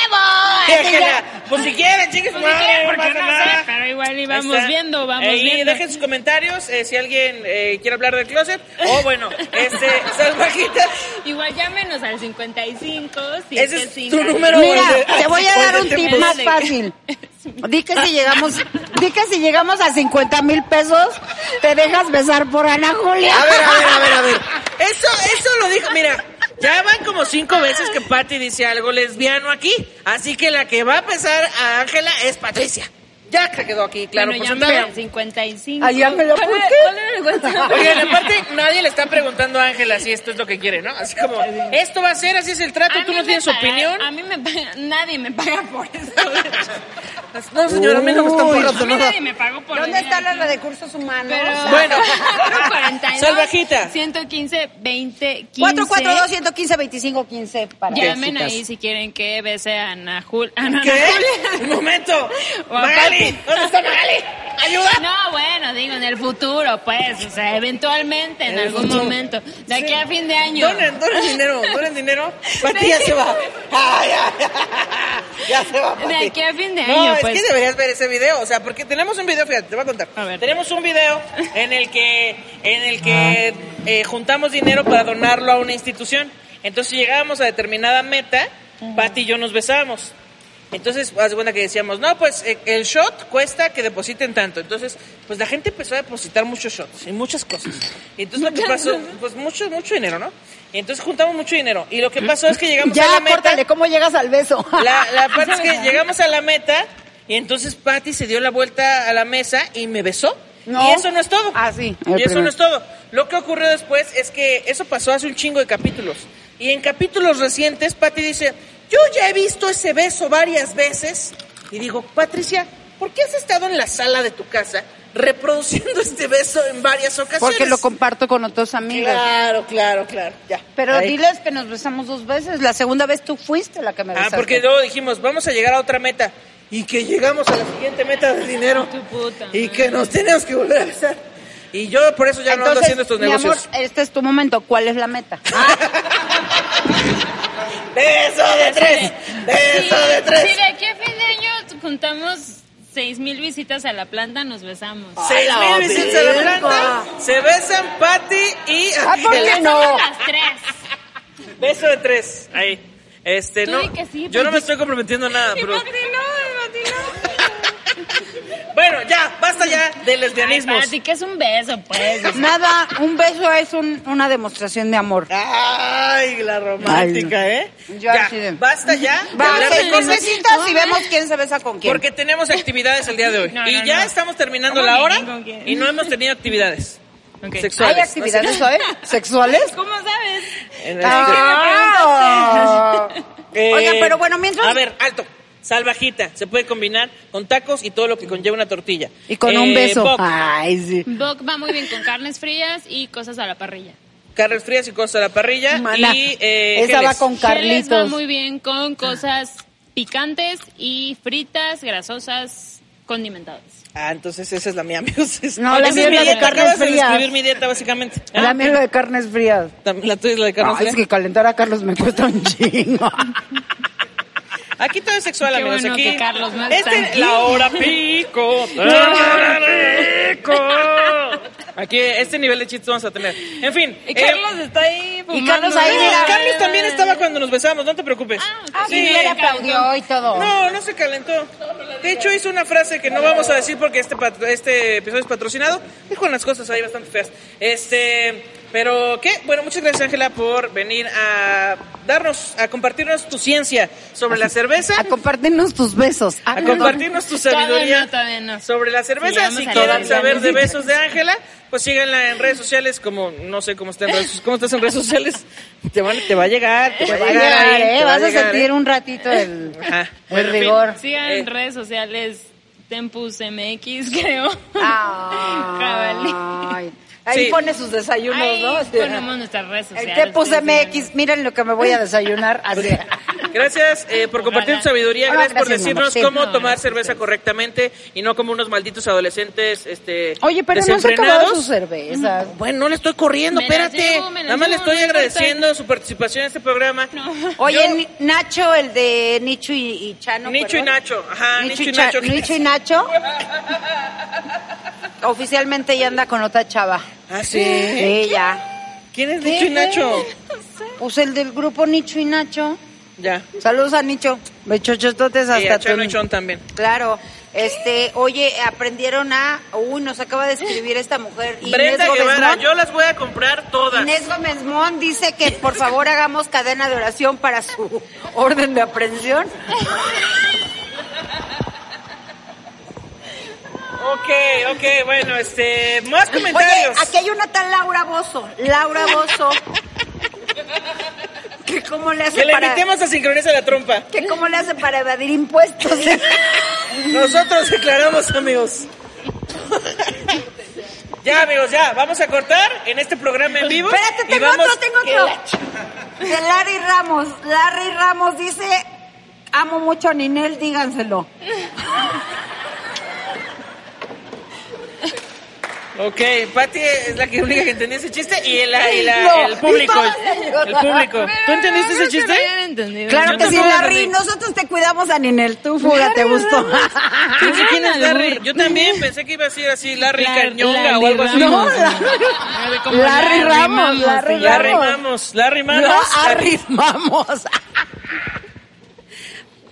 [SPEAKER 2] Ya, ya, ya. Pues si quieren, chicos,
[SPEAKER 5] Pues, si quieren, porque no sé,
[SPEAKER 2] nada.
[SPEAKER 5] pero igual y
[SPEAKER 2] Ahí
[SPEAKER 5] vamos
[SPEAKER 2] está.
[SPEAKER 5] viendo, vamos
[SPEAKER 2] Ahí
[SPEAKER 5] viendo.
[SPEAKER 2] dejen sus comentarios eh, si alguien eh, quiere hablar del closet. O bueno, este, salvajita.
[SPEAKER 5] Igual llámenos al 55,
[SPEAKER 2] Ese es
[SPEAKER 5] 75.
[SPEAKER 2] tu número.
[SPEAKER 3] Mira,
[SPEAKER 2] o el de-
[SPEAKER 3] te voy a
[SPEAKER 2] o el
[SPEAKER 3] dar
[SPEAKER 2] de
[SPEAKER 3] un
[SPEAKER 2] tiempo.
[SPEAKER 3] tip más fácil. Di que si llegamos, di que si llegamos a 50 mil pesos, te dejas besar por Ana Julia.
[SPEAKER 2] A ver, a ver, a ver, a ver. Eso, eso lo dijo, mira. Ya van como cinco veces que Patty dice algo lesbiano aquí. Así que la que va a pesar a Ángela es Patricia. Ya se quedó aquí, claro.
[SPEAKER 5] bueno,
[SPEAKER 2] pues
[SPEAKER 5] llámenos
[SPEAKER 2] andaba-
[SPEAKER 5] al 55.
[SPEAKER 3] Ay, llámelo,
[SPEAKER 5] ¿Cuál
[SPEAKER 3] ¿por
[SPEAKER 5] era-
[SPEAKER 3] qué?
[SPEAKER 5] ¿Cuál era el WhatsApp?
[SPEAKER 2] Oigan, aparte, nadie le está preguntando a Ángela si esto es lo que quiere, ¿no? Así como, esto va a ser, así es el trato,
[SPEAKER 5] A
[SPEAKER 2] tú
[SPEAKER 5] mí
[SPEAKER 2] no
[SPEAKER 5] me
[SPEAKER 2] tienes
[SPEAKER 5] paga-
[SPEAKER 2] opinión.
[SPEAKER 5] A mí me paga, nadie me paga por esto. de hecho.
[SPEAKER 2] No, señora, a mí no me están
[SPEAKER 3] Uy.
[SPEAKER 2] pagando.
[SPEAKER 5] A mí nadie me pagó por
[SPEAKER 3] ¿Dónde
[SPEAKER 5] venir
[SPEAKER 3] está
[SPEAKER 5] aquí.
[SPEAKER 3] la de recursos humanos?
[SPEAKER 5] Pero-
[SPEAKER 2] Bueno.
[SPEAKER 5] 42,
[SPEAKER 2] Salvajita.
[SPEAKER 5] 115, 20, 15.
[SPEAKER 3] 442 115 25 15 para
[SPEAKER 5] Llamen
[SPEAKER 3] Chicas.
[SPEAKER 5] ahí si quieren que bese a Ana Jul- a Ana Julia.
[SPEAKER 2] ¿Qué? Un momento.
[SPEAKER 5] O a
[SPEAKER 2] Magali,
[SPEAKER 5] Pati.
[SPEAKER 2] ¿dónde está Magali? Ayuda.
[SPEAKER 5] No, bueno, digo, en el futuro, pues, o sea, eventualmente, en algún momento, de aquí a fin de año.
[SPEAKER 2] Donen, donen dinero, donen dinero. Pati ya se va. Ay, ay, ay. Ya se va, Pati.
[SPEAKER 5] De aquí a fin de
[SPEAKER 2] No,
[SPEAKER 5] año,
[SPEAKER 2] es
[SPEAKER 5] pues.
[SPEAKER 2] que deberías ver ese video, o sea, porque tenemos un video, fíjate, te voy a contar.
[SPEAKER 5] A ver.
[SPEAKER 2] Tenemos un video en el que, en el que eh, juntamos dinero para donarlo a una institución. Entonces, si llegábamos a determinada meta, Pati y yo nos besamos. Entonces, haz de cuenta que decíamos, no, pues eh, el shot cuesta que depositen tanto. Entonces, pues la gente empezó a depositar muchos shots y muchas cosas. Y entonces lo que pasó, pues mucho, mucho dinero, ¿no? Y entonces juntamos mucho dinero. Y lo que pasó es que llegamos a
[SPEAKER 3] Ya,
[SPEAKER 2] la meta.
[SPEAKER 3] córtale, ¿cómo llegas al beso?
[SPEAKER 2] La, la parte es que llegamos a la meta y entonces Patty se dio la vuelta a la mesa y me besó.
[SPEAKER 3] No.
[SPEAKER 2] Y eso no es todo.
[SPEAKER 3] Ah, sí.
[SPEAKER 2] Y
[SPEAKER 3] El
[SPEAKER 2] eso
[SPEAKER 3] primero.
[SPEAKER 2] no es todo. Lo que ocurrió después es que eso pasó hace un chingo de capítulos. Y en capítulos recientes, Patty dice, yo ya he visto ese beso varias veces. Y digo, Patricia, ¿por qué has estado en la sala de tu casa reproduciendo este beso en varias ocasiones?
[SPEAKER 3] Porque lo comparto con otros amigos.
[SPEAKER 2] Claro, claro, claro. Ya.
[SPEAKER 3] Pero
[SPEAKER 2] Ahí.
[SPEAKER 3] diles que nos besamos dos veces. La segunda vez tú fuiste la que me
[SPEAKER 2] Ah,
[SPEAKER 3] besaste.
[SPEAKER 2] porque luego dijimos, vamos a llegar a otra meta. Y que llegamos a la siguiente meta del dinero.
[SPEAKER 5] Tu puta
[SPEAKER 2] Y que nos tenemos que volver a besar. Y yo por eso ya no ando
[SPEAKER 3] Entonces,
[SPEAKER 2] haciendo estos
[SPEAKER 3] mi
[SPEAKER 2] negocios. Ah.
[SPEAKER 3] amor, este es tu momento. ¿Cuál es la meta?
[SPEAKER 2] ¡Beso de tres! ¡Beso de
[SPEAKER 5] Si
[SPEAKER 2] tres!
[SPEAKER 5] de aquí a fin de año juntamos seis mil visitas a la planta, nos besamos.
[SPEAKER 2] Seis
[SPEAKER 3] la
[SPEAKER 2] mil visitas a la
[SPEAKER 3] verga.
[SPEAKER 2] planta, se besan Patty y
[SPEAKER 3] Ah, ¿por qué
[SPEAKER 2] Ángela.
[SPEAKER 3] no?
[SPEAKER 5] Las tres.
[SPEAKER 2] Beso de tres, ahí. Este,
[SPEAKER 5] Tú
[SPEAKER 2] no,
[SPEAKER 5] di que sí,
[SPEAKER 2] yo no
[SPEAKER 3] pues
[SPEAKER 5] porque-
[SPEAKER 2] me estoy comprometiendo a nada,
[SPEAKER 5] Y
[SPEAKER 2] pero...
[SPEAKER 5] Matiló,
[SPEAKER 2] Bueno, ya, basta ya de
[SPEAKER 5] y Matiló.
[SPEAKER 2] lesbianismos.
[SPEAKER 5] Así que es un beso, pues.
[SPEAKER 3] Nada, un beso es un- una demostración de amor.
[SPEAKER 2] Ah, Ay, la romántica, ¿eh?
[SPEAKER 3] Yo
[SPEAKER 2] Ya,
[SPEAKER 3] así de-
[SPEAKER 2] basta ya. de
[SPEAKER 3] Va,
[SPEAKER 2] hablar de
[SPEAKER 3] seis
[SPEAKER 2] cosas-
[SPEAKER 3] necesitas y vemos quién se besa con quién.
[SPEAKER 2] Porque tenemos actividades el día de hoy.
[SPEAKER 5] No,
[SPEAKER 2] y
[SPEAKER 5] no,
[SPEAKER 2] ya
[SPEAKER 5] no.
[SPEAKER 2] estamos terminando
[SPEAKER 5] ¿Cómo
[SPEAKER 2] la
[SPEAKER 5] que-
[SPEAKER 2] hora
[SPEAKER 5] con quién?
[SPEAKER 2] y no hemos tenido actividades
[SPEAKER 5] Ok.
[SPEAKER 2] sexuales.
[SPEAKER 3] ¿Hay actividades hoy? ¿Sexuales?
[SPEAKER 2] Este,
[SPEAKER 5] ¿Cómo sabes?
[SPEAKER 2] En el-
[SPEAKER 3] Ah.
[SPEAKER 2] Eh,
[SPEAKER 3] Oigan, pero bueno, mientras...
[SPEAKER 2] A ver, alto. Salvajita. Se puede combinar con tacos y todo lo que conlleva una tortilla.
[SPEAKER 3] Y con un
[SPEAKER 2] Eh,
[SPEAKER 3] beso. Ah.
[SPEAKER 2] boc,
[SPEAKER 3] Ay, sí.
[SPEAKER 5] Boc va muy bien con carnes frías y cosas a la parrilla.
[SPEAKER 2] Carnes frías y cosas a la parrilla.
[SPEAKER 3] Mana,
[SPEAKER 2] y eh,
[SPEAKER 3] esa
[SPEAKER 2] geles.
[SPEAKER 3] va con
[SPEAKER 5] Carles va
[SPEAKER 3] Carlitos.
[SPEAKER 5] muy bien con cosas picantes y fritas, grasosas, condimentadas.
[SPEAKER 2] Ah, entonces esa es la mía, amigos.
[SPEAKER 3] No, la
[SPEAKER 2] Esa
[SPEAKER 3] mía
[SPEAKER 2] es
[SPEAKER 5] es
[SPEAKER 2] mi
[SPEAKER 5] la de
[SPEAKER 2] dieta.
[SPEAKER 3] carnes
[SPEAKER 2] Acabas de
[SPEAKER 3] frías.
[SPEAKER 2] describir mi dieta, básicamente. Ah,
[SPEAKER 3] La miel de carnes frías.
[SPEAKER 2] también la tuya es la de carnes
[SPEAKER 3] Ay,
[SPEAKER 2] frías.
[SPEAKER 3] es que calentar a Carlos me cuesta un chingo.
[SPEAKER 2] Aquí todo es sexual,
[SPEAKER 5] Qué
[SPEAKER 2] amigos.
[SPEAKER 5] bueno
[SPEAKER 2] aquí.
[SPEAKER 5] que Carlos no está
[SPEAKER 2] este,
[SPEAKER 5] aquí.
[SPEAKER 2] La hora pico. La hora pico. Aquí, este nivel de chistes vamos a tener. En fin. eh,
[SPEAKER 5] está ahí
[SPEAKER 3] fumando. Carlos ahí,
[SPEAKER 2] no,
[SPEAKER 3] mira.
[SPEAKER 2] ¿eh? Carlos también estaba cuando nos besamos, no te preocupes.
[SPEAKER 5] Ah,
[SPEAKER 3] Sí, ya le aplaudió y todo.
[SPEAKER 2] No, no se calentó. De hecho, hizo una frase que no vamos a decir porque este, pat- este episodio es patrocinado. Dijo unas cosas ahí bastante feas. Este, pero, ¿qué? Bueno, muchas gracias, Ángela, por venir a darnos, a compartirnos tu ciencia sobre la cerveza.
[SPEAKER 3] A compartirnos tus besos. Ah,
[SPEAKER 2] a
[SPEAKER 3] perdón.
[SPEAKER 2] compartirnos tu
[SPEAKER 5] Todavía
[SPEAKER 2] sabiduría
[SPEAKER 5] no, todavía no.
[SPEAKER 2] sobre la
[SPEAKER 5] Sí,
[SPEAKER 2] cerveza.
[SPEAKER 5] vamos
[SPEAKER 2] si
[SPEAKER 5] a
[SPEAKER 2] quieren
[SPEAKER 5] leer.
[SPEAKER 2] saber de besos de Ángela, pues síganla en redes sociales como no sé cómo está en redes, cómo estás en redes sociales. Te, van- te va a llegar, te va
[SPEAKER 3] Te
[SPEAKER 2] a
[SPEAKER 3] va a
[SPEAKER 2] llegar,
[SPEAKER 3] llegar,
[SPEAKER 2] ahí,
[SPEAKER 3] ¿eh?
[SPEAKER 2] te va
[SPEAKER 3] Vas a
[SPEAKER 2] llegar,
[SPEAKER 3] sentir
[SPEAKER 2] ¿eh? Ah,
[SPEAKER 3] un ratito el,
[SPEAKER 2] Ajá.
[SPEAKER 3] el
[SPEAKER 2] Bueno, en fin.
[SPEAKER 3] rigor.
[SPEAKER 5] Sigan
[SPEAKER 2] Eh.
[SPEAKER 5] en redes sociales Tempus MX, creo.
[SPEAKER 3] Ah. Ay.
[SPEAKER 2] Sí.
[SPEAKER 3] Ahí pone sus desayunos,
[SPEAKER 5] Ahí
[SPEAKER 3] ¿no? Así.
[SPEAKER 5] ponemos nuestras redes
[SPEAKER 3] El
[SPEAKER 5] sociales.
[SPEAKER 3] Tempus
[SPEAKER 5] ustedes
[SPEAKER 3] MX, miren lo que me voy a desayunar. Así.
[SPEAKER 2] Gracias eh, por compartir tu sabiduría,
[SPEAKER 3] Ah,
[SPEAKER 2] gracias, por
[SPEAKER 3] gracias, mi amor.
[SPEAKER 2] decirnos
[SPEAKER 3] Sí.
[SPEAKER 2] cómo
[SPEAKER 5] No,
[SPEAKER 2] tomar
[SPEAKER 5] gracias
[SPEAKER 2] cerveza correctamente y no como unos malditos adolescentes este
[SPEAKER 3] Oye, pero no se acabaron
[SPEAKER 2] desenfrenados.
[SPEAKER 3] sus cervezas.
[SPEAKER 2] Bueno, no le estoy corriendo,
[SPEAKER 5] Me las
[SPEAKER 2] espérate.
[SPEAKER 5] llevo, me las
[SPEAKER 2] Nada más le
[SPEAKER 5] llevo,
[SPEAKER 2] estoy
[SPEAKER 5] no importa.
[SPEAKER 2] agradeciendo su participación en este programa.
[SPEAKER 3] Oye,
[SPEAKER 2] Yo-
[SPEAKER 3] Ni- Nacho, el de Nicho y, y Chano.
[SPEAKER 2] Nicho
[SPEAKER 3] perdón.
[SPEAKER 2] y Nacho. Ajá, Nicho, y
[SPEAKER 3] Cha-
[SPEAKER 2] Nacho.
[SPEAKER 3] Nicho y Nacho. Oficialmente ya anda con otra chava.
[SPEAKER 2] Ah, sí.
[SPEAKER 3] Eh, Ella.
[SPEAKER 2] ¿Quién es Nicho y Nacho?
[SPEAKER 3] Pues el del grupo Nicho y Nacho.
[SPEAKER 2] Ya.
[SPEAKER 3] Saludos a Nicho. Bechochototes
[SPEAKER 2] Y a
[SPEAKER 3] Pues hasta
[SPEAKER 2] Chano
[SPEAKER 3] tu-
[SPEAKER 2] y Chon también.
[SPEAKER 3] Claro. Este, oye, aprendieron a. Uy, nos acaba de escribir esta mujer. Inés
[SPEAKER 2] Brenda
[SPEAKER 3] Gómez
[SPEAKER 2] Guevara,
[SPEAKER 3] Mont.
[SPEAKER 2] yo las voy a comprar todas.
[SPEAKER 3] Inés Gómez Mont dice que por favor hagamos cadena de oración para su orden de aprehensión.
[SPEAKER 2] Ok, ok, bueno, este, más
[SPEAKER 3] Oye,
[SPEAKER 2] comentarios.
[SPEAKER 3] aquí hay una tal Laura Bozo. Laura Bozo. que cómo le hace
[SPEAKER 2] que le
[SPEAKER 3] para.
[SPEAKER 2] invitemos a sincronizar la trompa.
[SPEAKER 3] que cómo le hace para evadir impuestos.
[SPEAKER 2] Nosotros declaramos, amigos. ya, amigos, ya. Vamos a cortar en este programa en vivo.
[SPEAKER 3] Espérate,
[SPEAKER 2] Y
[SPEAKER 3] tengo
[SPEAKER 2] vamos-
[SPEAKER 3] otro, tengo otro. De Larry Ramos. Larry Ramos dice, amo mucho a Ninel, díganselo.
[SPEAKER 2] Ok, Pati es la que única que entendió ese chiste y, la- y la-
[SPEAKER 3] No,
[SPEAKER 2] el público.
[SPEAKER 3] y todos ellos.
[SPEAKER 2] El público. ¿Tú entendiste ese
[SPEAKER 5] Creo que lo
[SPEAKER 2] chiste?
[SPEAKER 5] habían entendido.
[SPEAKER 3] Claro
[SPEAKER 2] Yo
[SPEAKER 3] que sí,
[SPEAKER 2] tampoco
[SPEAKER 3] Larry,
[SPEAKER 2] entendí.
[SPEAKER 3] nosotros te cuidamos a Ninel, tú fúgate, gusto.
[SPEAKER 2] Pensé quién es
[SPEAKER 5] Ah,
[SPEAKER 2] Larry.
[SPEAKER 5] burro.
[SPEAKER 2] Yo también pensé que iba a ser así Larry
[SPEAKER 5] Lar-
[SPEAKER 2] Cañonga
[SPEAKER 5] Larry
[SPEAKER 2] o algo así.
[SPEAKER 5] Ramos.
[SPEAKER 3] No, la-
[SPEAKER 5] Larry, pues, como
[SPEAKER 3] Larry Ramos,
[SPEAKER 5] Mamos,
[SPEAKER 3] Larry
[SPEAKER 5] ya.
[SPEAKER 2] Larry
[SPEAKER 3] Ramos.
[SPEAKER 2] Mamos. Larry Mamos.
[SPEAKER 3] no arrimamos.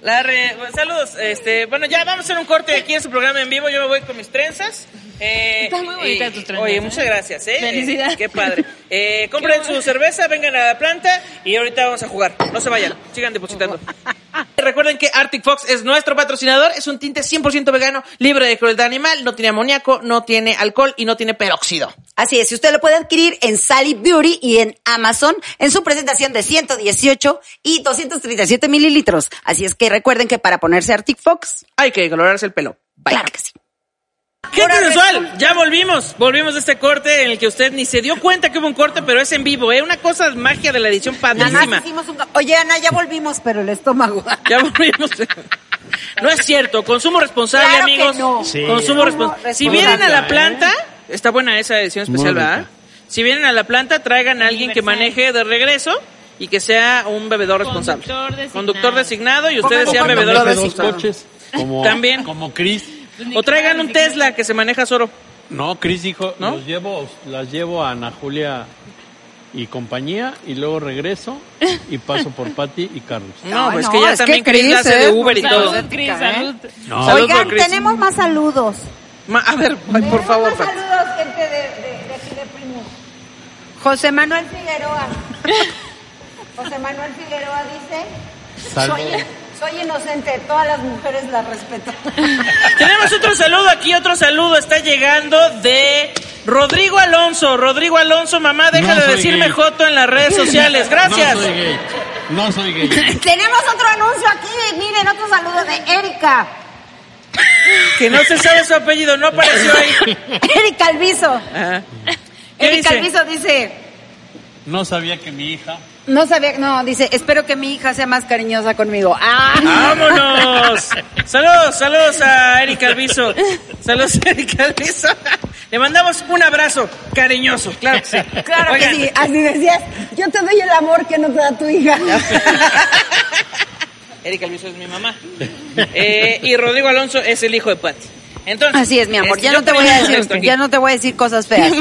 [SPEAKER 2] Larry, bueno, saludos. Este, bueno, ya vamos a hacer un corte aquí en su programa en vivo. Yo me voy con mis trenzas.
[SPEAKER 4] Eh,
[SPEAKER 5] Están muy bonitas tus trenas,
[SPEAKER 4] Oye,
[SPEAKER 5] ¿eh?
[SPEAKER 4] muchas gracias, ¿eh?
[SPEAKER 5] Felicidades.
[SPEAKER 4] Eh, qué padre. Eh, compren su cerveza, vengan a la planta y ahorita vamos a jugar. No se vayan, sigan depositando. Recuerden que Arctic Fox es nuestro patrocinador, es un tinte 100% vegano, libre de crueldad animal, no tiene amoníaco, no tiene alcohol y no tiene peróxido.
[SPEAKER 6] Así es, y usted lo puede adquirir en Sally Beauty y en Amazon en su presentación de 118 y 237 mililitros. Así es que recuerden que para ponerse Arctic Fox,
[SPEAKER 4] Hay que colorarse el pelo. Bye.
[SPEAKER 6] claro que sí.
[SPEAKER 2] Gente
[SPEAKER 6] Ahora
[SPEAKER 2] sensual, ya volvimos. Volvimos de este corte en el que usted ni se dio cuenta que hubo un corte, pero es en vivo. Es una cosa magia de la edición
[SPEAKER 6] Nada más
[SPEAKER 2] padrísima.
[SPEAKER 6] hicimos un... Oye, Ana, ya volvimos, pero el estómago.
[SPEAKER 2] Ya volvimos. No es cierto, consumo responsable,
[SPEAKER 6] Claro que
[SPEAKER 2] amigos.
[SPEAKER 6] no.
[SPEAKER 1] Sí.
[SPEAKER 2] Consumo
[SPEAKER 1] Consumo
[SPEAKER 2] responsable. Si
[SPEAKER 6] responsable,
[SPEAKER 2] vienen a la
[SPEAKER 1] ¿eh?
[SPEAKER 2] planta, está buena esa edición especial,
[SPEAKER 1] Muy rica.
[SPEAKER 2] ¿verdad? Si vienen a la planta, traigan a alguien que
[SPEAKER 5] Universal.
[SPEAKER 2] maneje de regreso y que sea un bebedor responsable.
[SPEAKER 5] Conductor designado.
[SPEAKER 2] Conductor designado y ustedes
[SPEAKER 6] Pongan
[SPEAKER 2] sean
[SPEAKER 6] un
[SPEAKER 2] bebedores
[SPEAKER 6] conductor
[SPEAKER 1] Comprarse dos
[SPEAKER 2] responsables.
[SPEAKER 6] designado.
[SPEAKER 1] coches. Como,
[SPEAKER 2] También.
[SPEAKER 1] Como Chris.
[SPEAKER 2] O traigan un Tesla que se maneja solo.
[SPEAKER 1] No, Chris dijo,
[SPEAKER 2] ¿No?
[SPEAKER 1] los llevo, las llevo a Ana Julia y compañía y luego regreso y paso por Patti y Carlos.
[SPEAKER 2] No,
[SPEAKER 6] Ay,
[SPEAKER 2] pues
[SPEAKER 6] no,
[SPEAKER 2] que ya
[SPEAKER 6] es que
[SPEAKER 2] también Chris
[SPEAKER 6] Chris
[SPEAKER 2] la hace de
[SPEAKER 6] es
[SPEAKER 2] Uber y todo.
[SPEAKER 5] Salud, Cris, salud.
[SPEAKER 1] No.
[SPEAKER 2] Salud
[SPEAKER 6] Oigan,
[SPEAKER 2] por Chris.
[SPEAKER 6] tenemos más saludos.
[SPEAKER 2] Ma- a ver, ay, por
[SPEAKER 6] Tenemos
[SPEAKER 2] favor.
[SPEAKER 6] más
[SPEAKER 2] Pat.
[SPEAKER 6] saludos, gente de, de- de aquí de Primus. José Manuel Figueroa. José Manuel Figueroa dice...
[SPEAKER 1] Salvo-
[SPEAKER 6] Soy, soy inocente, todas las mujeres las respeto.
[SPEAKER 2] Tenemos otro saludo aquí, otro saludo está llegando de Rodrigo Alonso. Rodrigo Alonso, mamá, deja
[SPEAKER 1] No
[SPEAKER 2] de
[SPEAKER 1] soy
[SPEAKER 2] decirme
[SPEAKER 1] gay.
[SPEAKER 2] Joto en las redes sociales. Gracias.
[SPEAKER 1] No soy gay. No soy gay.
[SPEAKER 6] Tenemos otro anuncio aquí, miren, otro saludo de Erika.
[SPEAKER 2] que no se sabe su apellido, no apareció ahí.
[SPEAKER 6] Erika Alviso.
[SPEAKER 2] Ajá. ¿Qué
[SPEAKER 6] Erika
[SPEAKER 2] dice?
[SPEAKER 6] Alviso dice,
[SPEAKER 1] No sabía que mi hija.
[SPEAKER 3] Pues
[SPEAKER 6] no sabía, no, dice, espero que mi hija sea más cariñosa conmigo. Ah,
[SPEAKER 2] ¡Vámonos! Saludos, saludos a Erika Alviso. Saludos a Erika Alviso. Le mandamos un abrazo cariñoso, claro que sí.
[SPEAKER 6] claro que
[SPEAKER 2] Oigan,
[SPEAKER 6] sí, así decías, yo te doy el amor que no te da tu hija.
[SPEAKER 2] Erika Alviso es mi mamá. Eh, y Rodrigo Alonso es el hijo de Patti. Entonces,
[SPEAKER 6] Así es, mi amor,
[SPEAKER 2] este,
[SPEAKER 6] ya
[SPEAKER 2] yo
[SPEAKER 6] no te voy a
[SPEAKER 2] tenía
[SPEAKER 6] decir,
[SPEAKER 2] esto aquí.
[SPEAKER 6] ya no te voy a decir cosas feas.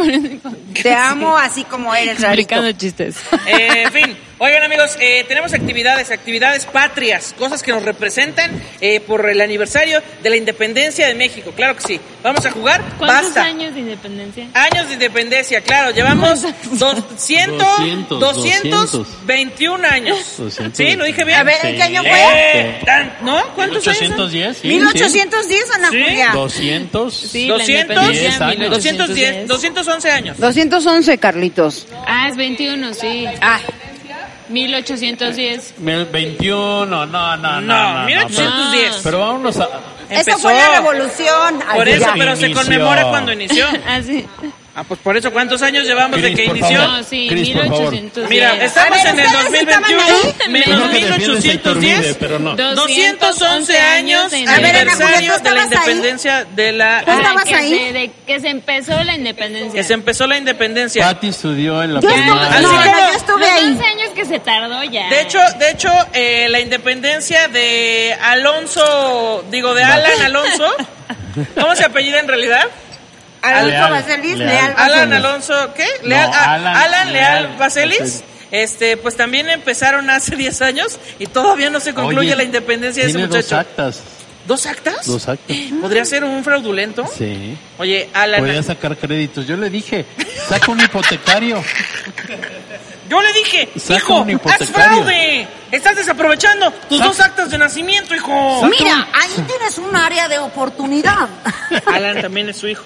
[SPEAKER 6] Te amo así como eres, rarito.
[SPEAKER 5] Explicando chistes.
[SPEAKER 2] Eh, en fin, oigan amigos, eh, tenemos actividades, actividades patrias, cosas que nos representan eh, por el aniversario de la independencia de México, claro que sí. Vamos a jugar,
[SPEAKER 5] ¿Cuántos
[SPEAKER 2] basta.
[SPEAKER 5] años de independencia?
[SPEAKER 2] Años de independencia, claro, llevamos 200,
[SPEAKER 1] 200,
[SPEAKER 2] 221 años.
[SPEAKER 1] 200.
[SPEAKER 2] Sí, lo dije bien.
[SPEAKER 6] A ver, ¿en qué año fue?
[SPEAKER 2] Eh, tan- ¿No? ¿Cuántos años?
[SPEAKER 1] 1810. sí,
[SPEAKER 6] 1810, Ana
[SPEAKER 2] Sí.
[SPEAKER 1] sí.
[SPEAKER 6] Julia.
[SPEAKER 1] 200.
[SPEAKER 5] Sí, la
[SPEAKER 2] 200,
[SPEAKER 5] independencia,
[SPEAKER 1] 10 años.
[SPEAKER 2] 210,
[SPEAKER 5] 1810.
[SPEAKER 2] 211 años.
[SPEAKER 6] 211, Carlitos.
[SPEAKER 5] Ah, es 21, sí.
[SPEAKER 6] Ah,
[SPEAKER 5] 1810.
[SPEAKER 1] Mil- 21. No, no, no.
[SPEAKER 2] No,
[SPEAKER 1] No, no, pero,
[SPEAKER 2] 1810.
[SPEAKER 1] pero vámonos a.
[SPEAKER 6] Ah, eso
[SPEAKER 2] Empezó.
[SPEAKER 6] fue la revolución.
[SPEAKER 2] Por
[SPEAKER 6] Ay,
[SPEAKER 2] eso,
[SPEAKER 6] ya.
[SPEAKER 2] pero se
[SPEAKER 1] Inició.
[SPEAKER 2] conmemora cuando inició.
[SPEAKER 5] Ah, sí.
[SPEAKER 2] Ah, pues por eso, ¿cuántos años llevamos de
[SPEAKER 1] Cris,
[SPEAKER 2] que
[SPEAKER 1] por
[SPEAKER 2] inició?
[SPEAKER 1] favor.
[SPEAKER 5] No, sí,
[SPEAKER 1] Cris, por favor.
[SPEAKER 5] 1810.
[SPEAKER 2] Mira, estamos
[SPEAKER 6] A ver,
[SPEAKER 2] en el
[SPEAKER 6] ¿ustedes estaban
[SPEAKER 2] 2021,
[SPEAKER 6] ahí?
[SPEAKER 2] menos
[SPEAKER 1] No te defiendes, Héctor Vide,
[SPEAKER 2] 1810.
[SPEAKER 1] Pero no.
[SPEAKER 2] 211 años
[SPEAKER 5] de
[SPEAKER 6] A ver, Ana Julia,
[SPEAKER 2] aniversario
[SPEAKER 6] ¿tú
[SPEAKER 2] de la
[SPEAKER 6] estabas ahí? Ah.
[SPEAKER 2] independencia de
[SPEAKER 6] ¿Tú
[SPEAKER 2] la
[SPEAKER 6] estabas-
[SPEAKER 5] que
[SPEAKER 6] ahí?
[SPEAKER 5] Se, de que se empezó la independencia.
[SPEAKER 2] que se empezó la independencia.
[SPEAKER 1] Patti estudió en la
[SPEAKER 6] Yo estuve,
[SPEAKER 1] primaria.
[SPEAKER 2] Así
[SPEAKER 6] no, no,
[SPEAKER 2] como-
[SPEAKER 6] yo estuve
[SPEAKER 5] Los
[SPEAKER 6] ahí.
[SPEAKER 5] 11 años que se tardó ya.
[SPEAKER 2] De hecho, de hecho, eh, la independencia de Alonso, digo de Alan Alonso, ¿cómo se apellida en realidad?
[SPEAKER 6] Alonso
[SPEAKER 1] Leal,
[SPEAKER 6] Baselis,
[SPEAKER 1] leal.
[SPEAKER 6] Leal
[SPEAKER 2] Alan
[SPEAKER 6] Baselis.
[SPEAKER 2] Alonso, ¿qué?
[SPEAKER 1] No,
[SPEAKER 2] Leal, ah, Alan,
[SPEAKER 1] Alan-
[SPEAKER 2] Leal,
[SPEAKER 1] Leal
[SPEAKER 2] Baselis.
[SPEAKER 1] Baselis.
[SPEAKER 2] Este, pues también empezaron hace 10 años y todavía no se concluye
[SPEAKER 1] Oye,
[SPEAKER 2] la independencia de ese
[SPEAKER 1] tiene
[SPEAKER 2] muchacho.
[SPEAKER 1] Dos actas.
[SPEAKER 2] ¿Dos actas?
[SPEAKER 1] Dos actas.
[SPEAKER 2] ¿Podría ser un fraudulento?
[SPEAKER 1] Sí.
[SPEAKER 2] Oye, Alan,
[SPEAKER 1] Podría sacar créditos. Yo le dije, saca un hipotecario.
[SPEAKER 2] Ah, yo le dije,
[SPEAKER 1] Saca
[SPEAKER 2] hijo,
[SPEAKER 1] un
[SPEAKER 2] haz
[SPEAKER 1] hipotecario.
[SPEAKER 2] fraude. Estás desaprovechando tus
[SPEAKER 1] Saca-
[SPEAKER 2] dos actas de nacimiento, hijo.
[SPEAKER 6] Mira, ahí tienes un área de oportunidad.
[SPEAKER 2] Alan también es su hijo.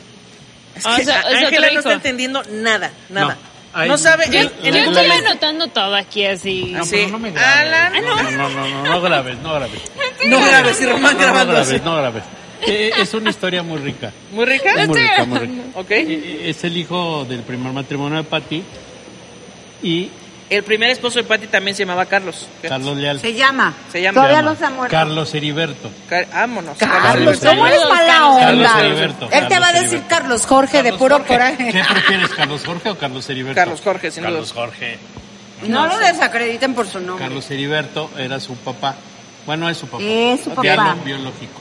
[SPEAKER 2] Es
[SPEAKER 5] Ah,
[SPEAKER 2] que
[SPEAKER 5] o sea, es
[SPEAKER 2] Ángela
[SPEAKER 5] otro
[SPEAKER 2] no
[SPEAKER 5] hijo.
[SPEAKER 2] está entendiendo nada, nada. No,
[SPEAKER 1] Ay,
[SPEAKER 2] sabe.
[SPEAKER 5] yo,
[SPEAKER 2] el- el-
[SPEAKER 5] yo
[SPEAKER 1] la-
[SPEAKER 5] estoy
[SPEAKER 1] la-
[SPEAKER 5] anotando todo aquí así.
[SPEAKER 1] No,
[SPEAKER 2] Sí.
[SPEAKER 1] pero no me grabes.
[SPEAKER 2] Alan,
[SPEAKER 1] no, no, no, no, no, no grabes, no grabes.
[SPEAKER 2] no grabes, y Román
[SPEAKER 1] No,
[SPEAKER 2] grabando
[SPEAKER 1] No
[SPEAKER 2] así.
[SPEAKER 1] grabes, no grabes. Eh, Es una historia muy rica.
[SPEAKER 2] ¿Muy rica?
[SPEAKER 1] Muy rica, muy rica.
[SPEAKER 2] Ok.
[SPEAKER 1] Eh, Es el hijo del primer matrimonio de Patti y
[SPEAKER 2] El primer esposo de Patty también se llamaba Carlos.
[SPEAKER 1] Carlos Leal.
[SPEAKER 6] Se llama.
[SPEAKER 2] Se llama-
[SPEAKER 6] Todavía
[SPEAKER 1] Llama
[SPEAKER 6] no se ha muerto.
[SPEAKER 1] Carlos Heriberto.
[SPEAKER 2] Car- vámonos.
[SPEAKER 6] Carlos,
[SPEAKER 1] Carlos
[SPEAKER 6] ¿cómo eres
[SPEAKER 5] Heriberto.
[SPEAKER 6] mala
[SPEAKER 1] Carlos
[SPEAKER 6] onda?
[SPEAKER 1] Heriberto,
[SPEAKER 6] Él te
[SPEAKER 1] Carlos
[SPEAKER 6] va a decir
[SPEAKER 1] Heriberto.
[SPEAKER 6] Carlos Jorge de
[SPEAKER 1] Carlos
[SPEAKER 6] puro
[SPEAKER 1] Jorge. ¿Qué
[SPEAKER 6] coraje.
[SPEAKER 1] prefieres, Carlos Jorge o Carlos Heriberto?
[SPEAKER 2] Carlos Jorge, sin duda.
[SPEAKER 1] Carlos Jorge.
[SPEAKER 6] No lo desacrediten por su nombre.
[SPEAKER 1] Carlos Heriberto era su papá. Bueno, es su papá.
[SPEAKER 6] Es su papá.
[SPEAKER 1] Biolo- biológico.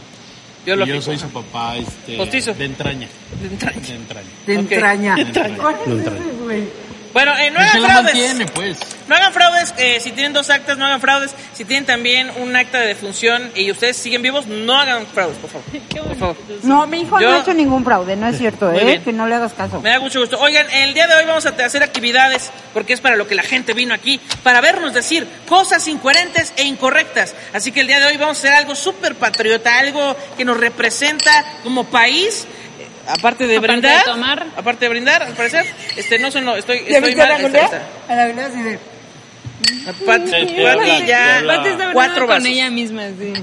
[SPEAKER 2] Biológico.
[SPEAKER 1] Y yo soy su papá este,
[SPEAKER 2] Postizo.
[SPEAKER 1] de entraña.
[SPEAKER 2] De entraña.
[SPEAKER 1] De entraña.
[SPEAKER 6] Te
[SPEAKER 2] Ok.
[SPEAKER 6] entraña.
[SPEAKER 1] De entraña.
[SPEAKER 6] ¿Cuál
[SPEAKER 1] De
[SPEAKER 6] es
[SPEAKER 1] entraña.
[SPEAKER 6] ese, güey?
[SPEAKER 2] Bueno, eh, no
[SPEAKER 1] Es que
[SPEAKER 2] hagan
[SPEAKER 1] la
[SPEAKER 2] fraudes.
[SPEAKER 1] mantiene, pues.
[SPEAKER 2] No hagan fraudes, eh, si tienen dos actas, no hagan fraudes. Si tienen también un acta de defunción y ustedes siguen vivos, no hagan fraudes, por favor. Por favor.
[SPEAKER 3] No, mi hijo
[SPEAKER 2] Yo-
[SPEAKER 3] no ha hecho ningún fraude, no es cierto,
[SPEAKER 2] Muy
[SPEAKER 3] ¿eh?
[SPEAKER 2] bien.
[SPEAKER 3] Que no le hagas caso.
[SPEAKER 2] Me da mucho gusto. Oigan, el día de hoy vamos a hacer actividades, porque es para lo que la gente vino aquí, para vernos decir cosas incoherentes e incorrectas. Así que el día de hoy vamos a hacer algo súper patriota, algo que nos representa como país. Eh, Aparte de
[SPEAKER 5] Aparte de
[SPEAKER 2] brindar,
[SPEAKER 5] tomar.
[SPEAKER 2] aparte de brindar, al parecer, este no sonó, estoy, estoy mal. esta, esta. Pat- Pati ya,
[SPEAKER 1] Hola.
[SPEAKER 5] Pati está brindando
[SPEAKER 2] cuatro
[SPEAKER 5] con
[SPEAKER 2] vasos.
[SPEAKER 5] ella misma, sí.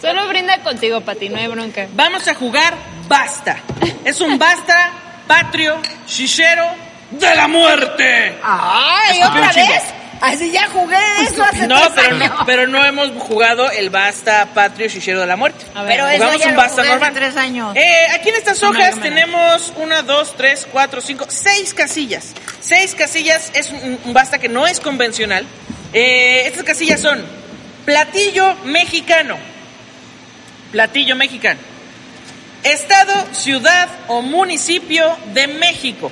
[SPEAKER 5] Solo brinda contigo, Pati, no hay bronca.
[SPEAKER 2] Vamos a jugar basta. Es un basta patrio, chichero de la muerte.
[SPEAKER 3] ¡Ay,
[SPEAKER 2] Escupió
[SPEAKER 3] otra
[SPEAKER 2] un chingo.
[SPEAKER 3] vez! Así ya jugué eso hace
[SPEAKER 2] No,
[SPEAKER 3] tres
[SPEAKER 2] pero
[SPEAKER 3] años.
[SPEAKER 2] no, pero no hemos jugado el basta patrio chichero de la muerte.
[SPEAKER 5] A ver,
[SPEAKER 3] Pero eso
[SPEAKER 2] Jugamos
[SPEAKER 3] ya
[SPEAKER 2] un
[SPEAKER 3] lo
[SPEAKER 2] basta
[SPEAKER 3] jugué hace
[SPEAKER 2] normal.
[SPEAKER 3] tres años.
[SPEAKER 2] Eh, aquí en estas
[SPEAKER 5] Tómala,
[SPEAKER 2] hojas
[SPEAKER 5] tómala.
[SPEAKER 2] tenemos una, dos, tres, cuatro, cinco, seis casillas. Seis casillas es un, un basta que no es convencional. Eh, estas casillas son platillo mexicano, platillo mexicano, estado, ciudad o municipio de México,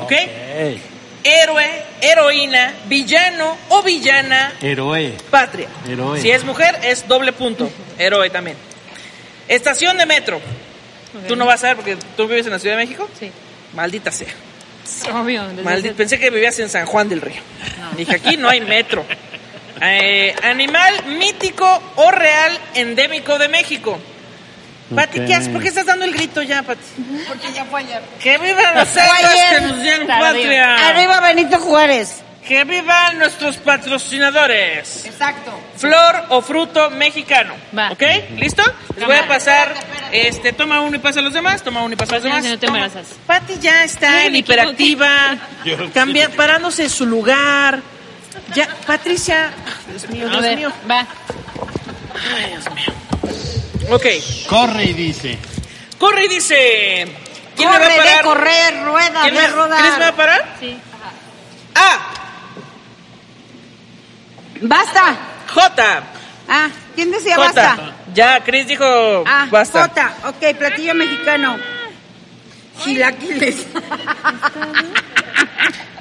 [SPEAKER 2] ¿ok?
[SPEAKER 1] Ey,
[SPEAKER 2] Héroe, heroína, villano o villana
[SPEAKER 1] Héroe.
[SPEAKER 2] patria.
[SPEAKER 1] Héroe.
[SPEAKER 2] Si es mujer, es doble punto. Héroe también. Estación de metro. Tú no vas a ver porque tú vives en la Ciudad de México.
[SPEAKER 5] Sí,
[SPEAKER 2] Maldita sea.
[SPEAKER 5] obvio. desde
[SPEAKER 2] Maldi-
[SPEAKER 5] hace-
[SPEAKER 2] Pensé que vivías en San Juan del Río. Dije, aquí no hay metro. Eh, animal mítico o real endémico de México. Pati,
[SPEAKER 1] Ok.
[SPEAKER 2] ¿qué haces? ¿Por qué estás dando el grito ya, Pati?
[SPEAKER 3] Porque ya fue ayer.
[SPEAKER 2] ¡Que vivan los héroes que nos dieron patria!
[SPEAKER 3] Arriba Benito Juárez.
[SPEAKER 2] ¡Que vivan nuestros patrocinadores!
[SPEAKER 3] Exacto.
[SPEAKER 2] Flor o fruto mexicano.
[SPEAKER 5] Va.
[SPEAKER 2] ¿Ok? ¿Listo? Les voy a pasar. Este, toma uno y pasa a los demás. Toma uno y pasa a los
[SPEAKER 5] Espérate,
[SPEAKER 2] demás.
[SPEAKER 5] no te
[SPEAKER 2] Toma.
[SPEAKER 5] embarazas.
[SPEAKER 2] Pati ya está
[SPEAKER 5] Ay,
[SPEAKER 2] en
[SPEAKER 5] me
[SPEAKER 2] hiperactiva.
[SPEAKER 1] equivoqué. Yo
[SPEAKER 2] Cambia, parándose en su lugar. Ya, Patricia. Dios mío,
[SPEAKER 5] A
[SPEAKER 2] Dios
[SPEAKER 5] ver,
[SPEAKER 2] mío.
[SPEAKER 5] va.
[SPEAKER 2] Ay, Dios mío. Ok.
[SPEAKER 1] Corre y dice.
[SPEAKER 2] Corre y dice. ¿Quién me
[SPEAKER 3] corre,
[SPEAKER 2] va a
[SPEAKER 3] de
[SPEAKER 2] parar?
[SPEAKER 3] correr, rueda,
[SPEAKER 2] ¿Quién
[SPEAKER 3] de
[SPEAKER 2] me,
[SPEAKER 3] rodar.
[SPEAKER 2] ¿Chris me va a parar?
[SPEAKER 5] Sí.
[SPEAKER 2] A.
[SPEAKER 3] ¡Basta!
[SPEAKER 2] J.
[SPEAKER 3] Ah, ¿quién decía
[SPEAKER 2] J.
[SPEAKER 3] basta?
[SPEAKER 2] Ya, Chris dijo
[SPEAKER 3] Ah,
[SPEAKER 2] basta.
[SPEAKER 3] Jota. Ok, platillo mexicano. Chilaquiles.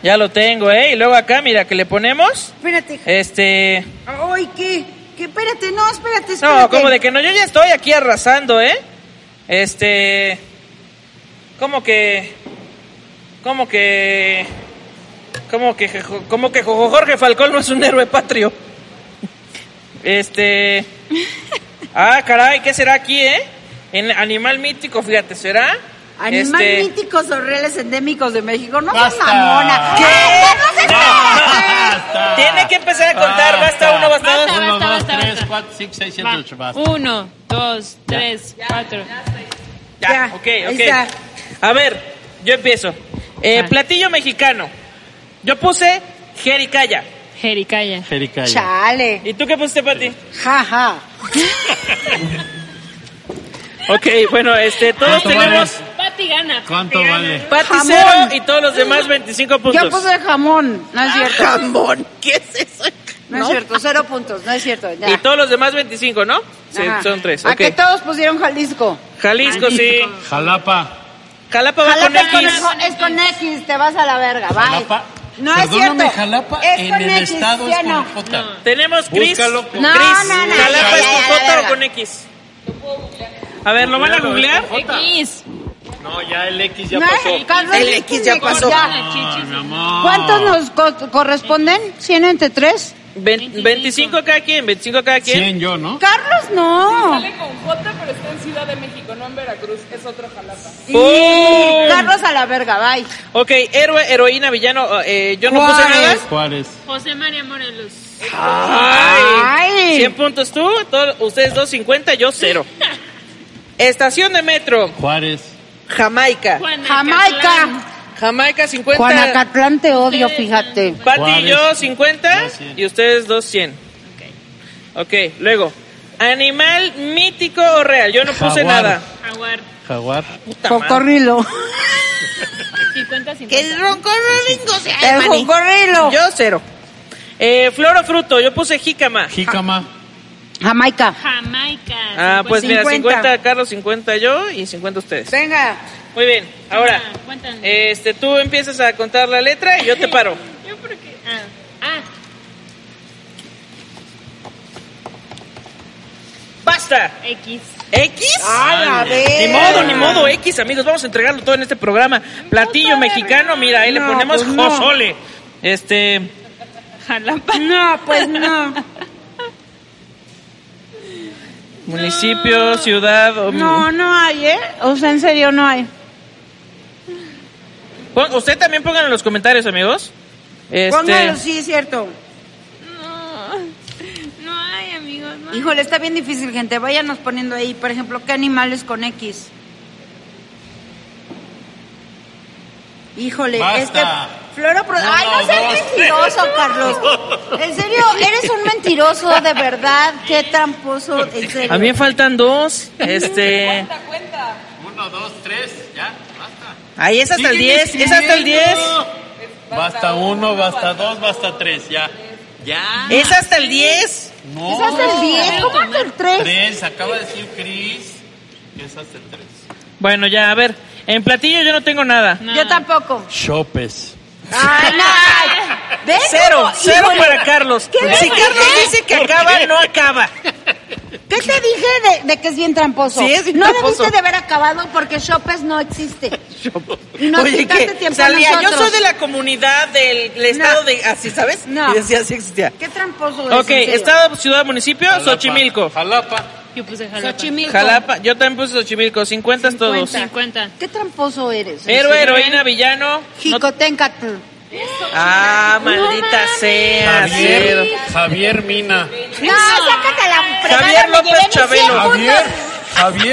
[SPEAKER 2] Ya lo tengo, ¿eh? Y luego acá, mira, que le ponemos.
[SPEAKER 3] Espérate.
[SPEAKER 2] Este.
[SPEAKER 3] Ay, ¿qué? ¿Qué? Espérate, no, espérate, espérate.
[SPEAKER 2] No, como de que no, yo ya estoy aquí arrasando, ¿eh? Este. Como que. Como que. Como que. Jejo- Como que Jojo Jorge Falcón no es un héroe patrio. Este. Ah, caray, ¿qué será aquí, eh? En animal mítico, fíjate, ¿será?
[SPEAKER 3] Animal
[SPEAKER 2] Este,
[SPEAKER 3] míticos o reales endémicos de México. No seas
[SPEAKER 1] Basta.
[SPEAKER 3] mamona.
[SPEAKER 1] ¿Qué?
[SPEAKER 3] Basta, no seas mamona.
[SPEAKER 1] Basta.
[SPEAKER 2] Tiene que empezar a contar, basta, uno, basta, dos.
[SPEAKER 5] Basta,
[SPEAKER 1] Uno,
[SPEAKER 5] basta,
[SPEAKER 1] dos,
[SPEAKER 5] basta,
[SPEAKER 1] tres,
[SPEAKER 5] basta.
[SPEAKER 1] cuatro, cinco, seis, siete,
[SPEAKER 5] Va.
[SPEAKER 1] ocho, basta.
[SPEAKER 5] Uno, dos, tres, cuatro.
[SPEAKER 2] Ya,
[SPEAKER 3] Ya,
[SPEAKER 2] ok,
[SPEAKER 3] ahí
[SPEAKER 2] ok.
[SPEAKER 3] está.
[SPEAKER 2] A ver, yo empiezo. Eh,
[SPEAKER 5] Ah.
[SPEAKER 2] Platillo mexicano. Yo puse jericaya.
[SPEAKER 5] Jericaya.
[SPEAKER 1] Jericaya.
[SPEAKER 3] Chale.
[SPEAKER 2] ¿Y tú qué pusiste, Pati?
[SPEAKER 3] Ja, ja.
[SPEAKER 2] Ok, bueno, este, todos
[SPEAKER 1] ¿Cuánto
[SPEAKER 2] tenemos
[SPEAKER 1] vale?
[SPEAKER 5] Pati gana.
[SPEAKER 1] ¿Cuánto
[SPEAKER 5] Pati gana.
[SPEAKER 1] vale?
[SPEAKER 2] Pati
[SPEAKER 3] Jamón.
[SPEAKER 2] cero y todos los demás 25 puntos. Ah,
[SPEAKER 3] Yo puse jamón. No es cierto.
[SPEAKER 2] jamón, ¿qué es eso?
[SPEAKER 3] No, es cierto. Cero puntos. No es cierto. Ya.
[SPEAKER 2] Y todos los demás 25, ¿no? Sí,
[SPEAKER 3] Ajá.
[SPEAKER 2] son tres.
[SPEAKER 3] A que
[SPEAKER 2] Ok.
[SPEAKER 3] todos pusieron Jalisco.
[SPEAKER 2] Jalisco, sí.
[SPEAKER 1] Jalapa.
[SPEAKER 2] Jalapa va con
[SPEAKER 3] Jalapa es con,
[SPEAKER 2] X.
[SPEAKER 3] es con X, te vas a la verga, bye.
[SPEAKER 1] Jalapa.
[SPEAKER 3] No es
[SPEAKER 1] Perdóname,
[SPEAKER 3] cierto.
[SPEAKER 1] Jalapa
[SPEAKER 3] es
[SPEAKER 1] en
[SPEAKER 3] con
[SPEAKER 1] el
[SPEAKER 3] X,
[SPEAKER 1] estado
[SPEAKER 3] ¿sí
[SPEAKER 1] es
[SPEAKER 3] o
[SPEAKER 1] con
[SPEAKER 3] no?
[SPEAKER 1] J.
[SPEAKER 2] Tenemos Chris. Chris.
[SPEAKER 1] Búscalo con-
[SPEAKER 3] No, no, no,
[SPEAKER 2] ¿Jalapa
[SPEAKER 3] ya,
[SPEAKER 2] es
[SPEAKER 3] ya,
[SPEAKER 2] con
[SPEAKER 3] ya,
[SPEAKER 2] J
[SPEAKER 3] verga.
[SPEAKER 2] o con X? A ver, ¿lo van a googlear?
[SPEAKER 5] X.
[SPEAKER 1] No, ya el X ya
[SPEAKER 3] No,
[SPEAKER 1] pasó.
[SPEAKER 3] con
[SPEAKER 2] El
[SPEAKER 3] X
[SPEAKER 2] X ya
[SPEAKER 3] me-
[SPEAKER 2] pasó.
[SPEAKER 3] ya.
[SPEAKER 1] Ay, mi
[SPEAKER 5] Chichis.
[SPEAKER 1] amor.
[SPEAKER 3] ¿Cuántos nos co- corresponden? ¿100 entre 3?
[SPEAKER 2] Ve- 25 cada quien, 25 cada quien.
[SPEAKER 1] 100 yo, ¿no?
[SPEAKER 3] Carlos, no.
[SPEAKER 8] con J, pero está en Ciudad de México, no en Veracruz. Es otro jalapa.
[SPEAKER 2] ¡Pum!
[SPEAKER 3] Carlos a la verga, bye.
[SPEAKER 2] Ok, héroe, heroína, villano. eh, yo no puse
[SPEAKER 3] Juárez.
[SPEAKER 2] nada.
[SPEAKER 1] Juárez.
[SPEAKER 5] José María Morelos.
[SPEAKER 2] Ay.
[SPEAKER 3] Ay.
[SPEAKER 2] 100 puntos tú, todo- ustedes dos 50, yo cero. Estación de metro,
[SPEAKER 1] Juárez.
[SPEAKER 2] Jamaica.
[SPEAKER 3] Jamaica.
[SPEAKER 2] Jamaica 50.
[SPEAKER 3] Juanacatlán te odio, fíjate.
[SPEAKER 2] Pati y yo
[SPEAKER 1] Juárez.
[SPEAKER 2] 50
[SPEAKER 1] Yo 100.
[SPEAKER 2] y ustedes dos 100. Ok, luego. Animal mítico o real. Yo no puse
[SPEAKER 1] Jaguar.
[SPEAKER 2] nada.
[SPEAKER 5] Jaguar.
[SPEAKER 1] Jaguar.
[SPEAKER 2] Puta madre.
[SPEAKER 3] Cocorrilo.
[SPEAKER 5] 50, 50.
[SPEAKER 3] El cocorrilo.
[SPEAKER 2] Yo cero. Eh, flor o fruto, yo puse jícama.
[SPEAKER 1] Jícama.
[SPEAKER 3] Jamaica.
[SPEAKER 5] Jamaica.
[SPEAKER 2] Ah, pues mira,
[SPEAKER 3] 50.
[SPEAKER 2] 50 Carlos, 50 yo y 50 ustedes.
[SPEAKER 3] Venga.
[SPEAKER 2] Muy bien, ahora,
[SPEAKER 5] Ah, cuéntanos.
[SPEAKER 2] este, tú empiezas a contar la letra y yo te paro.
[SPEAKER 5] Yo creo que. Ah. ah.
[SPEAKER 2] ¡Basta!
[SPEAKER 5] X.
[SPEAKER 2] ¿X?
[SPEAKER 6] ¡A la
[SPEAKER 2] Ni
[SPEAKER 6] vez!
[SPEAKER 2] modo, ni modo, X, amigos. Vamos a entregarlo todo en este programa. Platillo mexicano, mira, ahí le ponemos
[SPEAKER 6] pues
[SPEAKER 2] pozole. Este,
[SPEAKER 5] Jalapa.
[SPEAKER 3] No, pues no.
[SPEAKER 2] municipio, ciudad. o-
[SPEAKER 3] No, no hay, ¿eh? O sea, en serio, no hay.
[SPEAKER 2] Pon- Usted también pongan en los comentarios, amigos. Este,
[SPEAKER 6] Póngalo, sí, es cierto.
[SPEAKER 5] No. No hay, amigos. No hay.
[SPEAKER 3] Híjole, está bien difícil, gente. Váyanos poniendo ahí, por ejemplo, ¿qué animales con X? Híjole,
[SPEAKER 1] Basta.
[SPEAKER 3] este floro...
[SPEAKER 1] Uno,
[SPEAKER 3] Ay, no seas
[SPEAKER 1] dos,
[SPEAKER 3] mentiroso, Carlos. En serio, eres un mentiroso, de verdad. Qué tramposo, en serio.
[SPEAKER 2] A mí me faltan dos. Este,
[SPEAKER 1] Uno, dos, tres, ya, basta.
[SPEAKER 2] ahí es hasta el 10, es hasta el 10.
[SPEAKER 1] Basta uno, basta dos, basta tres, ya. Ya.
[SPEAKER 2] Es hasta el 10.
[SPEAKER 1] No.
[SPEAKER 3] Es hasta el 10, ¿cómo hasta el 3?
[SPEAKER 1] Tres, acaba de decir Cris que es hasta el tres.
[SPEAKER 2] Bueno, ya, a ver. En platillo yo no tengo nada.
[SPEAKER 3] Yo tampoco.
[SPEAKER 1] Chopes.
[SPEAKER 3] Ay, no. ¿Ves
[SPEAKER 2] Cero,
[SPEAKER 3] cómo?
[SPEAKER 2] cero
[SPEAKER 3] Híjole.
[SPEAKER 2] para Carlos.
[SPEAKER 3] ¿Qué
[SPEAKER 2] Si
[SPEAKER 3] le
[SPEAKER 2] Carlos
[SPEAKER 3] dije?
[SPEAKER 2] dice que acaba, no acaba.
[SPEAKER 3] ¿Qué te dije de, de que es bien tramposo?
[SPEAKER 2] Sí, es bien
[SPEAKER 3] no
[SPEAKER 2] tramposo.
[SPEAKER 3] debiste de haber acabado porque Shoppers no existe. Y nos
[SPEAKER 2] Oye,
[SPEAKER 3] quitaste
[SPEAKER 2] ¿qué?
[SPEAKER 3] tiempo a
[SPEAKER 2] Salía, yo
[SPEAKER 3] nosotros.
[SPEAKER 2] soy de la comunidad del del
[SPEAKER 3] No.
[SPEAKER 2] estado de... Así, ¿sabes?
[SPEAKER 3] No.
[SPEAKER 2] Y decía, así existía.
[SPEAKER 3] Qué tramposo es.
[SPEAKER 2] Ok,
[SPEAKER 3] en serio.
[SPEAKER 2] estado, ciudad, municipio,
[SPEAKER 1] Jalapa.
[SPEAKER 2] Xochimilco.
[SPEAKER 1] Jalapa.
[SPEAKER 5] Yo puse Jalapa.
[SPEAKER 3] Xochimilco.
[SPEAKER 2] Jalapa, yo también puse Xochimilco, 50 todos.
[SPEAKER 5] 50.
[SPEAKER 3] Qué tramposo eres. en
[SPEAKER 2] Héroe,
[SPEAKER 3] serio.
[SPEAKER 2] heroína, villano. no-
[SPEAKER 3] Jicotencatl.
[SPEAKER 2] Ah, maldita sea.
[SPEAKER 1] Javier,
[SPEAKER 2] cero.
[SPEAKER 1] Javier Mina.
[SPEAKER 3] No, sácate la fregada.
[SPEAKER 2] Javier
[SPEAKER 3] me
[SPEAKER 2] López
[SPEAKER 3] llevé mis
[SPEAKER 2] Chabelo.
[SPEAKER 3] 100 puntos.
[SPEAKER 1] Javier,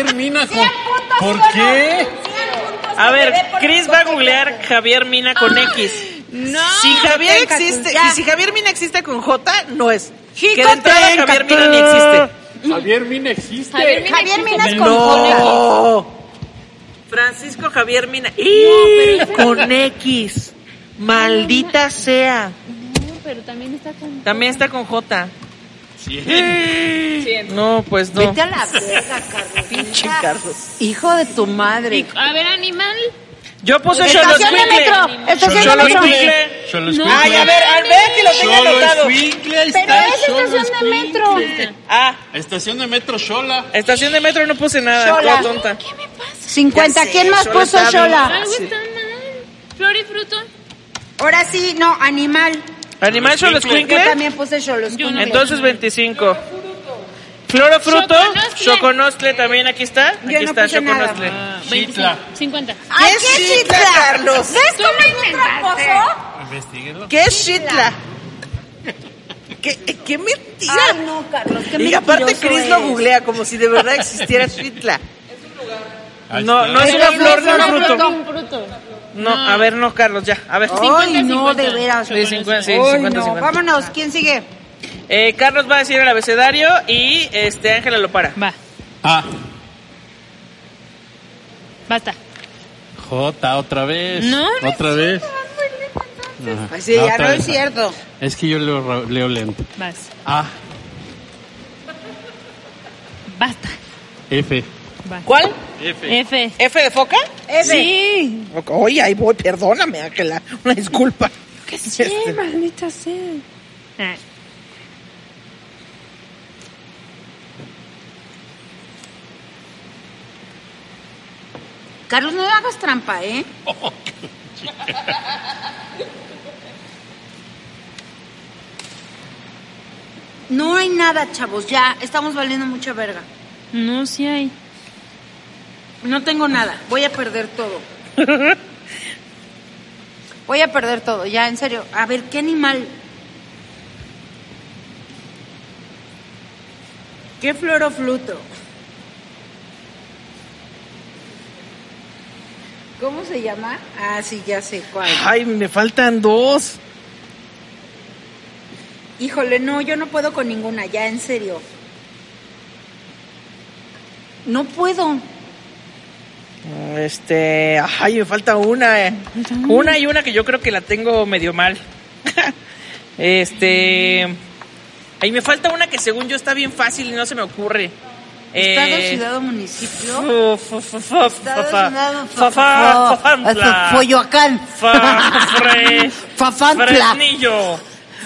[SPEAKER 1] Javier Mina. con-
[SPEAKER 3] 100 puntos,
[SPEAKER 1] ¿Por
[SPEAKER 3] solo.
[SPEAKER 1] qué?
[SPEAKER 3] 100 puntos
[SPEAKER 2] A
[SPEAKER 3] me
[SPEAKER 2] ver,
[SPEAKER 3] llevé por
[SPEAKER 2] Chris va a
[SPEAKER 3] Jicotencatl.
[SPEAKER 2] googlear Javier Mina con X.
[SPEAKER 5] No.
[SPEAKER 2] Si Javier
[SPEAKER 3] Jicotencatl,
[SPEAKER 2] existe,
[SPEAKER 3] ya.
[SPEAKER 2] y si Javier Mina existe con J, no es. Que de entrada
[SPEAKER 3] Jicotencatl.
[SPEAKER 2] Javier Mina ni existe.
[SPEAKER 1] Javier Mina existe.
[SPEAKER 5] Javier Mina.
[SPEAKER 3] Javier Minas con conejo.
[SPEAKER 2] No. Francisco Javier Mina. ¡Ih! Con X. Maldita sea.
[SPEAKER 5] No, pero también está con.
[SPEAKER 2] También está con J.
[SPEAKER 4] Sí,
[SPEAKER 2] No, pues no.
[SPEAKER 3] Vete a la verga, Carlos.
[SPEAKER 2] Pinche
[SPEAKER 3] Ya.
[SPEAKER 2] Carlos.
[SPEAKER 3] Hijo de tu madre.
[SPEAKER 5] A ver, animal.
[SPEAKER 2] Yo puse
[SPEAKER 3] Estación
[SPEAKER 2] Cholos
[SPEAKER 3] de metro. Estación de metro.
[SPEAKER 2] Cholos Ay, a
[SPEAKER 1] Ay,
[SPEAKER 2] ver, al ver que lo tenga anotado.
[SPEAKER 3] Pero es estación de metro.
[SPEAKER 2] Ah,
[SPEAKER 1] Estación de metro Xola.
[SPEAKER 2] estación de metro no puse nada.
[SPEAKER 3] Xola.
[SPEAKER 2] toda tonta.
[SPEAKER 3] 50.
[SPEAKER 2] Ya sé,
[SPEAKER 3] ¿Quién más
[SPEAKER 2] Xola
[SPEAKER 3] puso
[SPEAKER 2] está bien
[SPEAKER 3] Shola?
[SPEAKER 5] Algo
[SPEAKER 2] Ah, Sí.
[SPEAKER 5] está mal. Flor y fruto.
[SPEAKER 3] Ahora sí, no, animal.
[SPEAKER 2] Animal Cholos
[SPEAKER 3] Yo también puse Cholos.
[SPEAKER 5] Yo no.
[SPEAKER 2] Entonces 25. Florofruto.
[SPEAKER 5] Xoconostle.
[SPEAKER 2] Choconostle también aquí está. Aquí
[SPEAKER 3] Yo no
[SPEAKER 2] está
[SPEAKER 3] puse nada.
[SPEAKER 2] Choconostle.
[SPEAKER 5] 25. 50.
[SPEAKER 3] ¡Ay,
[SPEAKER 2] ¿Qué
[SPEAKER 3] qué
[SPEAKER 2] es Xitla,
[SPEAKER 3] chitla!
[SPEAKER 2] Carlos?
[SPEAKER 3] ¿Ves
[SPEAKER 5] Tú
[SPEAKER 3] cómo
[SPEAKER 5] me
[SPEAKER 3] es un
[SPEAKER 5] inventaste.
[SPEAKER 3] tramposo?
[SPEAKER 1] Investíguenlo.
[SPEAKER 2] ¿Qué es Shitla? ¿Qué, qué mentira?
[SPEAKER 3] Ay, no, Carlos, qué
[SPEAKER 2] y aparte
[SPEAKER 3] mentiroso
[SPEAKER 2] Chris lo
[SPEAKER 3] eres.
[SPEAKER 2] googlea como si de verdad existiera Shitla.
[SPEAKER 1] Ahí
[SPEAKER 2] No,
[SPEAKER 1] está.
[SPEAKER 2] no es
[SPEAKER 3] Pero
[SPEAKER 2] una flor, no es
[SPEAKER 3] no,
[SPEAKER 2] un fruto.
[SPEAKER 5] Un fruto.
[SPEAKER 2] No, a ver, no, Carlos, ya. A ver.
[SPEAKER 3] Ay, no,
[SPEAKER 5] 50.
[SPEAKER 3] de veras.
[SPEAKER 2] Sí, 50, sí,
[SPEAKER 3] Ay,
[SPEAKER 2] 50,
[SPEAKER 3] no.
[SPEAKER 2] 50.
[SPEAKER 3] Vámonos, ¿quién sigue?
[SPEAKER 2] Eh, Carlos va a decir el abecedario y este Ángela lo para.
[SPEAKER 5] Va.
[SPEAKER 1] Ah,
[SPEAKER 5] Basta.
[SPEAKER 1] J otra vez.
[SPEAKER 5] No, no
[SPEAKER 1] otra vez. Ajá.
[SPEAKER 3] Ay, sí,
[SPEAKER 1] Ah,
[SPEAKER 3] ya
[SPEAKER 1] otra
[SPEAKER 3] no
[SPEAKER 1] vez.
[SPEAKER 3] es cierto.
[SPEAKER 1] Es que yo leo, ra- leo lento.
[SPEAKER 5] Vas.
[SPEAKER 1] A,
[SPEAKER 5] Basta.
[SPEAKER 1] F.
[SPEAKER 5] Va.
[SPEAKER 2] ¿Cuál?
[SPEAKER 5] F.
[SPEAKER 2] ¿F de foca?
[SPEAKER 3] F.
[SPEAKER 5] Sí.
[SPEAKER 2] Oye, ahí voy, perdóname, Ángela. Una disculpa.
[SPEAKER 5] Sí, maldita sea. Ah,
[SPEAKER 3] Carlos, no hagas trampa, ¿eh? No hay nada, chavos, ya estamos valiendo mucha verga.
[SPEAKER 5] No, sí hay.
[SPEAKER 3] No tengo nada, voy a perder todo. Voy a perder todo, ya, en serio. A ver, ¿qué animal? ¿Qué florofluto? ¿Cómo se llama? Ah, sí, ya sé cuál.
[SPEAKER 2] Ay, me faltan dos.
[SPEAKER 3] Híjole, no, yo no puedo con ninguna, ya, en serio. No puedo.
[SPEAKER 2] Este, ay, me falta una. eh. Una y una que yo creo que la tengo medio mal. este, ahí me falta una que según yo está bien fácil y no se me ocurre.
[SPEAKER 3] Estado,
[SPEAKER 2] Eh,
[SPEAKER 3] ciudad o municipio.
[SPEAKER 2] fu- fu- fu- fa-
[SPEAKER 3] Estado,
[SPEAKER 2] fa-
[SPEAKER 3] ciudad,
[SPEAKER 2] fa- fa-
[SPEAKER 3] fa-
[SPEAKER 2] fafantla.
[SPEAKER 3] fa- Foyoacán.
[SPEAKER 2] Fa- fre-
[SPEAKER 3] Fafantla.
[SPEAKER 2] Fresnillo.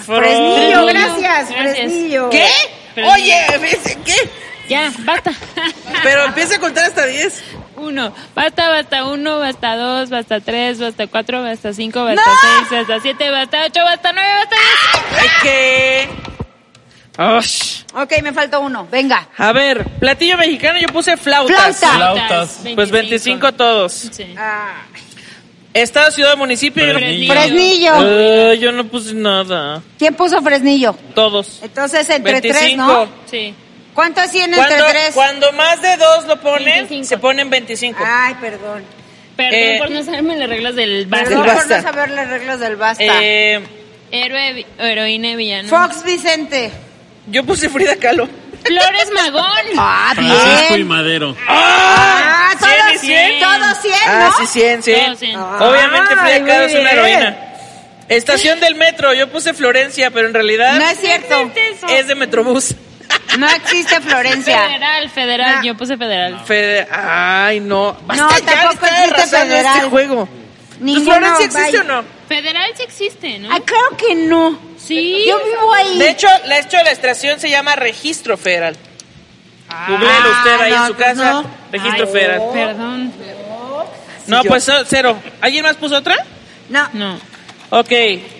[SPEAKER 2] Fro-
[SPEAKER 3] Fresnillo,
[SPEAKER 5] Fresnillo.
[SPEAKER 3] gracias,
[SPEAKER 5] Gracias.
[SPEAKER 3] Fresnillo.
[SPEAKER 4] ¿Qué?
[SPEAKER 5] Pero-
[SPEAKER 4] Oye, ¿ves? ¿qué?
[SPEAKER 5] Ya, basta.
[SPEAKER 4] Pero empieza a contar hasta 10.
[SPEAKER 5] Uno, basta, basta uno, basta dos, basta tres, basta cuatro, basta cinco, basta seis, basta siete, basta ocho, basta nueve, basta diez.
[SPEAKER 2] Ah.
[SPEAKER 4] Hay que... Ush.
[SPEAKER 3] Ok, me faltó uno. Venga.
[SPEAKER 2] A ver,
[SPEAKER 4] Platillo mexicano, yo puse flautas.
[SPEAKER 3] Flauta.
[SPEAKER 1] Flautas.
[SPEAKER 2] pues 25 todos.
[SPEAKER 5] Sí.
[SPEAKER 3] Ah,
[SPEAKER 2] Estado, ciudad, municipio. yo no-
[SPEAKER 5] Fresnillo.
[SPEAKER 3] Fresnillo.
[SPEAKER 2] Eh, yo no puse nada.
[SPEAKER 3] ¿Quién puso Fresnillo?
[SPEAKER 2] Todos.
[SPEAKER 3] Entonces, entre tres,
[SPEAKER 2] 25.
[SPEAKER 3] ¿no?
[SPEAKER 5] Sí.
[SPEAKER 3] ¿Cuánto hacían entre
[SPEAKER 2] Cuando,
[SPEAKER 3] tres?
[SPEAKER 2] cuando más de dos lo ponen,
[SPEAKER 5] 25.
[SPEAKER 2] se ponen 25.
[SPEAKER 3] Ay, perdón.
[SPEAKER 5] Perdón
[SPEAKER 2] Eh,
[SPEAKER 5] por no saberme las reglas del basta.
[SPEAKER 3] Perdón por
[SPEAKER 4] basta.
[SPEAKER 3] no saber las reglas del basta.
[SPEAKER 2] Eh,
[SPEAKER 5] Héroe, vi- heroína, villano.
[SPEAKER 3] Fox Vicente.
[SPEAKER 2] yo puse Frida Kahlo.
[SPEAKER 5] Flores Magón.
[SPEAKER 3] Ah,
[SPEAKER 1] Francisco y
[SPEAKER 3] bien.
[SPEAKER 1] Madero.
[SPEAKER 3] Ah, todos 100,
[SPEAKER 5] cien.
[SPEAKER 3] todos 100,
[SPEAKER 2] Ah,
[SPEAKER 3] ¿no? Ah,
[SPEAKER 2] sí, 100,
[SPEAKER 5] Todos
[SPEAKER 2] 100.
[SPEAKER 5] cien.
[SPEAKER 2] Obviamente
[SPEAKER 3] Ay,
[SPEAKER 2] Frida Kahlo
[SPEAKER 3] muy
[SPEAKER 2] es una
[SPEAKER 3] bien.
[SPEAKER 2] heroína. Estación del metro, yo puse Florencia, pero en realidad
[SPEAKER 3] No es cierto.
[SPEAKER 2] es de Metrobús.
[SPEAKER 3] No existe Florencia.
[SPEAKER 5] Federal, federal.
[SPEAKER 3] No.
[SPEAKER 5] Yo puse federal.
[SPEAKER 2] Fede- Ay, no. Basta
[SPEAKER 3] No,
[SPEAKER 2] ya de
[SPEAKER 3] tampoco
[SPEAKER 2] estar
[SPEAKER 3] existe
[SPEAKER 2] arrasando
[SPEAKER 3] federal.
[SPEAKER 2] este juego.
[SPEAKER 3] Ninguno,
[SPEAKER 2] ¿Florencia existe
[SPEAKER 3] vaya.
[SPEAKER 2] o no?
[SPEAKER 5] Federal sí existe, ¿no?
[SPEAKER 3] Ah, claro que no.
[SPEAKER 5] Sí.
[SPEAKER 3] Yo vivo ahí.
[SPEAKER 2] De hecho, la, de hecho, la estación se llama Registro Federal. Google usted ahí en
[SPEAKER 3] Ah, no,
[SPEAKER 2] su
[SPEAKER 3] pues
[SPEAKER 2] casa.
[SPEAKER 3] no. oh,
[SPEAKER 2] Registro
[SPEAKER 5] Ay,
[SPEAKER 2] Federal.
[SPEAKER 5] Perdón.
[SPEAKER 2] No, pues oh, cero. ¿Alguien más puso otra?
[SPEAKER 3] No.
[SPEAKER 5] No.
[SPEAKER 2] Ok.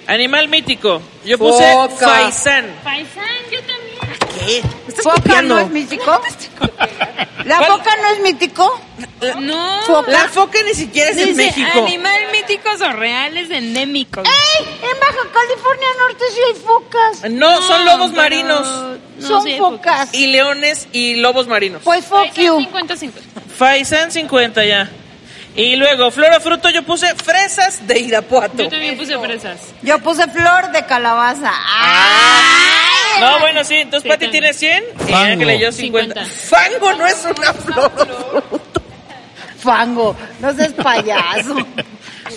[SPEAKER 2] Animal mítico. Yo puse
[SPEAKER 4] Foca.
[SPEAKER 2] Faisán.
[SPEAKER 5] Paisán, yo también.
[SPEAKER 3] ¿Foca no es mítico? ¿La
[SPEAKER 2] ¿Cuál?
[SPEAKER 3] foca no es mítico? Eh,
[SPEAKER 5] No.
[SPEAKER 3] Foca.
[SPEAKER 2] La foca ni siquiera es
[SPEAKER 5] Dice,
[SPEAKER 2] en México.
[SPEAKER 5] animal míticos o reales endémicos.
[SPEAKER 3] ¡Ey! En Baja California Norte sí hay focas.
[SPEAKER 2] No, son lobos
[SPEAKER 5] pero-
[SPEAKER 2] marinos.
[SPEAKER 5] no
[SPEAKER 3] Son
[SPEAKER 5] sé,
[SPEAKER 3] focas.
[SPEAKER 2] Y leones y lobos marinos.
[SPEAKER 3] Pues fuck
[SPEAKER 5] Paisán
[SPEAKER 3] you.
[SPEAKER 5] 50-50.
[SPEAKER 2] Faisán 50 ya. Y luego, flor o fruto, yo puse fresas de Irapuato.
[SPEAKER 5] Yo también puse fresas.
[SPEAKER 3] Yo puse flor de calabaza.
[SPEAKER 2] Ah.
[SPEAKER 3] ¡Ay!
[SPEAKER 2] No, bueno, sí. Entonces,
[SPEAKER 5] Sí,
[SPEAKER 2] Pati
[SPEAKER 5] también.
[SPEAKER 2] tiene 100 y
[SPEAKER 1] Fango.
[SPEAKER 2] Ángela y yo 50.
[SPEAKER 5] 50.
[SPEAKER 2] Fango no es una flor.
[SPEAKER 3] Fango, no seas payaso.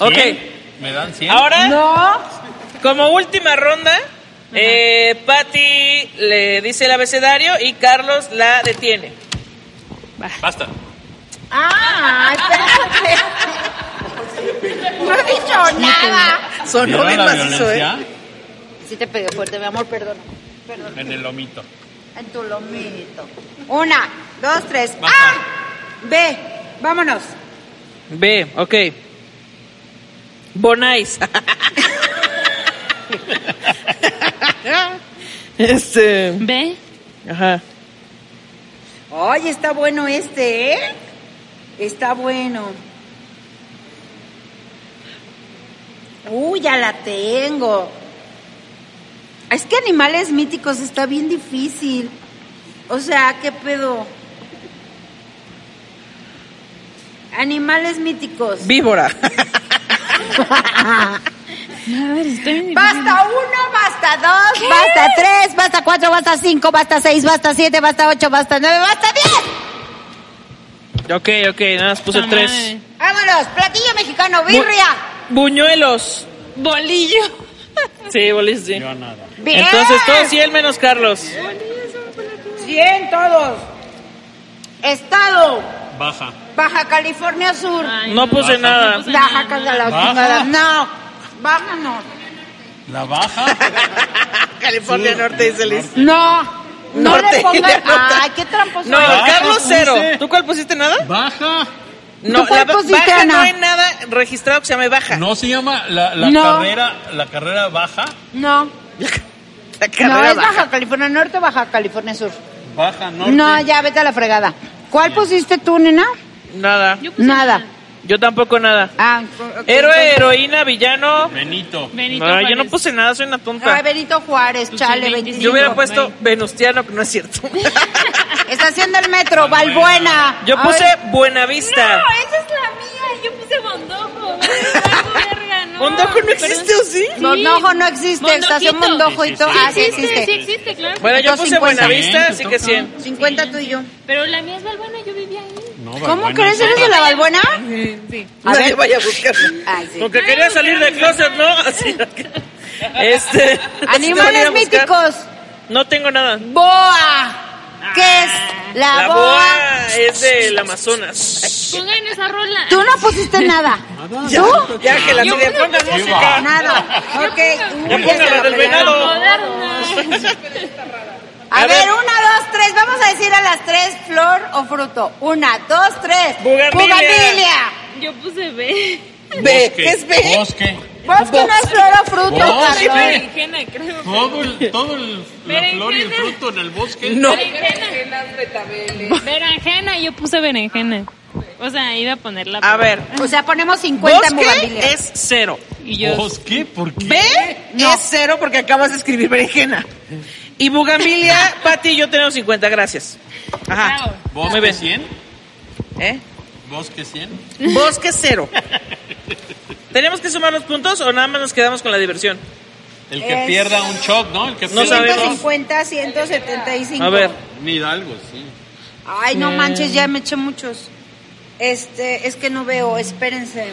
[SPEAKER 2] Ok,
[SPEAKER 1] Me dan 100.
[SPEAKER 2] ahora,
[SPEAKER 3] ¿No?
[SPEAKER 2] como última ronda, eh, Pati le dice el abecedario y Carlos la detiene.
[SPEAKER 1] Basta.
[SPEAKER 3] Ah, espérate. No he dicho nada.
[SPEAKER 1] ¿Vieron
[SPEAKER 2] Sonó bien
[SPEAKER 1] la
[SPEAKER 2] macizo, ¿eh?
[SPEAKER 1] violencia
[SPEAKER 3] Sí te pegué fuerte, mi amor, perdona.
[SPEAKER 1] en el lomito.
[SPEAKER 3] En tu lomito. Una, dos, tres.
[SPEAKER 1] Baja.
[SPEAKER 3] ¡Ah! Ve, vámonos.
[SPEAKER 2] B, ok. Bonais. este.
[SPEAKER 5] ¿Ve?
[SPEAKER 2] Ajá.
[SPEAKER 3] Ay, está bueno este, ¿eh? Está bueno. Uy, ya la tengo. Es que animales míticos está bien difícil. O sea, ¿qué pedo? Animales míticos.
[SPEAKER 2] Víbora.
[SPEAKER 5] A ver, estoy en
[SPEAKER 3] Basta uno, basta dos, basta tres, basta cuatro, basta cinco, basta seis, basta siete, basta ocho, basta nueve, basta diez.
[SPEAKER 2] ok, ok, nada más puse
[SPEAKER 5] Puta
[SPEAKER 2] tres.
[SPEAKER 5] madre.
[SPEAKER 3] Vámonos, platillo mexicano,
[SPEAKER 2] Bu-
[SPEAKER 3] birria.
[SPEAKER 2] Buñuelos.
[SPEAKER 5] Bolillo.
[SPEAKER 2] Sí, bolis, sí.
[SPEAKER 1] Yo nada.
[SPEAKER 3] Bien.
[SPEAKER 2] Entonces, todos y él menos Carlos.
[SPEAKER 3] 100 todos. Estado,
[SPEAKER 1] Baja.
[SPEAKER 3] Baja California Sur.
[SPEAKER 5] Ay,
[SPEAKER 2] No puse
[SPEAKER 1] Baja.
[SPEAKER 2] nada.
[SPEAKER 5] No puse
[SPEAKER 3] Baja
[SPEAKER 5] nada.
[SPEAKER 3] California
[SPEAKER 1] Baja.
[SPEAKER 3] No, vámonos.
[SPEAKER 1] La baja.
[SPEAKER 2] California Norte, dice Liz.
[SPEAKER 3] No, no
[SPEAKER 2] Norte
[SPEAKER 3] le
[SPEAKER 2] y
[SPEAKER 3] pongas.
[SPEAKER 2] norte.
[SPEAKER 3] Ay, qué tramposo.
[SPEAKER 2] No,
[SPEAKER 1] Baja,
[SPEAKER 2] Carlos
[SPEAKER 1] puse.
[SPEAKER 2] cero. ¿Tú cuál pusiste nada?
[SPEAKER 1] Baja.
[SPEAKER 2] No,
[SPEAKER 3] cuál
[SPEAKER 2] la ba-
[SPEAKER 3] pusiste,
[SPEAKER 2] baja no
[SPEAKER 3] Ana?
[SPEAKER 2] hay nada registrado que se llame baja.
[SPEAKER 1] No se llama la, la
[SPEAKER 3] No.
[SPEAKER 1] carrera, la carrera baja.
[SPEAKER 3] No,
[SPEAKER 2] La
[SPEAKER 3] no
[SPEAKER 2] carrera
[SPEAKER 3] es
[SPEAKER 2] baja.
[SPEAKER 3] Baja California Norte, Baja California Sur.
[SPEAKER 1] Baja, norte.
[SPEAKER 3] No, ya vete a la fregada. ¿Cuál pusiste tú, nena?
[SPEAKER 2] Nada.
[SPEAKER 5] Yo puse
[SPEAKER 3] Nada.
[SPEAKER 2] Yo tampoco nada.
[SPEAKER 3] Ah, ok,
[SPEAKER 2] Héroe, heroína, villano.
[SPEAKER 1] Benito.
[SPEAKER 5] Benito
[SPEAKER 2] No, yo
[SPEAKER 5] Juárez.
[SPEAKER 2] no puse nada, soy una
[SPEAKER 3] Ay,
[SPEAKER 2] tonta.
[SPEAKER 3] Benito Juárez,
[SPEAKER 5] Pues sí,
[SPEAKER 3] chale,
[SPEAKER 5] 25.
[SPEAKER 2] Yo
[SPEAKER 3] 25.
[SPEAKER 2] hubiera
[SPEAKER 5] no,
[SPEAKER 2] puesto
[SPEAKER 5] no hay.
[SPEAKER 2] Venustiano, que no es cierto.
[SPEAKER 3] Estación del metro, Balbuena.
[SPEAKER 2] Ah, Yo puse
[SPEAKER 3] Ay,
[SPEAKER 2] Buenavista.
[SPEAKER 5] No, esa es la mía. Yo puse bondojo. güey. Algo verga, no.
[SPEAKER 2] ¿Mondojo no existe o sí?
[SPEAKER 5] Sí.
[SPEAKER 3] Mondojo no existe,
[SPEAKER 5] Mondojito.
[SPEAKER 3] estación Mondojo y todo.
[SPEAKER 1] Sí,
[SPEAKER 3] Ah, sí
[SPEAKER 5] existe,
[SPEAKER 3] existe.
[SPEAKER 5] sí existe, claro.
[SPEAKER 2] Bueno, yo puse
[SPEAKER 3] 50.
[SPEAKER 2] Buenavista,
[SPEAKER 1] Bien,
[SPEAKER 2] así
[SPEAKER 1] te
[SPEAKER 2] que
[SPEAKER 1] toca.
[SPEAKER 2] 100.
[SPEAKER 3] 50 tú y yo.
[SPEAKER 5] Pero la mía es Balbuena, yo vivía ahí.
[SPEAKER 1] No,
[SPEAKER 3] ¿Cómo
[SPEAKER 1] Balbuena
[SPEAKER 3] crees?
[SPEAKER 1] está
[SPEAKER 3] ¿Eres de la Balbuena?
[SPEAKER 5] Sí.
[SPEAKER 3] A
[SPEAKER 2] Nadie
[SPEAKER 3] ver.
[SPEAKER 2] vaya a buscarlo.
[SPEAKER 3] Ay, sí.
[SPEAKER 2] Porque quería salir de closet, ¿no? Así. Este. así te van a ir
[SPEAKER 3] Animales
[SPEAKER 2] a buscar.
[SPEAKER 3] míticos.
[SPEAKER 2] No tengo nada.
[SPEAKER 3] Boa. ¿Qué es? La,
[SPEAKER 2] La boa es del Amazonas.
[SPEAKER 5] Pongan esa rola.
[SPEAKER 6] Tú no pusiste nada. ¿Tú?
[SPEAKER 2] Ya que la
[SPEAKER 5] Yo
[SPEAKER 2] que le
[SPEAKER 5] creo
[SPEAKER 2] pongan
[SPEAKER 5] que-
[SPEAKER 2] música.
[SPEAKER 3] Nada. Ok.
[SPEAKER 2] Ya pongan la del venado.
[SPEAKER 5] Moderna.
[SPEAKER 3] A
[SPEAKER 2] A
[SPEAKER 3] ver,
[SPEAKER 2] ver.
[SPEAKER 3] una, dos, tres. Vamos a decir a las tres flor o fruto. Una, dos, tres.
[SPEAKER 2] Bugambilia.
[SPEAKER 3] Bugambilia.
[SPEAKER 5] Yo puse B.
[SPEAKER 3] Ve, ¿qué es ve?
[SPEAKER 1] Bosque.
[SPEAKER 3] Vos que no es flor o fruto,
[SPEAKER 1] Bosque.
[SPEAKER 3] Carlos.
[SPEAKER 5] Berenjena, creo.
[SPEAKER 1] Todo el, todo el, la flor y el
[SPEAKER 5] Berenjena.
[SPEAKER 1] fruto en el bosque.
[SPEAKER 2] No.
[SPEAKER 5] Berenjena. Berenjena, yo puse berenjena.
[SPEAKER 6] Ah.
[SPEAKER 5] O sea, iba a ponerla.
[SPEAKER 2] A ver.
[SPEAKER 6] O sea, ponemos 50 en
[SPEAKER 2] Bosque
[SPEAKER 6] bugambilia.
[SPEAKER 2] es cero.
[SPEAKER 5] Y yo.
[SPEAKER 1] ¿Bosque? ¿Por qué?
[SPEAKER 2] B es cero porque acabas de escribir berenjena. Y Bugambilia, Pati y yo tenemos 50, gracias. Ajá.
[SPEAKER 5] Bravo.
[SPEAKER 2] Muy
[SPEAKER 1] ¿Bosque
[SPEAKER 2] bien.
[SPEAKER 1] 100?
[SPEAKER 2] ¿Eh?
[SPEAKER 1] ¿Bosque 100?
[SPEAKER 2] Bosque cero. ¿Tenemos que sumar los puntos o nada más nos quedamos con la diversión?
[SPEAKER 1] El que pierda un shock, ¿no? El que
[SPEAKER 2] No
[SPEAKER 1] pierda
[SPEAKER 2] sabemos.
[SPEAKER 1] dos.
[SPEAKER 3] 150, 175.
[SPEAKER 2] A ver.
[SPEAKER 1] Ni Hidalgo, sí.
[SPEAKER 3] Ay, no
[SPEAKER 1] Eh,
[SPEAKER 3] manches, ya me eché muchos. Este, es que no veo, espérense.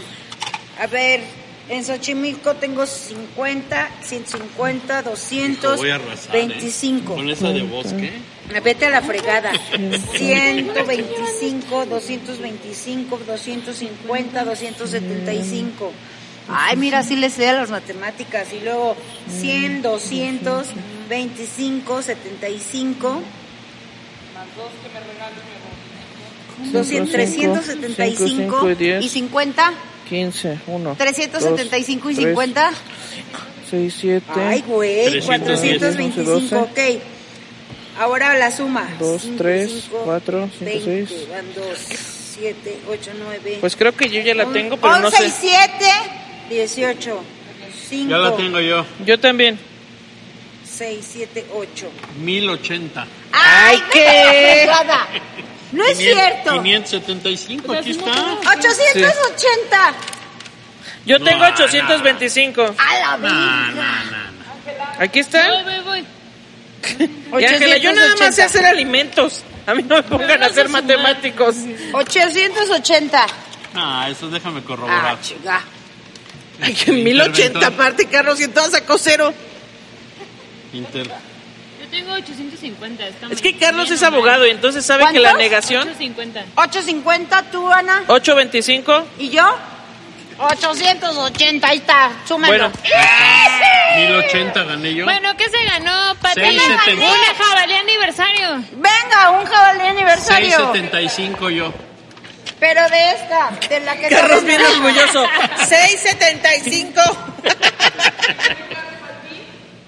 [SPEAKER 3] A ver, en Xochimilco tengo 50, 150, 200,
[SPEAKER 1] Voy a arrasar, ¿eh?
[SPEAKER 3] 25.
[SPEAKER 1] Con esa de bosque.
[SPEAKER 3] Vete a la fregada. 125, 225, 250, 275. Ay, mira, sí le sé a las matemáticas. Y luego 100, 200, 25, 75.
[SPEAKER 2] 5,
[SPEAKER 3] 200, 375
[SPEAKER 2] 5 y 10.
[SPEAKER 3] y 50,
[SPEAKER 2] 15, 1,
[SPEAKER 3] 375 y 50.
[SPEAKER 2] 6, 7.
[SPEAKER 3] Ay, güey,
[SPEAKER 1] 310,
[SPEAKER 3] 425, ok. Ahora la suma.
[SPEAKER 2] Dos,
[SPEAKER 3] Cinco,
[SPEAKER 2] tres,
[SPEAKER 3] cinco,
[SPEAKER 2] cuatro, cinco,
[SPEAKER 3] veinte,
[SPEAKER 2] seis.
[SPEAKER 3] Van 2, 7, 8, 9.
[SPEAKER 2] Pues creo que yo ya la tengo, pero no
[SPEAKER 3] 11 y
[SPEAKER 2] sé.
[SPEAKER 3] 7, 18. 5,
[SPEAKER 1] Ya la tengo yo.
[SPEAKER 2] Yo también.
[SPEAKER 3] 6, 7, 8.
[SPEAKER 1] 1080.
[SPEAKER 3] ¡Ay, qué! No es
[SPEAKER 1] 500,
[SPEAKER 3] cierto.
[SPEAKER 1] 575, aquí está.
[SPEAKER 3] 880.
[SPEAKER 2] Yo
[SPEAKER 1] No,
[SPEAKER 2] tengo
[SPEAKER 1] no,
[SPEAKER 2] 825.
[SPEAKER 3] A la vida.
[SPEAKER 1] No, no, no, no.
[SPEAKER 2] Aquí está.
[SPEAKER 5] Voy, voy, voy.
[SPEAKER 2] Y Ángela, yo nada más sé
[SPEAKER 3] 880.
[SPEAKER 2] hacer alimentos. A mí no me pongan a
[SPEAKER 5] vas a
[SPEAKER 2] hacer
[SPEAKER 5] sumar.
[SPEAKER 2] matemáticos.
[SPEAKER 3] 880.
[SPEAKER 1] Ah, eso déjame corroborar.
[SPEAKER 3] Ah, chica.
[SPEAKER 2] Ay, que en 1080 aparte, Carlos, y entonces sacó cero.
[SPEAKER 1] Inter.
[SPEAKER 5] Yo tengo 850. esta
[SPEAKER 2] Es
[SPEAKER 5] mañana.
[SPEAKER 2] que Carlos
[SPEAKER 5] Bien,
[SPEAKER 2] es abogado y entonces sabe que la
[SPEAKER 3] ¿Cuántos?
[SPEAKER 2] negación...
[SPEAKER 5] 850.
[SPEAKER 3] 850, tú, Ana.
[SPEAKER 2] 825.
[SPEAKER 3] ¿Y yo?
[SPEAKER 6] 880, ahí está. Súmelo.
[SPEAKER 2] Bueno,
[SPEAKER 1] 1080 gané yo.
[SPEAKER 5] Bueno, ¿qué se ganó, Pati?
[SPEAKER 1] Seis, setenta.
[SPEAKER 5] Una jabalí aniversario.
[SPEAKER 3] Venga, un jabalí aniversario.
[SPEAKER 1] 675 yo.
[SPEAKER 3] Pero de esta, de la que
[SPEAKER 2] Carlos pues,
[SPEAKER 3] te-
[SPEAKER 2] bien orgulloso.
[SPEAKER 3] 675.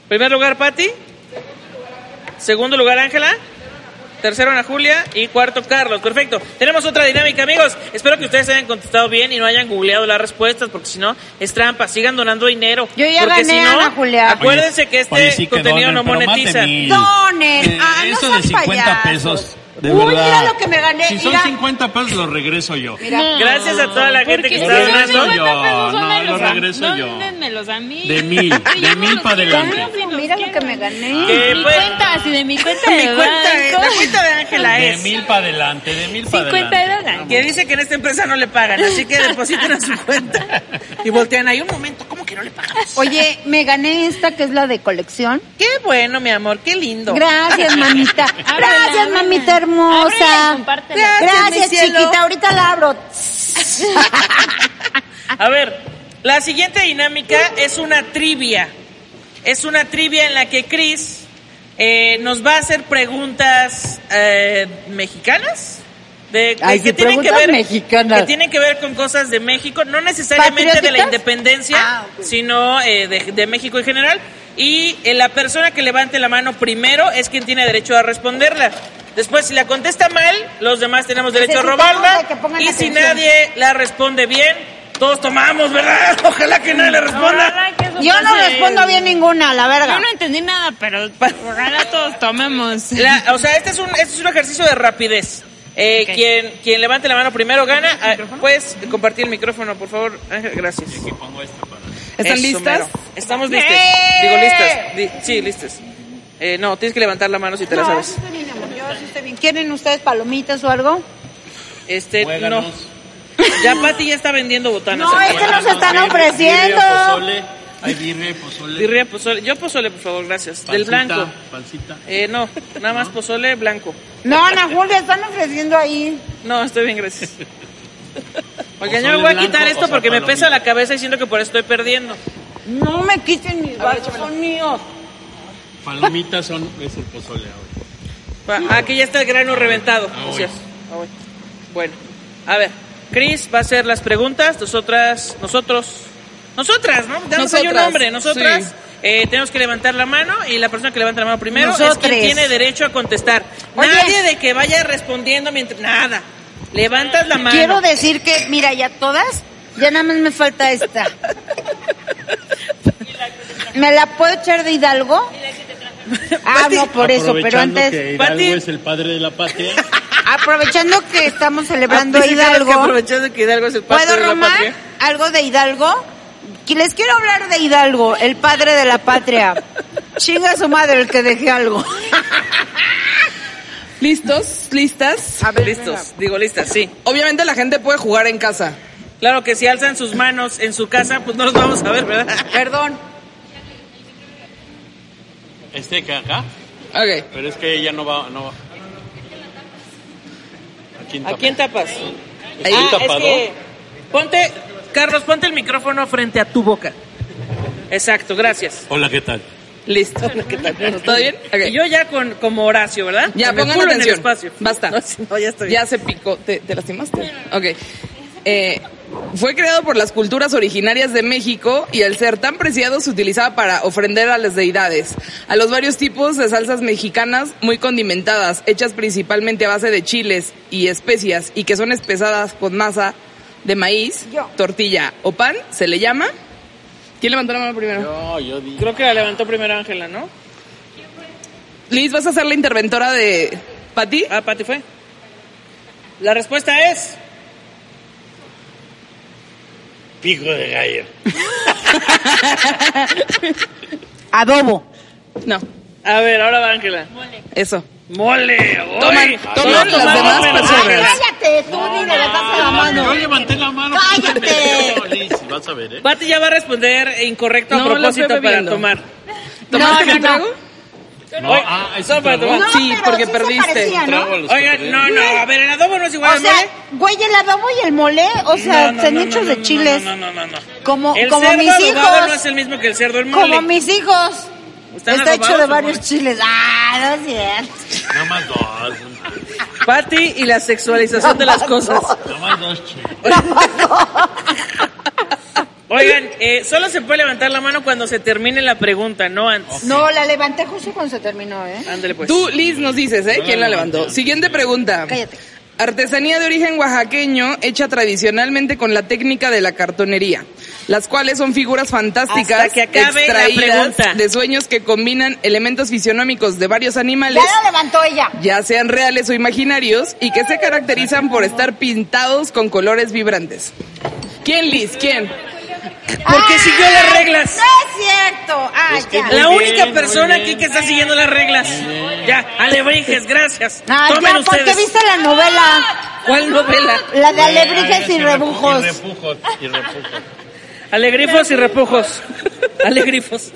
[SPEAKER 2] Primer lugar, Patti. Segundo lugar, Ángela. Tercero, Ana Julia. Y cuarto, Carlos. Perfecto. Tenemos otra dinámica, amigos. Espero que ustedes hayan contestado bien y no hayan googleado las respuestas, porque si no, es trampa. Sigan donando dinero.
[SPEAKER 6] Yo ya
[SPEAKER 2] porque
[SPEAKER 6] gané,
[SPEAKER 2] si no,
[SPEAKER 6] Ana Julia.
[SPEAKER 2] Acuérdense
[SPEAKER 9] Oye,
[SPEAKER 2] que este
[SPEAKER 9] oye, sí que
[SPEAKER 2] contenido
[SPEAKER 9] donen,
[SPEAKER 2] no
[SPEAKER 9] pero
[SPEAKER 2] monetiza.
[SPEAKER 9] mate mil.
[SPEAKER 3] Donen.
[SPEAKER 9] Eh,
[SPEAKER 3] ah, no
[SPEAKER 9] eso
[SPEAKER 3] sean
[SPEAKER 9] de 50
[SPEAKER 3] payasos.
[SPEAKER 9] pesos, de
[SPEAKER 3] Uy,
[SPEAKER 9] verdad.
[SPEAKER 3] mira lo que me gané.
[SPEAKER 1] Si son
[SPEAKER 3] mira.
[SPEAKER 1] 50 pesos, lo regreso yo.
[SPEAKER 5] No,
[SPEAKER 2] Gracias a toda la gente que
[SPEAKER 5] porque
[SPEAKER 2] está
[SPEAKER 5] si son
[SPEAKER 2] donando.
[SPEAKER 5] 50 pesos,
[SPEAKER 1] Yo, no,
[SPEAKER 5] dónmelos
[SPEAKER 1] lo
[SPEAKER 5] a-
[SPEAKER 1] regreso yo.
[SPEAKER 5] dónmelos a mí.
[SPEAKER 1] De mil,
[SPEAKER 5] Sí, yo
[SPEAKER 1] de
[SPEAKER 5] no
[SPEAKER 1] mil
[SPEAKER 5] los
[SPEAKER 1] pa'
[SPEAKER 5] quiero,
[SPEAKER 1] adelante.
[SPEAKER 5] yo no los
[SPEAKER 6] Mira lo
[SPEAKER 5] quiero.
[SPEAKER 6] que me gané.
[SPEAKER 2] Que,
[SPEAKER 5] Mi
[SPEAKER 2] pues,
[SPEAKER 5] cuenta, así de mi cuenta
[SPEAKER 2] mi
[SPEAKER 5] de
[SPEAKER 2] cuenta, eh, la
[SPEAKER 5] banco.
[SPEAKER 2] cuenta de Ángela
[SPEAKER 9] De
[SPEAKER 2] es.
[SPEAKER 9] mil para adelante, de mil para
[SPEAKER 5] 50
[SPEAKER 9] adelante.
[SPEAKER 5] dólares.
[SPEAKER 2] Que dice que en esta empresa no le pagan, así que depositen a su cuenta. Y voltean ahí un momento, ¿cómo que no le pagamos?
[SPEAKER 6] Oye, me gané esta que es la de colección.
[SPEAKER 2] Qué bueno, mi amor, qué lindo.
[SPEAKER 6] Gracias, mamita.
[SPEAKER 5] Ábrela,
[SPEAKER 6] Gracias,
[SPEAKER 5] ábrela.
[SPEAKER 6] mamita
[SPEAKER 5] Ábrela y
[SPEAKER 6] hermosa.
[SPEAKER 5] compártela.
[SPEAKER 6] Gracias,
[SPEAKER 3] Gracias, mi cielo.
[SPEAKER 6] chiquita. Ahorita la abro.
[SPEAKER 2] A ver, la siguiente dinámica es una trivia. Es una trivia en la que Chris eh, nos va a hacer preguntas eh, mexicanas. De, de-
[SPEAKER 6] Ay, sí, preguntas mexicanas.
[SPEAKER 2] que tienen que ver con cosas de México, no necesariamente de la
[SPEAKER 6] ¿Patrióticas?
[SPEAKER 2] independencia,
[SPEAKER 3] Ah, ok.
[SPEAKER 2] sino eh, de, de México en general. Y eh, la persona que levante la mano primero es quien tiene derecho a responderla. Después, si la contesta mal, los demás tenemos derecho a
[SPEAKER 3] Necesitamos
[SPEAKER 2] robarla.
[SPEAKER 3] de que pongan
[SPEAKER 2] Y si
[SPEAKER 3] atención.
[SPEAKER 2] nadie la responde bien, todos tomamos, ¿verdad? Ojalá que nadie le responda.
[SPEAKER 5] Ojalá que eso
[SPEAKER 6] Yo no
[SPEAKER 5] pase.
[SPEAKER 6] respondo bien ninguna, la verga.
[SPEAKER 5] Yo no entendí nada, pero ojalá todos tomemos.
[SPEAKER 2] La- o sea, este es un, este es un ejercicio de rapidez. Eh,
[SPEAKER 5] Ok.
[SPEAKER 2] quien, quien levante la mano primero gana. Ah, Puedes compartir el micrófono, por favor, Ángel, gracias.
[SPEAKER 10] ¿Están
[SPEAKER 2] Eso,
[SPEAKER 10] listas?
[SPEAKER 2] mero. Estamos listas. Digo, listas. Di- sí, listas. Eh, no, tienes que levantar la mano si te la sabes.
[SPEAKER 6] ¿Quieren ustedes palomitas o algo?
[SPEAKER 2] Este, no. Ya Pati ya está vendiendo botanas.
[SPEAKER 6] No, es que nos están ofreciendo.
[SPEAKER 1] Pozole. Hay birria y pozole.
[SPEAKER 2] Birria, pozole. Yo pozole, por favor, gracias. Del
[SPEAKER 1] pancita,
[SPEAKER 2] blanco.
[SPEAKER 1] Pancita.
[SPEAKER 2] Eh, no, nada más pozole blanco.
[SPEAKER 6] No, Ana Julia, están ofreciendo ahí.
[SPEAKER 2] No, estoy bien, gracias. Oigan, yo
[SPEAKER 1] Pozole
[SPEAKER 2] me voy a
[SPEAKER 1] blanco,
[SPEAKER 2] quitar
[SPEAKER 1] o
[SPEAKER 2] esto
[SPEAKER 1] sea,
[SPEAKER 2] porque me
[SPEAKER 1] palomita.
[SPEAKER 2] pesa la cabeza y siento que por eso estoy perdiendo.
[SPEAKER 6] No me quiten mis vasos, son míos.
[SPEAKER 1] Palomitas son, es el pozole ahora.
[SPEAKER 2] Va, Ah, Aquí ya está el grano reventado.
[SPEAKER 1] Ah,
[SPEAKER 2] Gracias. Ah, bueno. Bueno, a ver. Cris va a hacer las preguntas. Nosotras, nosotros, nosotras, ¿no? Damos ahí un
[SPEAKER 8] Nosotras,
[SPEAKER 2] nombre. Nosotras
[SPEAKER 8] sí.
[SPEAKER 2] eh, tenemos que levantar la mano y la persona que levanta la mano primero es
[SPEAKER 6] Nosotres.
[SPEAKER 2] quien tiene derecho a contestar.
[SPEAKER 6] Oye.
[SPEAKER 2] Nadie de que vaya respondiendo mientras. Nada. Levantas la mano.
[SPEAKER 3] Quiero decir que, mira, ya todas, ya nada más me falta esta. ¿Me la puedo echar de Hidalgo? Ah, no, por eso, pero
[SPEAKER 1] Aprovechando
[SPEAKER 3] antes,
[SPEAKER 1] que Hidalgo
[SPEAKER 2] Pati-
[SPEAKER 1] es el padre de la patria.
[SPEAKER 3] aprovechando que estamos celebrando
[SPEAKER 2] Ah, sí, claro, que
[SPEAKER 3] Hidalgo,
[SPEAKER 2] aprovechando que Hidalgo es el padre
[SPEAKER 3] ¿puedo
[SPEAKER 2] de la
[SPEAKER 3] romar
[SPEAKER 2] patria.
[SPEAKER 3] algo de Hidalgo? Que Les quiero hablar de Hidalgo, el padre de la patria. Chinga su madre el que dejé algo.
[SPEAKER 8] ¿Listos? ¿Listas?
[SPEAKER 2] listos, digo listas, sí.
[SPEAKER 8] Obviamente la gente puede jugar en casa.
[SPEAKER 2] Claro que si alzan sus manos en su casa, pues no los vamos a ver, ¿verdad?
[SPEAKER 6] Perdón.
[SPEAKER 1] Este que acá,
[SPEAKER 8] Ok.
[SPEAKER 1] pero es que ella no va. No va. ¿A quién
[SPEAKER 2] ¿A
[SPEAKER 1] tapa?
[SPEAKER 2] quién tapas?
[SPEAKER 1] ¿Es
[SPEAKER 8] Ah,
[SPEAKER 1] un tapador?
[SPEAKER 2] Ponte, Carlos, ponte el micrófono frente a tu boca. Exacto, gracias.
[SPEAKER 11] Hola, ¿qué tal?
[SPEAKER 8] Listo. ¿Todo bien?
[SPEAKER 2] Y yo ya con, como Horacio, ¿verdad?
[SPEAKER 8] Ya,
[SPEAKER 2] Con el
[SPEAKER 8] pongan
[SPEAKER 2] culo en el
[SPEAKER 8] atención.
[SPEAKER 2] espacio.
[SPEAKER 8] Basta.
[SPEAKER 2] No, sí, no, ya estoy bien.
[SPEAKER 8] Ya se picó. ¿Te, te lastimaste? Ok. Eh, fue creado por las culturas originarias de México y al ser tan preciado se utilizaba para ofrender a las deidades, a los varios tipos de salsas mexicanas muy condimentadas, hechas principalmente a base de chiles y especias y que son espesadas con masa de maíz,
[SPEAKER 6] Yo.
[SPEAKER 8] tortilla o pan, se le llama. ¿Quién levantó la mano primero?
[SPEAKER 1] No, yo di.
[SPEAKER 2] Creo que la levantó primero Ángela, ¿no?
[SPEAKER 8] Liz, vas a ser la interventora de Pati.
[SPEAKER 2] Ah, Pati fue. La respuesta es...
[SPEAKER 1] Pico de gallo.
[SPEAKER 3] Adobo.
[SPEAKER 8] No,
[SPEAKER 2] A ver, ahora va Ángela.
[SPEAKER 8] eso.
[SPEAKER 2] ¡Mole! ¡Uy!
[SPEAKER 8] Toman- toman
[SPEAKER 2] Todos
[SPEAKER 8] las
[SPEAKER 2] tomaron
[SPEAKER 8] demás
[SPEAKER 2] menos
[SPEAKER 8] personas.
[SPEAKER 2] Ángela.
[SPEAKER 3] Cállate, tú ni me levantaste la
[SPEAKER 1] Yo
[SPEAKER 3] mano.
[SPEAKER 1] levanté la mano.
[SPEAKER 3] ¡Cállate!
[SPEAKER 1] pero me dio, Liz, vas a ver, ¿eh?
[SPEAKER 2] Pati ya va a responder incorrecto a
[SPEAKER 8] No, lo
[SPEAKER 2] propósito
[SPEAKER 8] estoy
[SPEAKER 2] para
[SPEAKER 8] bebiendo.
[SPEAKER 2] tomar.
[SPEAKER 8] ¿Tomaste
[SPEAKER 3] No, no,
[SPEAKER 8] mi
[SPEAKER 3] no.
[SPEAKER 8] trago?
[SPEAKER 1] No,
[SPEAKER 2] Oye,
[SPEAKER 1] ah, es
[SPEAKER 2] solo
[SPEAKER 1] un
[SPEAKER 2] para
[SPEAKER 1] trago.
[SPEAKER 2] tomar.
[SPEAKER 8] Sí,
[SPEAKER 3] pero
[SPEAKER 8] porque
[SPEAKER 3] se
[SPEAKER 8] perdiste.
[SPEAKER 3] parecía, ¿no?
[SPEAKER 1] Trago a los
[SPEAKER 2] Oigan,
[SPEAKER 1] que
[SPEAKER 2] no, no, a ver, el adobo no es igual
[SPEAKER 3] O
[SPEAKER 2] al mole.
[SPEAKER 3] sea, güey, el adobo y el mole, o sea,
[SPEAKER 2] No, no,
[SPEAKER 3] se han
[SPEAKER 2] no,
[SPEAKER 3] hecho
[SPEAKER 2] no,
[SPEAKER 3] de
[SPEAKER 2] no,
[SPEAKER 3] chiles.
[SPEAKER 2] No, no, no, no.
[SPEAKER 3] Como,
[SPEAKER 2] El
[SPEAKER 3] como
[SPEAKER 2] cerdo
[SPEAKER 3] mis
[SPEAKER 2] adobado
[SPEAKER 3] hijos.
[SPEAKER 2] no es el mismo que el cerdo el mole.
[SPEAKER 3] Como mis hijos.
[SPEAKER 2] ¿Están
[SPEAKER 3] Está
[SPEAKER 2] adobados
[SPEAKER 3] hecho de
[SPEAKER 2] o
[SPEAKER 3] varios
[SPEAKER 2] mole?
[SPEAKER 3] chiles. Ah, no es cierto.
[SPEAKER 1] Nada más dos.
[SPEAKER 2] Pati y la sexualización de las cosas.
[SPEAKER 1] Nada más dos, chicos.
[SPEAKER 2] Oigan, eh, solo se puede levantar la mano cuando se termine la pregunta, no antes.
[SPEAKER 3] No, la levanté justo cuando se terminó, ¿eh?
[SPEAKER 2] Ándale pues.
[SPEAKER 8] Tú, Liz, nos dices, ¿eh? ¿Quién la levantó? Siguiente pregunta.
[SPEAKER 3] Cállate.
[SPEAKER 8] Artesanía de origen oaxaqueño, hecha tradicionalmente con la técnica de la cartonería, las cuales son figuras fantásticas
[SPEAKER 2] Hasta que acabe la
[SPEAKER 8] extraídas
[SPEAKER 2] pregunta.
[SPEAKER 8] de sueños que combinan elementos fisionómicos de varios animales,
[SPEAKER 3] Ya la levantó ella.
[SPEAKER 8] ya sean reales o imaginarios, y que se caracterizan por estar pintados con colores vibrantes. ¿Quién, Liz? ¿Quién?
[SPEAKER 3] Ah.
[SPEAKER 2] Porque siguió las reglas.
[SPEAKER 3] No es cierto. Ah, ya.
[SPEAKER 2] La
[SPEAKER 1] Muy
[SPEAKER 2] única
[SPEAKER 1] bien,
[SPEAKER 2] persona
[SPEAKER 1] muy
[SPEAKER 2] aquí que está siguiendo las reglas. Ya, alebrijes, gracias.
[SPEAKER 3] Ah,
[SPEAKER 2] Tomen
[SPEAKER 3] ya, ¿por qué
[SPEAKER 2] ustedes.
[SPEAKER 3] viste la novela?
[SPEAKER 2] ¿Cuál novela?
[SPEAKER 3] La de
[SPEAKER 1] Ah,
[SPEAKER 3] alebrijes
[SPEAKER 1] sí,
[SPEAKER 3] y rebujos.
[SPEAKER 1] Y repujos. Y repujos.
[SPEAKER 2] Alegrifos y repujos. Alegrifos.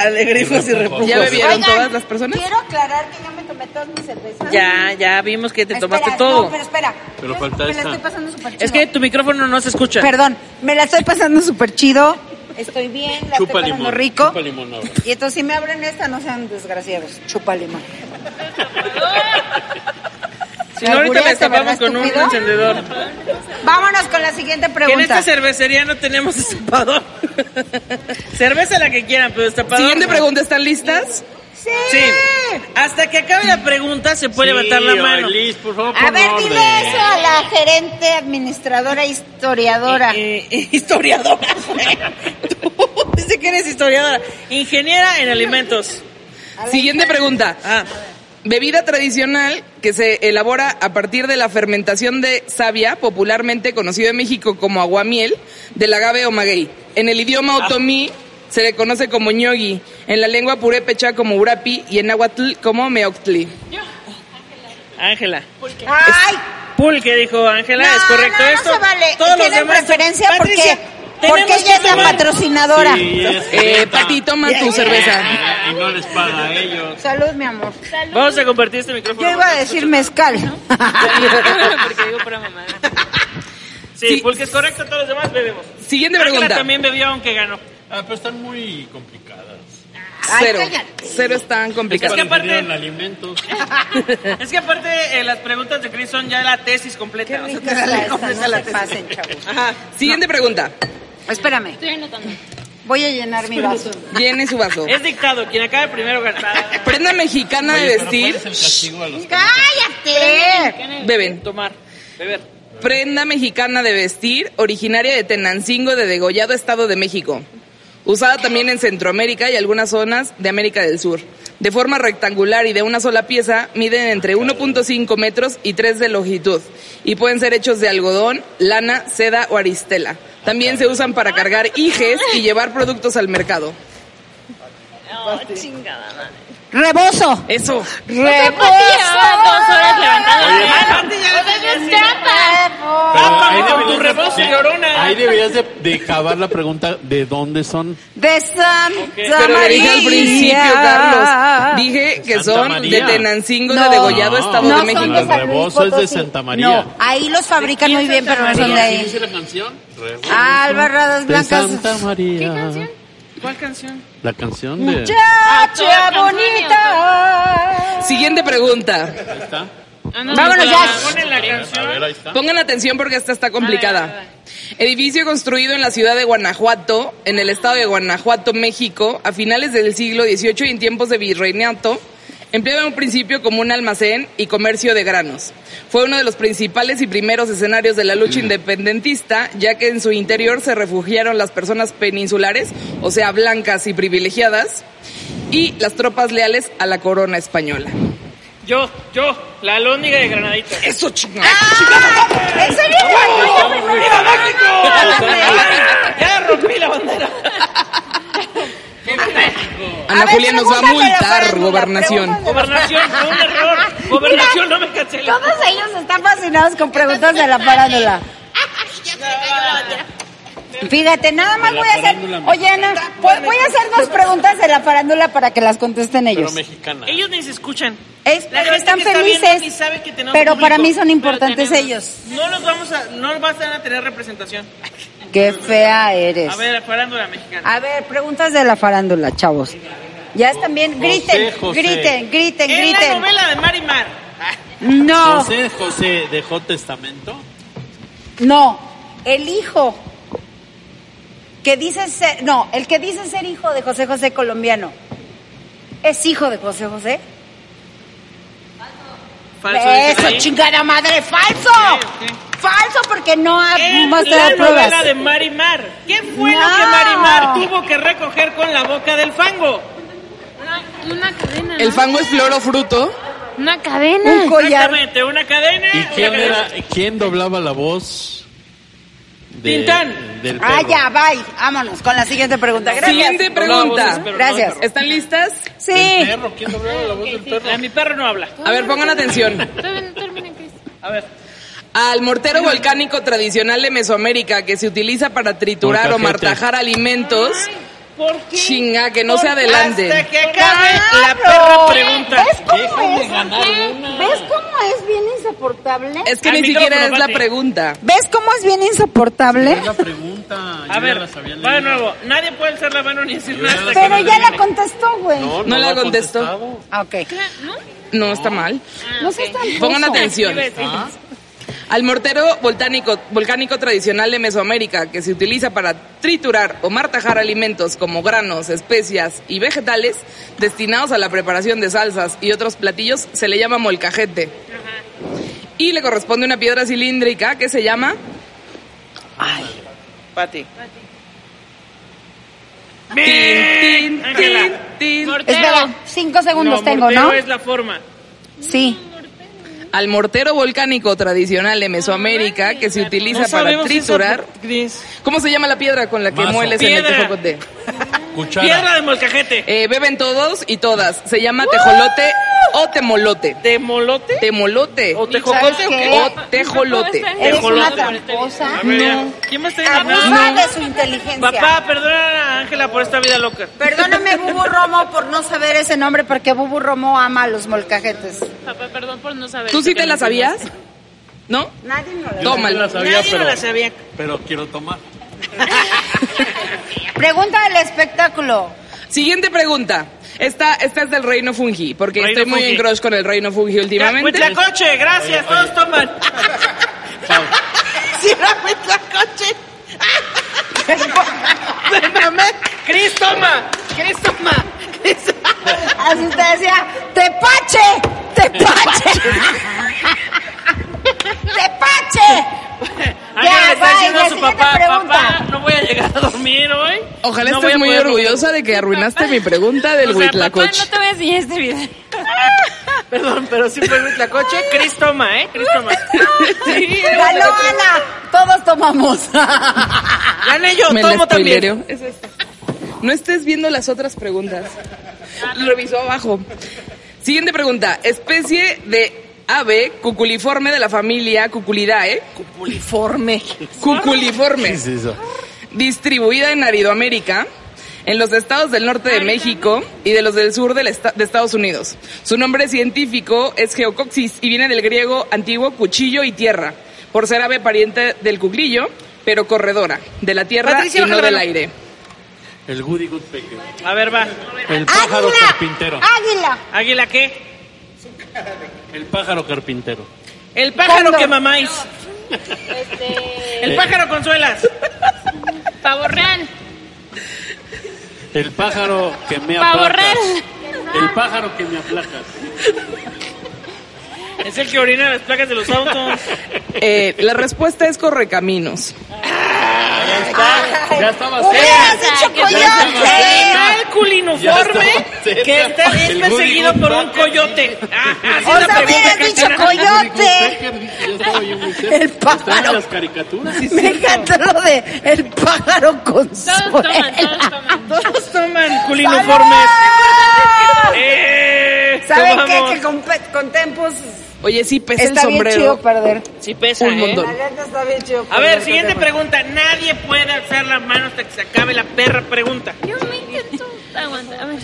[SPEAKER 2] Alegrifos y repujos.
[SPEAKER 8] ¿Ya bebieron
[SPEAKER 3] Oigan,
[SPEAKER 8] todas las personas?
[SPEAKER 3] Quiero aclarar que ya me tomé todas mis cervezas.
[SPEAKER 2] Ya, ya vimos que te tomaste
[SPEAKER 3] Espera,
[SPEAKER 2] todo.
[SPEAKER 3] No, pero espera.
[SPEAKER 1] Pero
[SPEAKER 3] Yo
[SPEAKER 1] falta
[SPEAKER 3] me
[SPEAKER 1] esta.
[SPEAKER 3] la estoy pasando súper chido.
[SPEAKER 2] Es que tu micrófono no se escucha.
[SPEAKER 3] Perdón, me la estoy pasando súper chido. Estoy bien, la
[SPEAKER 1] Chupa
[SPEAKER 3] estoy pasando
[SPEAKER 1] limón.
[SPEAKER 3] rico.
[SPEAKER 1] Chupa limón ahora.
[SPEAKER 3] Y entonces si me abren esta, no sean desgraciados. Chupa limón.
[SPEAKER 2] si no, ahorita
[SPEAKER 3] ¿Alguna
[SPEAKER 2] la
[SPEAKER 3] se
[SPEAKER 2] tapamos
[SPEAKER 3] verá
[SPEAKER 2] con un
[SPEAKER 3] estúpido?
[SPEAKER 2] encendedor.
[SPEAKER 3] Vámonos con la siguiente
[SPEAKER 2] Que en esta
[SPEAKER 3] pregunta.
[SPEAKER 2] cervecería no tenemos destapador. Cerveza la que quieran, pero destapador.
[SPEAKER 8] Siguiente
[SPEAKER 2] no.
[SPEAKER 8] pregunta, ¿están listas?
[SPEAKER 3] Sí.
[SPEAKER 2] Sí. Hasta que acabe la pregunta se puede
[SPEAKER 1] Sí,
[SPEAKER 2] levantar la
[SPEAKER 1] oye,
[SPEAKER 2] mano.
[SPEAKER 1] Liz, por favor,
[SPEAKER 3] A
[SPEAKER 1] pon
[SPEAKER 3] ver,
[SPEAKER 1] orden.
[SPEAKER 3] dile eso a la gerente, administradora, historiadora.
[SPEAKER 2] Eh, eh, historiadora. Tú dice que eres historiadora. Ingeniera en alimentos.
[SPEAKER 8] Siguiente pregunta.
[SPEAKER 2] Ah,
[SPEAKER 8] Bebida tradicional que se elabora a partir de la fermentación de savia, popularmente conocido en México como aguamiel, del agave o maguey. En el idioma
[SPEAKER 1] Ah.
[SPEAKER 8] otomí se le conoce como ñogi, en la lengua purépecha como urapi y en náhuatl como meoctli.
[SPEAKER 2] Ángela.
[SPEAKER 3] Ay,
[SPEAKER 2] Pulque, dijo Ángela,
[SPEAKER 3] No,
[SPEAKER 2] ¿es correcto
[SPEAKER 3] no, no
[SPEAKER 2] esto?
[SPEAKER 3] se vale. Tienen preferencia
[SPEAKER 2] Patricia,
[SPEAKER 6] Porque
[SPEAKER 2] Tenemos
[SPEAKER 6] ella
[SPEAKER 2] que
[SPEAKER 6] es la
[SPEAKER 2] tomar-
[SPEAKER 6] patrocinadora.
[SPEAKER 1] Sí, es
[SPEAKER 8] Eh,
[SPEAKER 1] correcta.
[SPEAKER 8] Pati, toma tu cerveza.
[SPEAKER 1] Y no les paga a
[SPEAKER 2] eh.
[SPEAKER 1] ellos.
[SPEAKER 6] Salud, mi amor.
[SPEAKER 2] Vamos a compartir este micrófono.
[SPEAKER 6] Yo iba a decir mezcal.
[SPEAKER 4] Porque digo pura mamada.
[SPEAKER 2] Sí,
[SPEAKER 8] Sí.
[SPEAKER 2] porque es correcto, todos los demás bebemos.
[SPEAKER 8] Siguiente
[SPEAKER 2] Ángela
[SPEAKER 8] pregunta.
[SPEAKER 2] también bebió aunque ganó.
[SPEAKER 1] Ah, pero están muy complicadas.
[SPEAKER 8] Cero. Cero están
[SPEAKER 1] Es
[SPEAKER 8] complicadas.
[SPEAKER 1] que
[SPEAKER 2] que aparte-
[SPEAKER 1] aparte... alimentos.
[SPEAKER 2] Es que aparte eh, las preguntas de Chris son ya la tesis completa. o sea,
[SPEAKER 6] Rica está esta, no se pasen, chavos.
[SPEAKER 2] ajá.
[SPEAKER 8] Siguiente pregunta.
[SPEAKER 6] Espérame,
[SPEAKER 5] Estoy anotando.
[SPEAKER 6] voy a llenar mi vaso.
[SPEAKER 8] Llene su vaso.
[SPEAKER 2] Es dictado, quien acabe primero gana.
[SPEAKER 8] Prenda mexicana de
[SPEAKER 1] Oye, pero ¿cuál
[SPEAKER 8] vestir.
[SPEAKER 1] es el castigo a los que
[SPEAKER 6] ¡Cállate!
[SPEAKER 8] Beben.
[SPEAKER 2] Tomar, beber.
[SPEAKER 8] Prenda mexicana de vestir, originaria de Tenancingo de Degollado, Estado de México. Usada también en Centroamérica y algunas zonas de América del Sur. De forma rectangular y de una sola pieza, miden entre 1.5 metros y 3 de longitud. Y pueden ser hechos de algodón, lana, seda o aristela. También se usan para cargar hijes y llevar productos al mercado.
[SPEAKER 5] Oh, chingada madre.
[SPEAKER 6] ¡Rebozo!
[SPEAKER 8] Eso.
[SPEAKER 5] Llevaba dos horas levantando la mano.
[SPEAKER 2] Aparte ya les
[SPEAKER 5] ¡Es
[SPEAKER 2] decía,
[SPEAKER 5] trampa!
[SPEAKER 2] Tápame
[SPEAKER 1] Ahí
[SPEAKER 2] con tu
[SPEAKER 1] deberías de-
[SPEAKER 2] rebozo,
[SPEAKER 1] de-
[SPEAKER 2] llorona.
[SPEAKER 1] Ahí deberías de, de acabar la pregunta de dónde son.
[SPEAKER 6] De Santa
[SPEAKER 8] Pero le dije al
[SPEAKER 6] María.
[SPEAKER 8] principio, Carlos. Dije que
[SPEAKER 1] Santa
[SPEAKER 8] son
[SPEAKER 1] María.
[SPEAKER 8] de Tenancingo
[SPEAKER 6] No.
[SPEAKER 8] de Degollado, Estado
[SPEAKER 6] No
[SPEAKER 8] de
[SPEAKER 6] son
[SPEAKER 8] México.
[SPEAKER 6] de San
[SPEAKER 1] El
[SPEAKER 6] Luis
[SPEAKER 1] rebozo es de
[SPEAKER 6] Potosí.
[SPEAKER 1] Santa María.
[SPEAKER 6] No, ahí los fabrican muy bien, pero no son de
[SPEAKER 1] ¿Sí
[SPEAKER 6] ahí.
[SPEAKER 1] dice la canción? Rebozo
[SPEAKER 6] Ah, albarradas
[SPEAKER 1] de
[SPEAKER 6] blancas.
[SPEAKER 1] Santa María.
[SPEAKER 5] ¿Qué canción?
[SPEAKER 2] ¿Cuál canción?
[SPEAKER 1] La canción de...
[SPEAKER 6] Muchacha
[SPEAKER 2] Ah,
[SPEAKER 6] bonita.
[SPEAKER 8] Siguiente pregunta.
[SPEAKER 1] Ahí está.
[SPEAKER 6] Vámonos ya.
[SPEAKER 2] Ponen la
[SPEAKER 1] A
[SPEAKER 2] canción.
[SPEAKER 1] ver, ahí está.
[SPEAKER 8] Pongan atención porque esta está
[SPEAKER 5] A ver, a
[SPEAKER 8] complicada.
[SPEAKER 5] ver,
[SPEAKER 8] Edificio construido en la ciudad de Guanajuato, en el estado de Guanajuato, México, a finales del siglo XVIII y en tiempos de virreinato, empleado en un principio como un almacén y comercio de granos. Fue uno de los principales y primeros escenarios de la lucha independentista, ya que en su interior se refugiaron las personas peninsulares, o sea, blancas y privilegiadas, y las tropas leales a la corona española.
[SPEAKER 2] Yo, yo, la alóndiga de granadita.
[SPEAKER 8] Eso chingada.
[SPEAKER 6] ¿En serio? Ay, yo primero.
[SPEAKER 2] ¡Viva México! ya rompí la bandera.
[SPEAKER 8] Ana
[SPEAKER 5] Ah,
[SPEAKER 6] A ver,
[SPEAKER 8] Julia nos va a
[SPEAKER 6] pregúntale,
[SPEAKER 8] multar,
[SPEAKER 6] Fernanda,
[SPEAKER 8] gobernación.
[SPEAKER 6] pregúntale.
[SPEAKER 2] Gobernación, fue un error. Gobernación, no me cancelen.
[SPEAKER 6] Todos ellos están fascinados con preguntas de la farándula. Fíjate, nada más
[SPEAKER 1] De la
[SPEAKER 6] voy a hacer.
[SPEAKER 1] farándula mexicana.
[SPEAKER 6] Oye, Ana, voy voy a hacer dos preguntas de la farándula para que las contesten
[SPEAKER 1] Pero
[SPEAKER 6] ellos.
[SPEAKER 1] mexicana.
[SPEAKER 2] Ellos ni se escuchan.
[SPEAKER 6] Es-
[SPEAKER 2] La
[SPEAKER 6] pero
[SPEAKER 2] gente
[SPEAKER 6] están
[SPEAKER 2] que está viendo ni
[SPEAKER 6] felices,
[SPEAKER 2] sabe que tenemos
[SPEAKER 6] pero para
[SPEAKER 2] público.
[SPEAKER 6] mí son importantes
[SPEAKER 2] Pero
[SPEAKER 6] ellos.
[SPEAKER 2] No los vamos a, no vas a tener representación.
[SPEAKER 6] Qué fea eres.
[SPEAKER 2] A ver, farándula mexicana.
[SPEAKER 6] A ver, preguntas de la farándula, chavos. Ya están bien, griten,
[SPEAKER 1] José.
[SPEAKER 6] griten, griten,
[SPEAKER 2] en la
[SPEAKER 6] griten.
[SPEAKER 2] novela de Marimar.
[SPEAKER 6] No,
[SPEAKER 1] José, José, ¿dejó testamento?
[SPEAKER 6] no, el hijo que dice ser, no, el que dice ser hijo de José José colombiano. ¿Es hijo de José José?
[SPEAKER 2] Falso. dicen
[SPEAKER 6] Eso,
[SPEAKER 2] ahí.
[SPEAKER 6] chingada madre, falso.
[SPEAKER 2] Sí, sí.
[SPEAKER 6] Falso porque no ha
[SPEAKER 2] En
[SPEAKER 6] mostrado
[SPEAKER 2] la
[SPEAKER 6] pruebas.
[SPEAKER 2] novela Eh, de Marimar. ¿Qué fue lo
[SPEAKER 6] No.
[SPEAKER 2] que Marimar tuvo que recoger con la boca del fango?
[SPEAKER 5] Una, una cadena.
[SPEAKER 8] El
[SPEAKER 5] ¿no?
[SPEAKER 8] fango es flor o fruto.
[SPEAKER 5] Una cadena.
[SPEAKER 6] Un collar.
[SPEAKER 2] Exactamente, una cadena.
[SPEAKER 1] ¿Y
[SPEAKER 2] una
[SPEAKER 1] quién
[SPEAKER 2] cadena.
[SPEAKER 1] era, quién doblaba la voz? de-
[SPEAKER 2] Tintán.
[SPEAKER 1] Del
[SPEAKER 6] Ah,
[SPEAKER 1] perro?
[SPEAKER 6] ya, bye. Vámonos con la siguiente pregunta. Gracias.
[SPEAKER 8] Siguiente
[SPEAKER 2] Hola,
[SPEAKER 8] pregunta.
[SPEAKER 2] voces, pero
[SPEAKER 6] Gracias.
[SPEAKER 8] ¿Están listas?
[SPEAKER 1] ¿Del
[SPEAKER 6] Sí.
[SPEAKER 1] perro? ¿Quién doblaba la voz del perro?
[SPEAKER 2] A mi perro no habla.
[SPEAKER 8] A ver, pongan atención.
[SPEAKER 5] Termina, termina, Cris.
[SPEAKER 2] A ver.
[SPEAKER 8] Al mortero volcánico tradicional de Mesoamérica que se utiliza para triturar o
[SPEAKER 1] Molcajete.
[SPEAKER 8] martajar alimentos.
[SPEAKER 2] ¿Por qué? Ah, este-
[SPEAKER 8] Chinga, que no
[SPEAKER 2] Porque
[SPEAKER 8] se adelante.
[SPEAKER 2] Hasta que acabe la perra
[SPEAKER 6] Claro.
[SPEAKER 2] pregunta.
[SPEAKER 6] ¿Ves cómo
[SPEAKER 1] Dejen de
[SPEAKER 6] es?
[SPEAKER 1] ganar
[SPEAKER 6] ¿Ves cómo es bien insoportable?
[SPEAKER 8] Es que
[SPEAKER 2] Al
[SPEAKER 8] ni siquiera es
[SPEAKER 2] micrófono,
[SPEAKER 8] la
[SPEAKER 2] Pati.
[SPEAKER 8] pregunta.
[SPEAKER 6] ¿Ves cómo es bien insoportable?
[SPEAKER 1] Es la pregunta.
[SPEAKER 2] A ver, va de nuevo. Nadie puede alzar la mano ni decir
[SPEAKER 1] Yo
[SPEAKER 2] nada.
[SPEAKER 1] ya
[SPEAKER 2] hasta
[SPEAKER 1] las
[SPEAKER 2] que
[SPEAKER 6] Pero
[SPEAKER 2] no
[SPEAKER 6] ya la
[SPEAKER 2] termine.
[SPEAKER 6] contestó, güey.
[SPEAKER 8] No la contestó.
[SPEAKER 6] Ah, ok.
[SPEAKER 5] ¿No?
[SPEAKER 8] No, está mal.
[SPEAKER 6] No seas tan
[SPEAKER 8] Pongan
[SPEAKER 6] ruso.
[SPEAKER 8] atención.
[SPEAKER 2] Iba a decir,
[SPEAKER 8] Al mortero volcánico, volcánico tradicional de Mesoamérica, que se utiliza para triturar o martajar alimentos como granos, especias y vegetales destinados a la preparación de salsas y otros platillos, se le llama molcajete. Y le corresponde una piedra cilíndrica que se llama...
[SPEAKER 2] Pati.
[SPEAKER 8] Tin, tin, tin,
[SPEAKER 2] Ángela.
[SPEAKER 8] tin.
[SPEAKER 6] Espera, cinco segundos
[SPEAKER 2] No,
[SPEAKER 6] tengo, ¿no?
[SPEAKER 2] mortero es la forma.
[SPEAKER 6] Sí.
[SPEAKER 8] Al mortero volcánico tradicional de Mesoamérica, que se utiliza
[SPEAKER 2] Ah, No
[SPEAKER 8] para
[SPEAKER 2] sabemos
[SPEAKER 8] triturar...
[SPEAKER 2] eso, Cris.
[SPEAKER 8] ¿Cómo se llama la piedra con la que
[SPEAKER 1] Mazo.
[SPEAKER 8] mueles en el
[SPEAKER 2] Piedra.
[SPEAKER 8] tejocote?
[SPEAKER 1] Cuchara.
[SPEAKER 2] Piedra de molcajete.
[SPEAKER 8] Eh, beben todos y todas. Se llama tejolote o temolote.
[SPEAKER 2] ¿Temolote?
[SPEAKER 8] Temolote.
[SPEAKER 2] ¿O tejocote o
[SPEAKER 3] qué?
[SPEAKER 8] O tejolote.
[SPEAKER 3] Eres una
[SPEAKER 2] Tejolote.
[SPEAKER 3] tramposa.
[SPEAKER 2] A ver, ¿quién me está
[SPEAKER 3] Abusa
[SPEAKER 2] llamando?
[SPEAKER 3] de su inteligencia.
[SPEAKER 2] Papá, perdona a Ángela por esta vida loca.
[SPEAKER 3] Perdóname, Bubu Romo, por no saber ese nombre, porque Bubu Romo ama a los molcajetes.
[SPEAKER 5] Papá, perdón por no saber.
[SPEAKER 8] ¿Tú sí
[SPEAKER 5] que
[SPEAKER 8] te la
[SPEAKER 5] me
[SPEAKER 8] sabías? ¿No?
[SPEAKER 3] Nadie nos lo
[SPEAKER 1] Yo no
[SPEAKER 8] Tómala.
[SPEAKER 1] la sabía,
[SPEAKER 2] Nadie
[SPEAKER 1] pero,
[SPEAKER 2] no la sabía.
[SPEAKER 1] pero quiero tomar.
[SPEAKER 3] Pregunta del espectáculo.
[SPEAKER 8] Siguiente pregunta. Esta, esta es del reino fungi, porque
[SPEAKER 2] Reino
[SPEAKER 8] estoy muy
[SPEAKER 2] Fungi. pues,
[SPEAKER 8] en crush con el reino fungi últimamente.
[SPEAKER 2] coche, gracias, todos toman. Si era coche. Perdóname. Cris toma, Cris toma. Cris-
[SPEAKER 3] Así usted decía, ¡Tepache! ¡Tepache! ¡Tepache!
[SPEAKER 2] Ángela le está
[SPEAKER 3] va,
[SPEAKER 2] diciendo
[SPEAKER 3] la
[SPEAKER 2] a su
[SPEAKER 3] siguiente
[SPEAKER 2] papá,
[SPEAKER 3] pregunta.
[SPEAKER 2] papá, no voy a llegar a dormir hoy.
[SPEAKER 8] Ojalá
[SPEAKER 2] No voy
[SPEAKER 8] estés
[SPEAKER 2] a
[SPEAKER 8] muy
[SPEAKER 2] poder-
[SPEAKER 8] orgullosa de que arruinaste mi pregunta del
[SPEAKER 5] O sea, papá,
[SPEAKER 8] huitlacoche.
[SPEAKER 5] no te voy a enseñar este video.
[SPEAKER 2] Perdón, pero sí fue Huitlacoche. Cris toma, ¿eh? Cris toma. Sí, era
[SPEAKER 3] ¡Ganó
[SPEAKER 2] Huitlacoche.
[SPEAKER 3] Ana! Todos tomamos.
[SPEAKER 2] Gané yo,
[SPEAKER 8] Me la
[SPEAKER 2] tomo también.
[SPEAKER 8] spoilereo. Es esta. No estés viendo las otras preguntas. Lo revisó abajo. Siguiente pregunta. Especie de ave cuculiforme de la familia Cuculidae.
[SPEAKER 2] Cupuliforme.
[SPEAKER 8] Cuculiforme.
[SPEAKER 1] es eso?
[SPEAKER 8] Distribuida en Aridoamérica. En los estados del norte de México y de los del sur del esta- de Estados Unidos. Su nombre científico es Geocoxis y viene del griego antiguo cuchillo y tierra, por ser ave pariente del cuclillo, pero corredora, de la tierra
[SPEAKER 2] Patricia,
[SPEAKER 8] y no
[SPEAKER 2] bájale,
[SPEAKER 8] del
[SPEAKER 2] bájale.
[SPEAKER 8] aire.
[SPEAKER 1] El Woody Woodpecker.
[SPEAKER 2] A ver, va.
[SPEAKER 6] Ah,
[SPEAKER 1] El pájaro
[SPEAKER 3] ¡Águila!
[SPEAKER 1] carpintero.
[SPEAKER 3] ¡Águila!
[SPEAKER 2] ¿Águila qué?
[SPEAKER 1] El pájaro carpintero.
[SPEAKER 2] El pájaro
[SPEAKER 3] Cóndor.
[SPEAKER 2] que mamáis.
[SPEAKER 8] Eh.
[SPEAKER 2] El pájaro consuelas.
[SPEAKER 5] Pavo real.
[SPEAKER 1] El pájaro que me
[SPEAKER 5] Pavo
[SPEAKER 1] aplacas.
[SPEAKER 5] real.
[SPEAKER 1] El pájaro que me aplacas.
[SPEAKER 2] Es el que orina las placas de los autos.
[SPEAKER 8] Eh, la respuesta es correcaminos.
[SPEAKER 1] Ya estaba
[SPEAKER 3] ¡Hubieras
[SPEAKER 1] cerca.
[SPEAKER 3] dicho
[SPEAKER 1] Ya
[SPEAKER 3] coyote!
[SPEAKER 2] Está el culiniforme
[SPEAKER 1] Ya estaba cerca.
[SPEAKER 2] que está, es
[SPEAKER 1] El
[SPEAKER 2] perseguido
[SPEAKER 1] Woody
[SPEAKER 2] por un
[SPEAKER 1] Woodpecker.
[SPEAKER 2] coyote. Ah, así
[SPEAKER 3] O
[SPEAKER 2] la
[SPEAKER 3] sea,
[SPEAKER 2] pregunta,
[SPEAKER 3] hubieras dicho
[SPEAKER 2] Cachana.
[SPEAKER 3] coyote.
[SPEAKER 1] Ya estaba yo muy cerca.
[SPEAKER 3] El pájaro.
[SPEAKER 1] Estaban las caricaturas.
[SPEAKER 3] Me encantó lo de el pájaro con
[SPEAKER 5] Todos toman, todos toman.
[SPEAKER 2] Todos toman culiniformes. Eh,
[SPEAKER 3] ¿Saben
[SPEAKER 2] tomamos.
[SPEAKER 3] qué? Que con, pe- con Tempos
[SPEAKER 8] Oye, sí pesa
[SPEAKER 3] está
[SPEAKER 8] el
[SPEAKER 3] bien chido
[SPEAKER 8] sombrero.
[SPEAKER 3] perder.
[SPEAKER 2] Sí pesa,
[SPEAKER 8] Un
[SPEAKER 2] ¿eh?
[SPEAKER 8] montón.
[SPEAKER 3] La neta está bien chido
[SPEAKER 2] A
[SPEAKER 3] perder
[SPEAKER 2] ver,
[SPEAKER 3] con
[SPEAKER 2] siguiente
[SPEAKER 3] Tempos.
[SPEAKER 2] pregunta. Nadie puede alzar las manos hasta que se acabe la perra pregunta.
[SPEAKER 5] Yo me intento. Aguanta, a ver.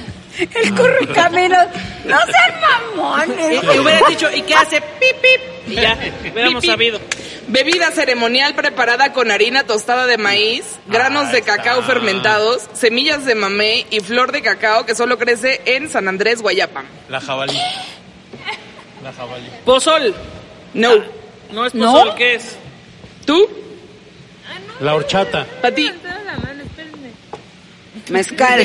[SPEAKER 3] El correcaminos. No sean
[SPEAKER 2] Y,
[SPEAKER 3] mamones.
[SPEAKER 2] y hubieras dicho, ¿y qué hace? Pip, pip. Y ya, hubiéramos
[SPEAKER 8] Pip, pip.
[SPEAKER 2] sabido.
[SPEAKER 8] Bebida ceremonial preparada con harina tostada de maíz, granos de cacao fermentados, semillas de mamey y flor de cacao que solo crece en San Andrés, Guayapa.
[SPEAKER 12] La jabalí. La jabalí.
[SPEAKER 2] Pozol.
[SPEAKER 8] No.
[SPEAKER 2] No es
[SPEAKER 3] ¿No?
[SPEAKER 2] pozol, ¿qué es?
[SPEAKER 8] ¿Tú?
[SPEAKER 1] La horchata.
[SPEAKER 8] Pati.
[SPEAKER 5] Toda la mano, espérenme.
[SPEAKER 3] Mezcal.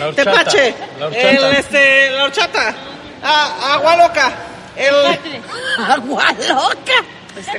[SPEAKER 1] La horchata.
[SPEAKER 13] Tepache.
[SPEAKER 1] La horchata.
[SPEAKER 13] El, este, la horchata. Ah, agua loca. El
[SPEAKER 3] Agua loca.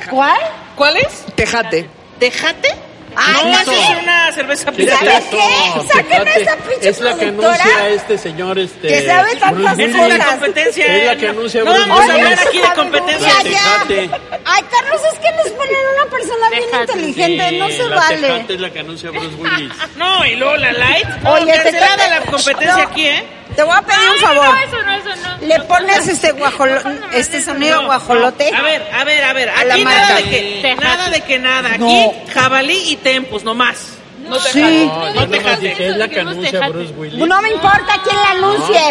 [SPEAKER 3] ¿Cuál? Ah,
[SPEAKER 8] ¿Cuál es? Tejate.
[SPEAKER 13] tejate.
[SPEAKER 3] Ay,
[SPEAKER 2] no,
[SPEAKER 3] la
[SPEAKER 2] eso
[SPEAKER 3] que-
[SPEAKER 2] es una cerveza
[SPEAKER 1] ¿Qué es
[SPEAKER 2] pirata.
[SPEAKER 3] ¿Sabes
[SPEAKER 1] eso?
[SPEAKER 3] qué? Saquen a
[SPEAKER 1] Tecate.
[SPEAKER 3] esa pinche
[SPEAKER 1] Es la que
[SPEAKER 3] productora
[SPEAKER 1] anuncia este señor este.
[SPEAKER 3] que sabe tantas
[SPEAKER 1] Bruce
[SPEAKER 2] Es
[SPEAKER 1] Willis.
[SPEAKER 2] una
[SPEAKER 3] cosas.
[SPEAKER 2] competencia.
[SPEAKER 1] Es la
[SPEAKER 2] eh,
[SPEAKER 1] que
[SPEAKER 2] no-
[SPEAKER 1] anuncia
[SPEAKER 2] No
[SPEAKER 1] Bruce
[SPEAKER 2] vamos a
[SPEAKER 1] Willis.
[SPEAKER 2] hablar aquí de
[SPEAKER 3] esa
[SPEAKER 2] competencia.
[SPEAKER 3] sabiduría
[SPEAKER 1] Tecate.
[SPEAKER 3] ya. Ay, Carlos, es que nos ponen una persona bien
[SPEAKER 5] Tejate,
[SPEAKER 3] inteligente. No se
[SPEAKER 1] la
[SPEAKER 3] vale.
[SPEAKER 1] Tecate es la que anuncia Bruce Willis.
[SPEAKER 2] No, y luego la light.
[SPEAKER 3] Oye,
[SPEAKER 2] Oye, cancelada
[SPEAKER 3] Tecate-
[SPEAKER 2] la competencia
[SPEAKER 3] No.
[SPEAKER 2] aquí, ¿eh?
[SPEAKER 3] Te voy a pedir un
[SPEAKER 5] Ah, no,
[SPEAKER 3] favor.
[SPEAKER 5] eso no, eso no.
[SPEAKER 3] Le pones este guajolo, este sonido
[SPEAKER 2] No,
[SPEAKER 3] guajolote.
[SPEAKER 2] no. A ver, a ver, a ver.
[SPEAKER 3] A la
[SPEAKER 2] Aquí nada
[SPEAKER 3] marca.
[SPEAKER 2] de que
[SPEAKER 5] Tejate.
[SPEAKER 2] nada. De que nada. Aquí
[SPEAKER 3] No.
[SPEAKER 2] jabalí y tempus, nomás.
[SPEAKER 5] No
[SPEAKER 3] Sí.
[SPEAKER 5] dejaste,
[SPEAKER 1] No, yo
[SPEAKER 5] dejaste
[SPEAKER 1] nomás
[SPEAKER 5] eso,
[SPEAKER 1] dije, es la que
[SPEAKER 5] dijimos
[SPEAKER 1] anuncia
[SPEAKER 5] dejaste.
[SPEAKER 1] Bruce Willis.
[SPEAKER 3] No me importa quién la anuncie.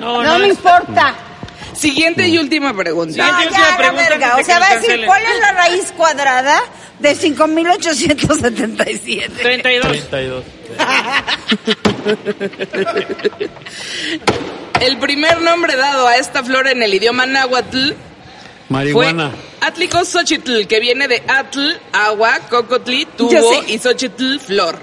[SPEAKER 2] No,
[SPEAKER 3] No,
[SPEAKER 2] no,
[SPEAKER 3] me
[SPEAKER 2] es-
[SPEAKER 3] importa.
[SPEAKER 8] Siguiente y última pregunta.
[SPEAKER 2] Siguiente
[SPEAKER 3] No,
[SPEAKER 2] última
[SPEAKER 3] ya, la
[SPEAKER 2] pregunta antes
[SPEAKER 3] verga.
[SPEAKER 2] de
[SPEAKER 3] O
[SPEAKER 2] que
[SPEAKER 3] sea, va
[SPEAKER 2] nos
[SPEAKER 3] a decir,
[SPEAKER 2] cancelen.
[SPEAKER 3] ¿cuál es la raíz cuadrada de 5,877?
[SPEAKER 2] 32.
[SPEAKER 1] 32.
[SPEAKER 8] El primer nombre dado a esta flor en el idioma náhuatl fue
[SPEAKER 1] Marihuana.
[SPEAKER 8] Atlico Xochitl, que viene de Atl, agua, cocotli,
[SPEAKER 3] Yo
[SPEAKER 8] tubo
[SPEAKER 3] sé.
[SPEAKER 8] y Xochitl, flor.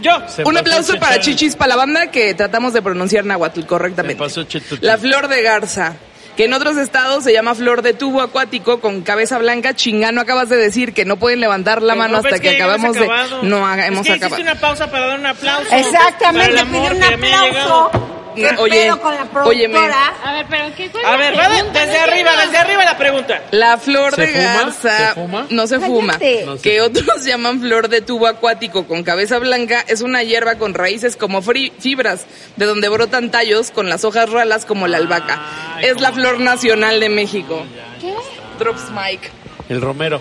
[SPEAKER 2] Yo.
[SPEAKER 1] Se
[SPEAKER 8] Un
[SPEAKER 1] pasó
[SPEAKER 8] aplauso para
[SPEAKER 1] Chicharo.
[SPEAKER 8] Chichis para la banda que tratamos de pronunciar náhuatl correctamente.
[SPEAKER 1] Se pasó Chichutl.
[SPEAKER 8] La flor de garza, que en otros estados se llama flor de tubo acuático con cabeza blanca. Chingano, acabas de decir que no pueden levantar la mano
[SPEAKER 2] No,
[SPEAKER 8] hasta
[SPEAKER 2] ves
[SPEAKER 8] que,
[SPEAKER 2] ya hemos
[SPEAKER 8] acabamos de...
[SPEAKER 2] acabado.
[SPEAKER 8] No, haga-
[SPEAKER 2] Es
[SPEAKER 8] hemos
[SPEAKER 2] que hiciste
[SPEAKER 8] acabado.
[SPEAKER 2] una pausa para dar un aplauso.
[SPEAKER 3] Exactamente,
[SPEAKER 2] Para el
[SPEAKER 3] pide
[SPEAKER 2] amor
[SPEAKER 3] un
[SPEAKER 2] que me ha
[SPEAKER 3] aplauso.
[SPEAKER 2] llegado.
[SPEAKER 6] ¿Qué
[SPEAKER 8] Oye,
[SPEAKER 6] pedo con la productora?
[SPEAKER 8] óyeme.
[SPEAKER 5] A ver, pero ¿qué cuál es
[SPEAKER 2] A
[SPEAKER 5] la
[SPEAKER 2] ver, va de-
[SPEAKER 5] pregunta?
[SPEAKER 2] desde
[SPEAKER 5] No
[SPEAKER 2] arriba,
[SPEAKER 5] entiendo.
[SPEAKER 2] desde arriba la pregunta.
[SPEAKER 8] La flor
[SPEAKER 1] ¿Se
[SPEAKER 8] de
[SPEAKER 1] fuma?
[SPEAKER 8] garza
[SPEAKER 1] ¿Se fuma?
[SPEAKER 8] no se fuma,
[SPEAKER 6] Cállate.
[SPEAKER 1] No se
[SPEAKER 8] que
[SPEAKER 1] fuma.
[SPEAKER 8] otros llaman flor de tubo acuático con cabeza blanca, es una hierba con raíces como fri- fibras, de donde brotan tallos con las hojas ralas como la albahaca.
[SPEAKER 1] Ay,
[SPEAKER 8] es
[SPEAKER 1] cómo
[SPEAKER 8] la flor nacional de México.
[SPEAKER 5] ¿Qué?
[SPEAKER 8] Drops Mike.
[SPEAKER 1] El romero.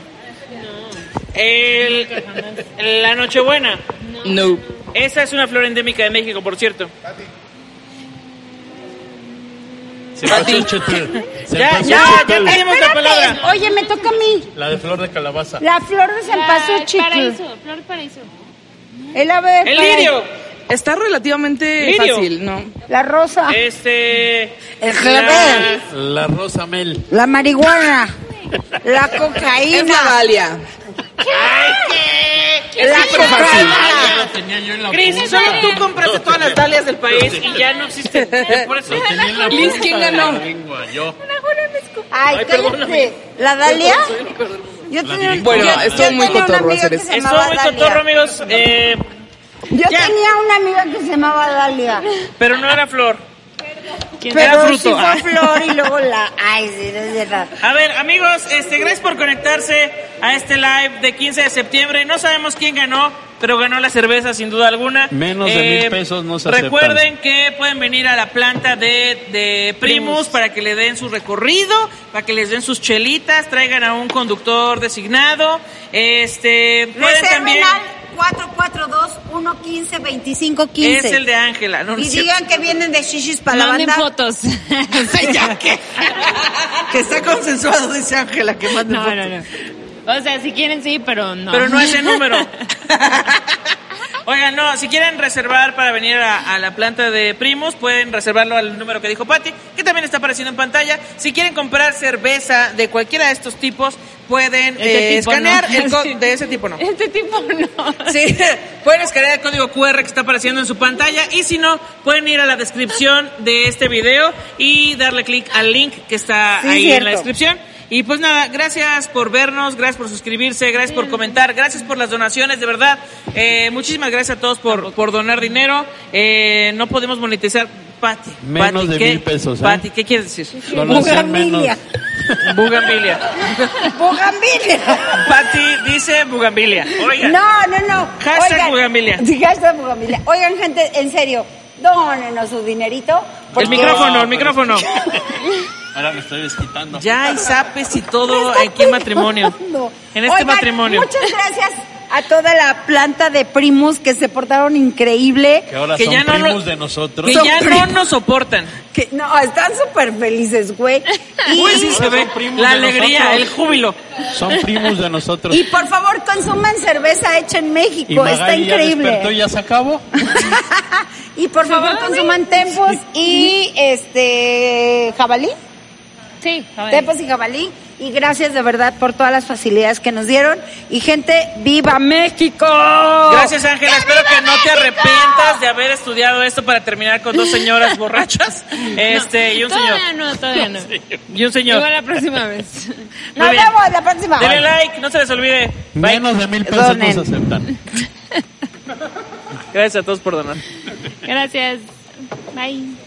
[SPEAKER 2] El, la Nochebuena.
[SPEAKER 8] No.
[SPEAKER 2] Esa es una flor endémica de México, por cierto.
[SPEAKER 1] Se pasó el chetel. Se
[SPEAKER 2] Ya,
[SPEAKER 1] pasó
[SPEAKER 2] ya,
[SPEAKER 1] el
[SPEAKER 2] ya
[SPEAKER 1] chetel.
[SPEAKER 2] tenemos la palabra.
[SPEAKER 3] Oye, me toca a mí.
[SPEAKER 1] La de flor de calabaza.
[SPEAKER 3] La flor de
[SPEAKER 5] La-
[SPEAKER 3] cempasúchil.
[SPEAKER 5] Ah, Paraíso, flor paraíso.
[SPEAKER 3] El ave.
[SPEAKER 2] El
[SPEAKER 3] para-
[SPEAKER 2] lirio.
[SPEAKER 8] Está relativamente
[SPEAKER 2] Lirio.
[SPEAKER 8] fácil, ¿no?
[SPEAKER 3] La rosa.
[SPEAKER 2] Este.
[SPEAKER 6] El
[SPEAKER 2] la-
[SPEAKER 6] jebe.
[SPEAKER 1] La rosa mel.
[SPEAKER 6] La marihuana. La cocaína.
[SPEAKER 8] Es la valia.
[SPEAKER 6] la cocaína.
[SPEAKER 1] La tenía yo en la
[SPEAKER 2] Cris,
[SPEAKER 1] punta.
[SPEAKER 2] solo tú compraste todas las dalias del país y ya no existen. Por eso.
[SPEAKER 1] Lo tenía en la
[SPEAKER 8] Liz,
[SPEAKER 1] punta
[SPEAKER 8] ¿quién
[SPEAKER 1] de la
[SPEAKER 8] ganó?
[SPEAKER 1] lengua, yo.
[SPEAKER 6] Ay,
[SPEAKER 2] Ay, perdóname.
[SPEAKER 6] cállate. ¿La Dalia? Yo tenía un-
[SPEAKER 8] Bueno,
[SPEAKER 6] yo-
[SPEAKER 8] estuvo
[SPEAKER 6] yo
[SPEAKER 8] muy
[SPEAKER 6] tenía un
[SPEAKER 8] cotorro
[SPEAKER 6] amigo
[SPEAKER 8] hacer
[SPEAKER 6] que
[SPEAKER 8] eso.
[SPEAKER 6] se
[SPEAKER 2] Estuvo
[SPEAKER 6] llamaba
[SPEAKER 2] muy
[SPEAKER 6] Dalia.
[SPEAKER 2] cotorro, amigos. eh, Ya.
[SPEAKER 6] Yo tenía una amiga que se llamaba Dalia.
[SPEAKER 2] pero no era flor. Era
[SPEAKER 6] Pero sí
[SPEAKER 2] fruto. Ah.
[SPEAKER 6] fue flor y luego la... Ay, sí, no es verdad.
[SPEAKER 2] A ver, amigos, este, gracias por conectarse a este live de 15 de septiembre. No sabemos quién ganó, pero ganó la cerveza sin duda alguna. Eh,
[SPEAKER 1] Menos de mil pesos no se aceptan.
[SPEAKER 2] Recuerden que pueden venir a la planta de, de Primus para que le den su recorrido, para que les den sus chelitas, traigan a un conductor designado. Este, pueden
[SPEAKER 6] Reserven
[SPEAKER 2] también.
[SPEAKER 6] al 442-115-2515.
[SPEAKER 2] Es el de Ángela, no, no
[SPEAKER 6] Y
[SPEAKER 2] es cierto.
[SPEAKER 6] digan que vienen de shishis para la
[SPEAKER 5] Manden
[SPEAKER 6] banda.
[SPEAKER 5] fotos.
[SPEAKER 2] que está consensuado, dice Ángela, que manda
[SPEAKER 5] No, no, no. O sea, si quieren sí, pero no.
[SPEAKER 2] Pero no ese número. Oigan, no, si quieren reservar para venir a, a la planta de Primus, pueden reservarlo al número que dijo Patti, que también está apareciendo en pantalla. Si quieren comprar cerveza de cualquiera de estos tipos, pueden
[SPEAKER 5] Este
[SPEAKER 2] eh,
[SPEAKER 5] tipo
[SPEAKER 2] escanear
[SPEAKER 5] no.
[SPEAKER 2] el código. De ese tipo no.
[SPEAKER 5] Este tipo no.
[SPEAKER 2] Sí, pueden escanear el código QR que está apareciendo en su pantalla y si no, pueden ir a la descripción de este video y darle clic al link que está
[SPEAKER 6] Sí,
[SPEAKER 2] ahí en
[SPEAKER 6] cierto.
[SPEAKER 2] la descripción. Y pues nada, gracias por vernos, gracias por suscribirse, gracias por comentar, gracias por las donaciones, de verdad. Eh, muchísimas gracias a todos por, por donar dinero. Eh, no podemos monetizar. Pati,
[SPEAKER 1] Menos
[SPEAKER 2] Pati,
[SPEAKER 1] de
[SPEAKER 2] ¿qué-
[SPEAKER 1] mil pesos, ¿eh?
[SPEAKER 2] Pati, ¿qué quieres decir?
[SPEAKER 1] Donación menos.
[SPEAKER 2] Bugambilia.
[SPEAKER 6] Bugambilia. Bugambilia.
[SPEAKER 2] Pati dice Bugambilia. Oigan.
[SPEAKER 6] No, no, no.
[SPEAKER 2] Hashtag Bugambilia.
[SPEAKER 6] Sí, hashtag Bugambilia. Oigan, gente, en serio, dónenos su dinerito.
[SPEAKER 2] El micrófono, el micrófono.
[SPEAKER 1] Ahora me estoy desquitando.
[SPEAKER 2] Ya hay sapes y todo aquí en matrimonio.
[SPEAKER 6] No.
[SPEAKER 2] En este
[SPEAKER 6] Oigan,
[SPEAKER 2] matrimonio.
[SPEAKER 6] Muchas gracias a toda la planta de primos que se portaron increíble.
[SPEAKER 1] Que ahora
[SPEAKER 2] Que
[SPEAKER 1] son
[SPEAKER 2] ya no lo-
[SPEAKER 1] primos de nosotros.
[SPEAKER 2] Que ya no nos soportan.
[SPEAKER 6] Que, no, están súper felices, güey. Y,
[SPEAKER 2] Pues sí se ve
[SPEAKER 1] Son primos
[SPEAKER 2] la
[SPEAKER 1] de
[SPEAKER 2] alegría,
[SPEAKER 1] nosotros.
[SPEAKER 2] el júbilo.
[SPEAKER 1] Son primos de nosotros.
[SPEAKER 6] y por favor, consuman cerveza hecha en
[SPEAKER 1] Y
[SPEAKER 6] México. Está
[SPEAKER 1] Magali ya despertó
[SPEAKER 6] increíble.
[SPEAKER 1] y ya se acabó.
[SPEAKER 6] Y por favor, consuman tempos y este jabalí.
[SPEAKER 5] Sí, a ver.
[SPEAKER 6] Tempos y jabalí. Y gracias de verdad por todas las facilidades que nos dieron. Y gente, ¡viva México!
[SPEAKER 2] Gracias, Ángela. Espero que no te arrepientas de haber estudiado esto para terminar con dos señoras borrachas. Este, y un señor.
[SPEAKER 5] Todavía no, todavía no.
[SPEAKER 2] Y un señor.
[SPEAKER 5] Igual la próxima vez.
[SPEAKER 6] Nos
[SPEAKER 2] bien.
[SPEAKER 6] vemos la próxima.
[SPEAKER 2] Denle like, no se les olvide. Bye.
[SPEAKER 1] Menos de mil pesos no
[SPEAKER 6] Donen.
[SPEAKER 1] se aceptan.
[SPEAKER 2] Gracias a todos por donar.
[SPEAKER 5] Gracias. Bye.